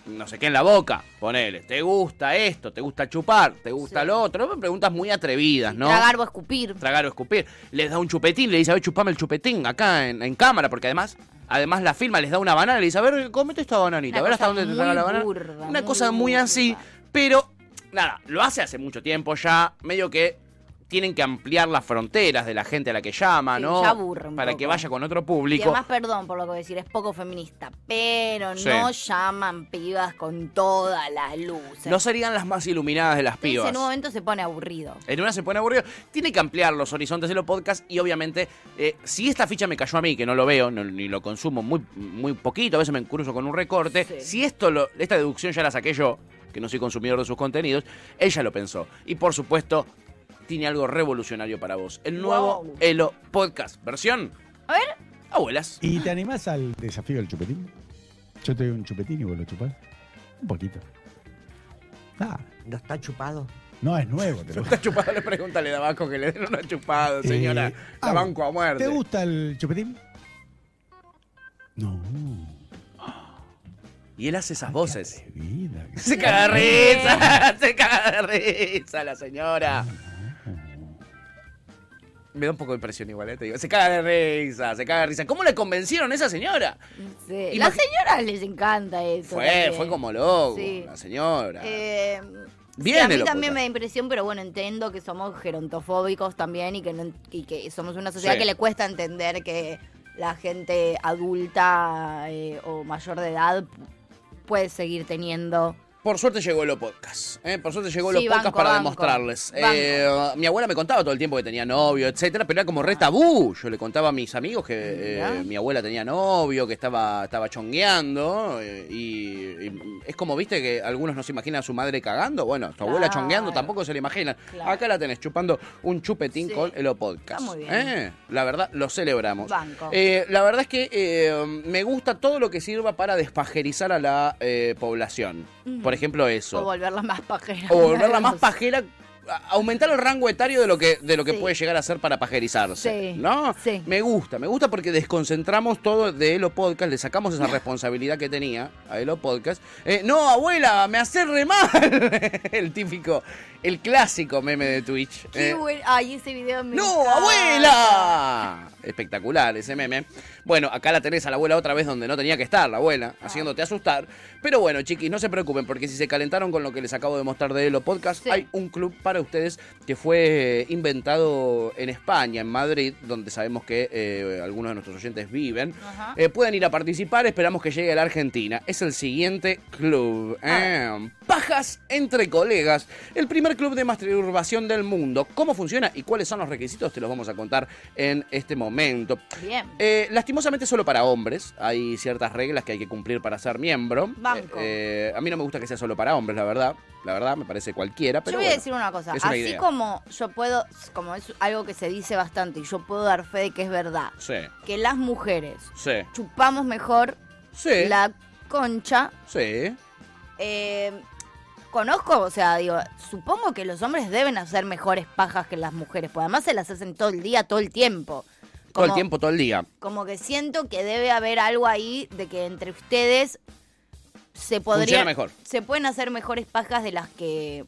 Speaker 2: no sé qué en la boca, ponele, ¿te gusta esto? ¿Te gusta chupar? ¿Te gusta lo otro? Preguntas muy atrevidas, ¿no?
Speaker 3: Tragar o escupir.
Speaker 2: tragar o escupir. Les da un chupetín, le dice, a ver, chupame el chupetín acá en, en cámara, porque además, además la filma, les da una banana, le dice, a ver, cómete esta bananita, a ver hasta dónde te traga la banana. una cosa muy así, pero nada, lo hace hace mucho tiempo ya, medio que tienen que ampliar las fronteras de la gente a la que llama,
Speaker 3: Sí,
Speaker 2: ¿no?
Speaker 3: ya aburre un
Speaker 2: Para
Speaker 3: poco.
Speaker 2: que vaya con otro
Speaker 3: Y
Speaker 2: público.
Speaker 3: además, perdón por lo que voy a decir, es poco feminista, pero
Speaker 2: Sí.
Speaker 3: no llaman pibas con todas las luces.
Speaker 2: No serían las más iluminadas de las
Speaker 3: Entonces,
Speaker 2: pibas.
Speaker 3: en un momento se pone aburrido.
Speaker 2: En una se pone aburrido. Tiene que ampliar los horizontes de los podcasts y obviamente, eh, si esta ficha me cayó a mí, que no lo veo, no- ni lo consumo muy, muy poquito, a veces me cruzo con un recorte, si esto lo- esta deducción ya la saqué yo, que no soy consumidor de sus contenidos, ella lo pensó. Y por supuesto, tiene algo revolucionario para vos. El nuevo
Speaker 3: Wow.
Speaker 2: Elo Podcast, versión...
Speaker 3: A ver.
Speaker 2: Abuelas.
Speaker 18: ¿Y te animás al desafío del chupetín? Yo te doy un chupetín y vos lo chupás. Un poquito. Ah.
Speaker 2: ¿No está chupado?
Speaker 18: No es nuevo, te
Speaker 2: ¿No
Speaker 18: lo
Speaker 2: está chupado? Le pregúntale de abajo que le den una chupada, señora.
Speaker 18: Eh,
Speaker 2: la
Speaker 18: ah,
Speaker 2: banco a muerte.
Speaker 18: ¿Te gusta el chupetín? No.
Speaker 2: Y él hace esas voces.
Speaker 18: Se
Speaker 2: caga de risa, se caga de risa la señora. Me da un poco de impresión igual, eh, te digo. Se caga de risa, se caga de risa. ¿Cómo le convencieron a esa señora?
Speaker 3: Sí.
Speaker 2: Imagi-
Speaker 3: Las señoras les encanta eso.
Speaker 2: Fue,
Speaker 3: también.
Speaker 2: fue como loco,
Speaker 3: Sí.
Speaker 2: la señora.
Speaker 3: Eh,
Speaker 2: Bien,
Speaker 3: sí, a mí
Speaker 2: el
Speaker 3: también
Speaker 2: oculta.
Speaker 3: me da impresión, pero bueno, entiendo que somos gerontofóbicos también y que, no- y que somos una sociedad
Speaker 2: Sí.
Speaker 3: que le cuesta entender que la gente adulta eh, o mayor de edad puede seguir teniendo
Speaker 2: Por suerte llegó lo podcast. ¿eh? Por suerte llegó lo
Speaker 3: Sí,
Speaker 2: podcast
Speaker 3: banco,
Speaker 2: para
Speaker 3: banco.
Speaker 2: demostrarles.
Speaker 3: Banco.
Speaker 2: Eh, mi abuela me contaba todo el tiempo que tenía novio, etcétera, pero era como re tabú. Yo le contaba a mis amigos que eh,
Speaker 3: Mirá.
Speaker 2: mi abuela tenía novio, que estaba, estaba chongueando. eh, y, y es como, viste, que algunos no se imaginan a su madre cagando. Bueno, tu abuela
Speaker 3: Claro.
Speaker 2: chongueando tampoco se la imaginan.
Speaker 3: Claro.
Speaker 2: Acá la tenés chupando un chupetín con lo podcast.
Speaker 3: Está muy bien.
Speaker 2: ¿eh? La verdad, lo celebramos.
Speaker 3: Banco.
Speaker 2: Eh, la verdad es que eh, me gusta todo lo que sirva para despajerizar a la eh, población.
Speaker 3: Mm.
Speaker 2: Por ejemplo, eso.
Speaker 3: O volverla más pajera.
Speaker 2: O volverla más pajera, a- aumentar el rango etario de lo que, de lo que
Speaker 3: Sí.
Speaker 2: puede llegar a ser para pajerizarse.
Speaker 3: Sí,
Speaker 2: ¿No? Me gusta, me gusta porque desconcentramos todo de Elo Podcast, le sacamos esa responsabilidad que tenía a Elo Podcast. Eh, no, abuela, me hace re mal. el típico, el clásico meme de Twitch.
Speaker 3: Qué
Speaker 2: eh.
Speaker 3: buen- Ay, ese video me
Speaker 2: ¡No,
Speaker 3: encanta.
Speaker 2: abuela! Espectacular ese meme. Bueno, acá la tenés a la abuela otra vez donde no tenía que estar, la abuela,
Speaker 3: Ah.
Speaker 2: haciéndote asustar. Pero bueno, chiquis, no se preocupen, porque si se calentaron con lo que les acabo de mostrar de Elo Podcast, hay un club para ustedes que fue inventado en España, en Madrid, donde sabemos que eh, algunos de nuestros oyentes viven.
Speaker 3: Ajá.
Speaker 2: Eh, pueden ir a participar, esperamos que llegue a la Argentina. Es el siguiente club. eh. Pajas entre colegas, el primer club de masturbación del mundo. ¿Cómo funciona y cuáles son los requisitos? Te los vamos a contar en este momento.
Speaker 3: Bien.
Speaker 2: Eh, lastimosamente solo para hombres. Hay ciertas reglas que hay que cumplir para ser miembro.
Speaker 3: Banco.
Speaker 2: Eh, eh, a mí no me gusta que sea solo para hombres, la verdad. La verdad, me parece cualquiera. Pero
Speaker 3: yo voy a
Speaker 2: bueno.
Speaker 3: decir una cosa.
Speaker 2: es una
Speaker 3: Así
Speaker 2: idea.
Speaker 3: como yo puedo, como es algo que se dice bastante y yo puedo dar fe de que es verdad,
Speaker 2: Sí,
Speaker 3: que las mujeres
Speaker 2: sí,
Speaker 3: chupamos mejor
Speaker 2: Sí.
Speaker 3: la concha.
Speaker 2: sí.
Speaker 3: eh, conozco, o sea, digo, supongo que los hombres deben hacer mejores pajas que las mujeres, porque además se las hacen todo el día, todo el tiempo.
Speaker 2: Todo el
Speaker 3: Como-
Speaker 2: tiempo, todo el día.
Speaker 3: Como que siento que debe haber algo ahí de que entre ustedes se podría
Speaker 2: Funciona mejor.
Speaker 3: se pueden hacer mejores pajas de las que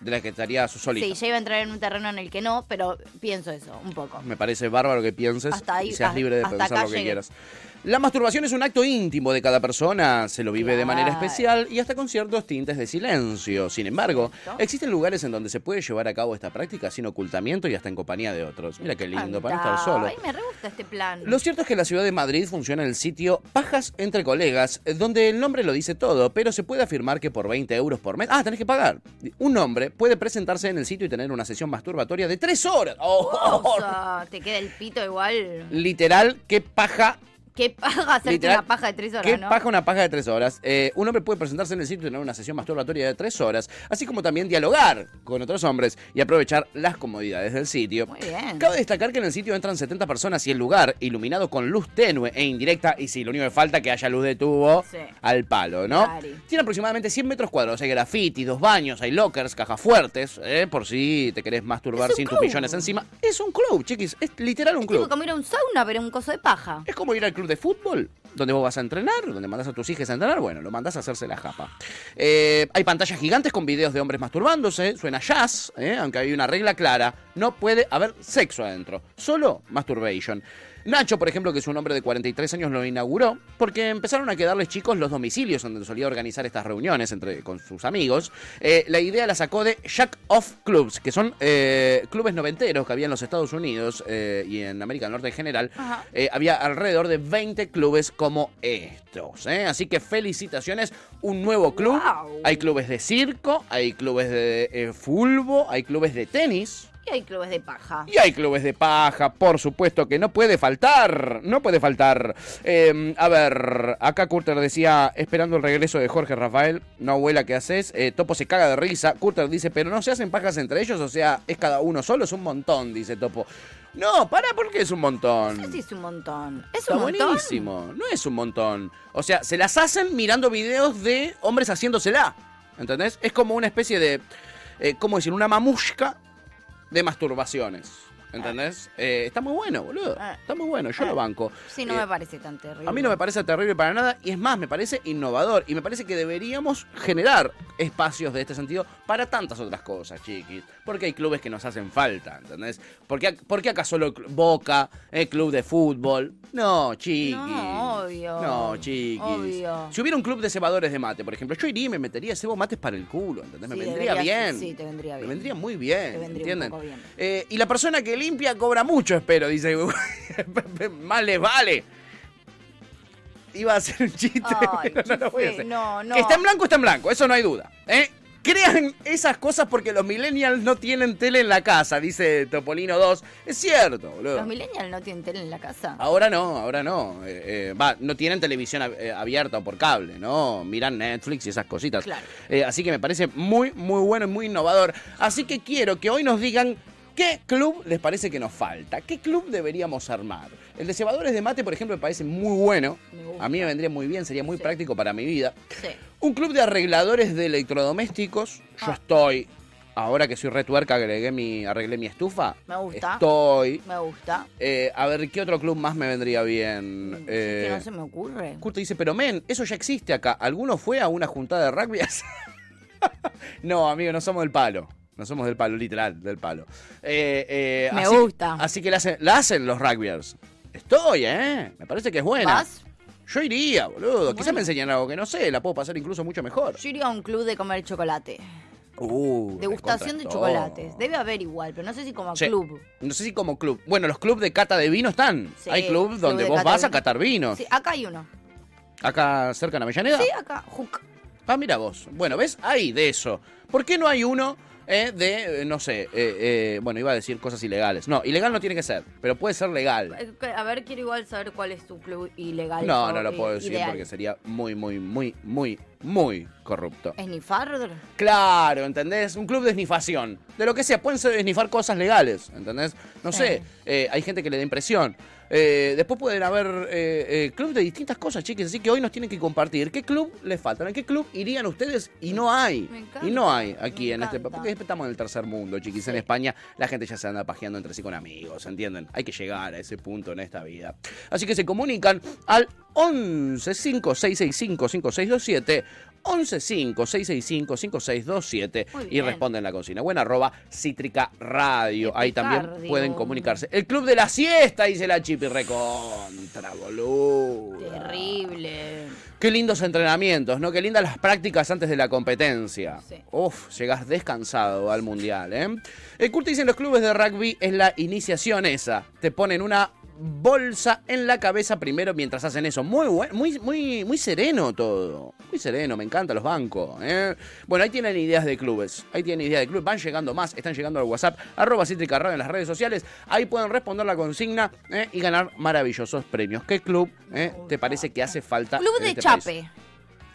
Speaker 2: De la que estaría su solita.
Speaker 3: sí, ya iba a entrar en un terreno en el que no, pero pienso eso un poco.
Speaker 2: Me parece bárbaro que pienses
Speaker 3: Hasta ahí,
Speaker 2: y seas
Speaker 3: a-
Speaker 2: libre de
Speaker 3: hasta
Speaker 2: pensar
Speaker 3: acá
Speaker 2: lo que
Speaker 3: llegué.
Speaker 2: quieras. La masturbación es un acto íntimo de cada persona, se lo vive de manera
Speaker 3: Claro.
Speaker 2: especial y hasta con ciertos tintes de silencio. Sin embargo, existen lugares en donde se puede llevar a cabo esta práctica sin ocultamiento y hasta en compañía de otros. Mira qué lindo, para no estar solo.
Speaker 3: Ay, me re gusta este plan.
Speaker 2: Lo cierto es que en la ciudad de Madrid funciona el sitio Pajas entre Colegas, eh, donde el nombre lo dice todo, pero se puede afirmar que por 20 euros por mes. Ah, tenés que pagar. Un hombre puede presentarse en el sitio y tener una sesión masturbatoria de 3 horas. ¡Oh!
Speaker 3: O sea, te queda el pito igual.
Speaker 2: Literal, qué paja.
Speaker 3: Qué paja hacerte
Speaker 2: Literal,
Speaker 3: una paja de tres horas,
Speaker 2: Qué
Speaker 3: ¿no?
Speaker 2: paja una paja de tres horas. Eh, un hombre puede presentarse en el sitio y tener una sesión masturbatoria de tres horas, así como también dialogar con otros hombres y aprovechar las comodidades del sitio. Muy
Speaker 3: bien.
Speaker 2: Cabe destacar que en el sitio entran 70 personas y el lugar, iluminado con luz tenue e indirecta, y sí, lo único que falta es que haya luz de tubo
Speaker 3: Sí.
Speaker 2: al palo, ¿no?
Speaker 3: Claro.
Speaker 2: Tiene aproximadamente 100 metros cuadrados. Hay graffiti, dos baños, hay lockers, cajas fuertes, eh, por si te querés masturbar
Speaker 3: Es un
Speaker 2: sin tus
Speaker 3: club.
Speaker 2: millones encima. Es un club, chiquis. Es literal un club.
Speaker 3: Tipo como ir a un sauna, pero un coso de paja.
Speaker 2: Es como ir al club de fútbol, donde vos vas a entrenar, donde mandás a tus hijas a entrenar, bueno, lo mandás a hacerse la japa. Eh, hay pantallas gigantes con videos de hombres masturbándose, suena jazz, eh, aunque hay una regla clara, no puede haber sexo adentro, solo masturbation. Nacho, por ejemplo, que es un hombre de 43 años, lo inauguró porque empezaron a quedarles chicos los domicilios donde solía organizar estas reuniones entre, con sus amigos. Eh, la idea la sacó de Jack Off Clubs, que son eh, clubes noventeros que había en los Estados Unidos eh, y en América del Norte en general.
Speaker 19: Ajá.
Speaker 2: Eh, había alrededor de 20 clubes como estos. ¿eh? Así que felicitaciones, un nuevo club. Hay clubes de circo, hay clubes de eh, fulbo, hay clubes de tenis.
Speaker 3: Y hay clubes de paja.
Speaker 2: Y hay clubes de paja, por supuesto que no puede faltar, no puede faltar. Eh, a ver, acá Curter decía, esperando el regreso de Jorge Rafael, no abuela, ¿qué haces? Eh, Topo se caga de risa, Curter dice, pero no se hacen pajas entre ellos, o sea, es cada uno solo, es un montón, dice Topo. No, para, porque es un montón.
Speaker 3: Sí, es un montón. Es
Speaker 2: Está
Speaker 3: un montón.
Speaker 2: buenísimo. No es un montón. O sea, se las hacen mirando videos de hombres haciéndosela. ¿Entendés? Es como una especie de. eh, ¿Cómo decir? Una mamushka de masturbaciones. ¿Entendés? Eh, está muy bueno, boludo.
Speaker 3: Ah.
Speaker 2: Está muy bueno. Yo lo banco.
Speaker 3: Sí, no
Speaker 2: Eh,
Speaker 3: me parece tan terrible.
Speaker 2: a mí no me parece terrible para nada y es más, me parece innovador y me parece que deberíamos generar espacios de este sentido para tantas otras cosas, chiquis. Porque hay clubes que nos hacen falta, ¿entendés? ¿Por qué, por qué acá solo cl- Boca, eh, club de fútbol? No, chiquis.
Speaker 3: No, obvio.
Speaker 2: No, chiquis.
Speaker 3: Obvio.
Speaker 2: Si hubiera un club de cebadores de mate, por ejemplo, yo iría y me metería cebo mates para el culo, ¿entendés? Me
Speaker 3: Sí,
Speaker 2: vendría
Speaker 3: deberías-
Speaker 2: bien.
Speaker 3: Sí, te vendría bien.
Speaker 2: Me vendría muy bien,
Speaker 3: Te vendría un
Speaker 2: ¿entienden?
Speaker 3: poco bien.
Speaker 2: Eh, y la persona que limpia cobra mucho, espero, dice. más les vale. iba a hacer un chiste,
Speaker 3: Ay,
Speaker 2: pero no lo voy a
Speaker 3: chiste,
Speaker 2: hacer.
Speaker 3: no, no.
Speaker 2: Que está en blanco, está en blanco, eso no hay duda. ¿eh? Crean esas cosas porque los millennials no tienen tele en la casa, dice Topolino 2. Es cierto, boludo.
Speaker 3: Los millennials no tienen tele en la casa.
Speaker 2: Ahora no, ahora no. Eh, eh, va, no tienen televisión ab- eh, abierta o por cable, ¿no? Miran Netflix y esas cositas.
Speaker 3: Claro.
Speaker 2: Eh, así que me parece muy, muy bueno y muy innovador. Así que quiero que hoy nos digan qué club les parece que nos falta, qué club deberíamos armar. El de cebadores de mate, por ejemplo, me parece muy bueno. A mí me vendría muy bien, sería muy práctico para mi vida. Un club de arregladores de electrodomésticos.
Speaker 3: Ah.
Speaker 2: Yo estoy, ahora que soy retuerca, agregué mi, arreglé mi estufa.
Speaker 3: Me gusta.
Speaker 2: Estoy.
Speaker 3: Me gusta.
Speaker 2: Eh, a ver, ¿qué otro club más me vendría bien?
Speaker 3: Mm, Que
Speaker 2: Eh,
Speaker 3: no se me ocurre.
Speaker 2: Curto dice, pero men, eso ya existe acá. ¿Alguno fue a una juntada de rugby? no, amigo, no somos del palo. No somos del palo, literal, del palo. Eh, eh,
Speaker 3: Me
Speaker 2: así-
Speaker 3: gusta.
Speaker 2: Así que la hacen, la hacen los rugbyers. Estoy, ¿eh? Me parece que es buena.
Speaker 3: ¿Vas?
Speaker 2: Yo iría, boludo. Quizás me enseñan algo que no sé. La puedo pasar incluso mucho mejor.
Speaker 3: Yo iría a un club de comer chocolate.
Speaker 2: Uh,
Speaker 3: Degustación de
Speaker 2: recontra todo.
Speaker 3: chocolates. Debe haber igual, pero no sé si como
Speaker 2: Sí.
Speaker 3: club.
Speaker 2: No sé si como club. Bueno, los clubes de cata de vino están.
Speaker 3: Sí,
Speaker 2: Hay
Speaker 3: club
Speaker 2: clubes donde
Speaker 3: de
Speaker 2: vos
Speaker 3: cata de
Speaker 2: vas a
Speaker 3: vino.
Speaker 2: catar vinos.
Speaker 3: Sí, acá hay uno.
Speaker 2: Acá cerca de Avellaneda.
Speaker 3: Sí, acá. Juc.
Speaker 2: Ah, mira vos. Bueno, ¿ves? Hay de eso. ¿Por qué no hay uno eh, de, eh, no sé, eh, eh, bueno, iba a decir cosas ilegales? No, ilegal no tiene que ser, pero puede ser legal.
Speaker 3: Eh, A ver, quiero igual saber cuál es tu club ilegal.
Speaker 2: No,
Speaker 3: o
Speaker 2: no lo puedo
Speaker 3: i-
Speaker 2: decir
Speaker 3: ideal.
Speaker 2: porque sería muy, muy, muy, muy, muy corrupto.
Speaker 3: ¿Esnifar?
Speaker 2: Claro, ¿entendés? Un club de esnifación. De lo que sea, pueden ser esnifar cosas legales, ¿entendés? No sé, eh, hay gente que le da impresión. Eh, después pueden haber eh, eh, club de distintas cosas, chiques. Así que hoy nos tienen que compartir qué club les faltan, a qué club irían ustedes y no hay.
Speaker 3: Me encanta,
Speaker 2: Y no hay aquí en este país. Porque estamos en el tercer mundo, chiquis. En España la gente ya se anda pajeando entre sí con amigos, ¿entienden? Hay que llegar a ese punto en esta vida. Así que se comunican al 11 5665 5627 11 5665 5627
Speaker 19: Muy
Speaker 2: y
Speaker 19: bien.
Speaker 2: responden la consigna. Buena arroba Cítrica Radio. Ahí también
Speaker 19: Citricardio.
Speaker 2: pueden comunicarse. El club de la siesta, dice la Chipi Recontra, boludo.
Speaker 3: Terrible.
Speaker 2: Qué lindos entrenamientos, ¿no? Qué lindas las prácticas antes de la competencia. Uf, llegás descansado al mundial, ¿eh? El Curti dice en los clubes de rugby es la iniciación esa. Te ponen una bolsa en la cabeza primero mientras hacen eso. Muy buen- muy, muy, muy sereno todo. Muy sereno, me encantan los bancos. ¿eh? Bueno, ahí tienen ideas de clubes. Ahí tienen ideas de clubes. Van llegando más, están llegando al WhatsApp, arroba Cítrica Radio en las redes sociales. Ahí pueden responder la consigna ¿eh? y ganar maravillosos premios. ¿Qué club eh, te parece que hace falta?
Speaker 3: Club
Speaker 2: en
Speaker 3: de
Speaker 2: este
Speaker 3: chape.
Speaker 2: país?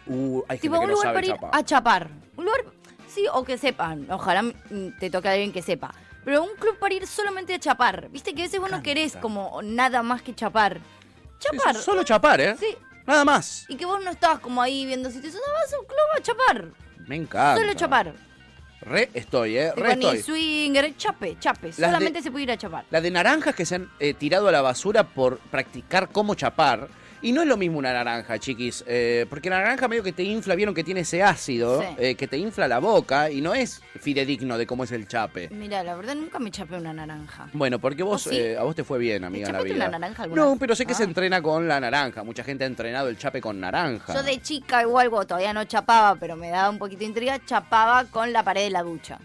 Speaker 2: Uh, hay
Speaker 3: Tipo,
Speaker 2: gente que
Speaker 3: un
Speaker 2: no
Speaker 3: lugar
Speaker 2: sabe
Speaker 3: para ir
Speaker 2: chapa.
Speaker 3: a chapar. Un lugar, sí, o que sepan. Ojalá mm, te toque a alguien que sepa. Pero un club para ir solamente a chapar. Viste que a veces vos no querés como nada más que chapar. Chapar.
Speaker 2: Sí, solo chapar, ¿eh?
Speaker 3: Sí.
Speaker 2: Nada más.
Speaker 3: Y que vos no estabas como ahí viendo si te no vas a un club a chapar.
Speaker 2: Me encanta.
Speaker 3: Solo chapar.
Speaker 2: Re estoy, ¿eh? Re
Speaker 3: Tipo, ni
Speaker 2: estoy.
Speaker 3: swinger, chape, chape.
Speaker 2: de-
Speaker 3: Solamente se puede ir a chapar.
Speaker 2: La de naranjas que se han eh, tirado a la basura por practicar cómo chapar. Y no es lo mismo una naranja, chiquis. eh, porque la naranja medio que te infla, vieron que tiene ese ácido,
Speaker 3: Sí.
Speaker 2: eh, que te infla la boca y no es fidedigno de cómo es el chape.
Speaker 3: Mira, la verdad nunca me chapé una naranja.
Speaker 2: Bueno, porque vos,
Speaker 3: ¿O sí?
Speaker 2: eh, a vos te fue bien, amiga, en la
Speaker 3: chapaste
Speaker 2: vida.
Speaker 3: una naranja alguna
Speaker 2: no,
Speaker 3: vez?
Speaker 2: pero sé que
Speaker 3: Ah.
Speaker 2: se entrena con la naranja. Mucha gente ha entrenado el chape con naranja.
Speaker 3: Yo de chica igual, bueno, todavía no chapaba, pero me daba un poquito de intriga, chapaba con la pared de la ducha.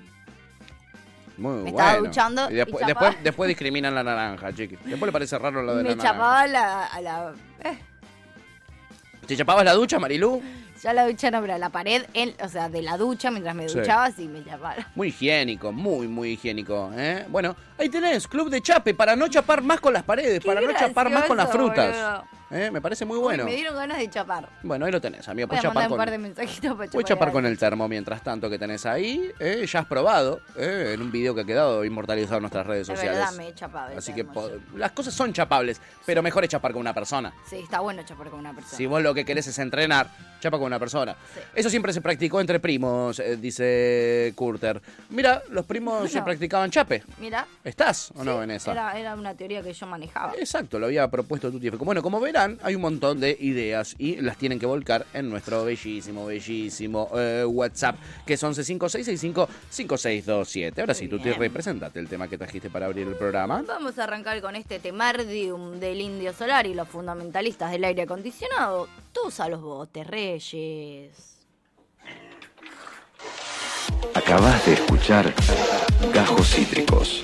Speaker 2: Muy
Speaker 3: Me
Speaker 2: bueno.
Speaker 3: estaba duchando
Speaker 2: Y
Speaker 3: y
Speaker 2: después,
Speaker 3: chapaba.
Speaker 2: después, después discriminan la naranja, chiqui. Después le parece raro lo de
Speaker 3: me
Speaker 2: la naranja.
Speaker 3: chapaba la- a la... eh,
Speaker 2: ¿Te chapabas la ducha, Marilú?
Speaker 3: ya la ducha no, pero a la pared, en- o sea, de la ducha mientras me
Speaker 2: Sí.
Speaker 3: duchaba, sí me chapaba.
Speaker 2: Muy higiénico, muy, muy higiénico. ¿eh? Bueno, ahí tenés, club de chape, para no chapar más con las paredes, para no chapar más con las
Speaker 3: gracioso,
Speaker 2: frutas. ¿Eh? Me parece muy bueno.
Speaker 3: Me dieron ganas de chapar.
Speaker 2: Bueno, ahí lo tenés, amigo.
Speaker 3: Voy
Speaker 2: Puedes
Speaker 3: a mandar
Speaker 2: chapar, con,
Speaker 3: un par de mensajitos para
Speaker 2: podés chapar con el termo mientras tanto que tenés ahí. ¿eh? Ya has probado ¿eh? en un video que ha quedado inmortalizado en nuestras redes
Speaker 3: De
Speaker 2: sociales.
Speaker 3: verdad me he chapado. el
Speaker 2: Así que
Speaker 3: termo.
Speaker 2: po- las cosas son chapables, pero mejor es chapar con una persona.
Speaker 3: Sí, está bueno chapar con una persona.
Speaker 2: Si vos lo que querés es entrenar, chapa con una persona. Eso siempre se practicó entre primos, eh, dice Curter. Mira, los primos se
Speaker 3: Bueno.
Speaker 2: practicaban chape.
Speaker 3: Mira,
Speaker 2: ¿Estás o no en esa?
Speaker 3: era, era una teoría que yo manejaba.
Speaker 2: Exacto, lo había propuesto Tuti F. Bueno, como verán, hay un montón de ideas y las tienen que volcar en nuestro bellísimo, bellísimo eh, WhatsApp, que es 1156655627. Ahora sí, Tuti,
Speaker 3: bien.
Speaker 2: representate el tema que trajiste para abrir el programa.
Speaker 3: Vamos a arrancar con este temardium del Indio Solar y los fundamentalistas del aire acondicionado. Todos a los botes, Reyes.
Speaker 1: Acabas de escuchar Gajos Cítricos.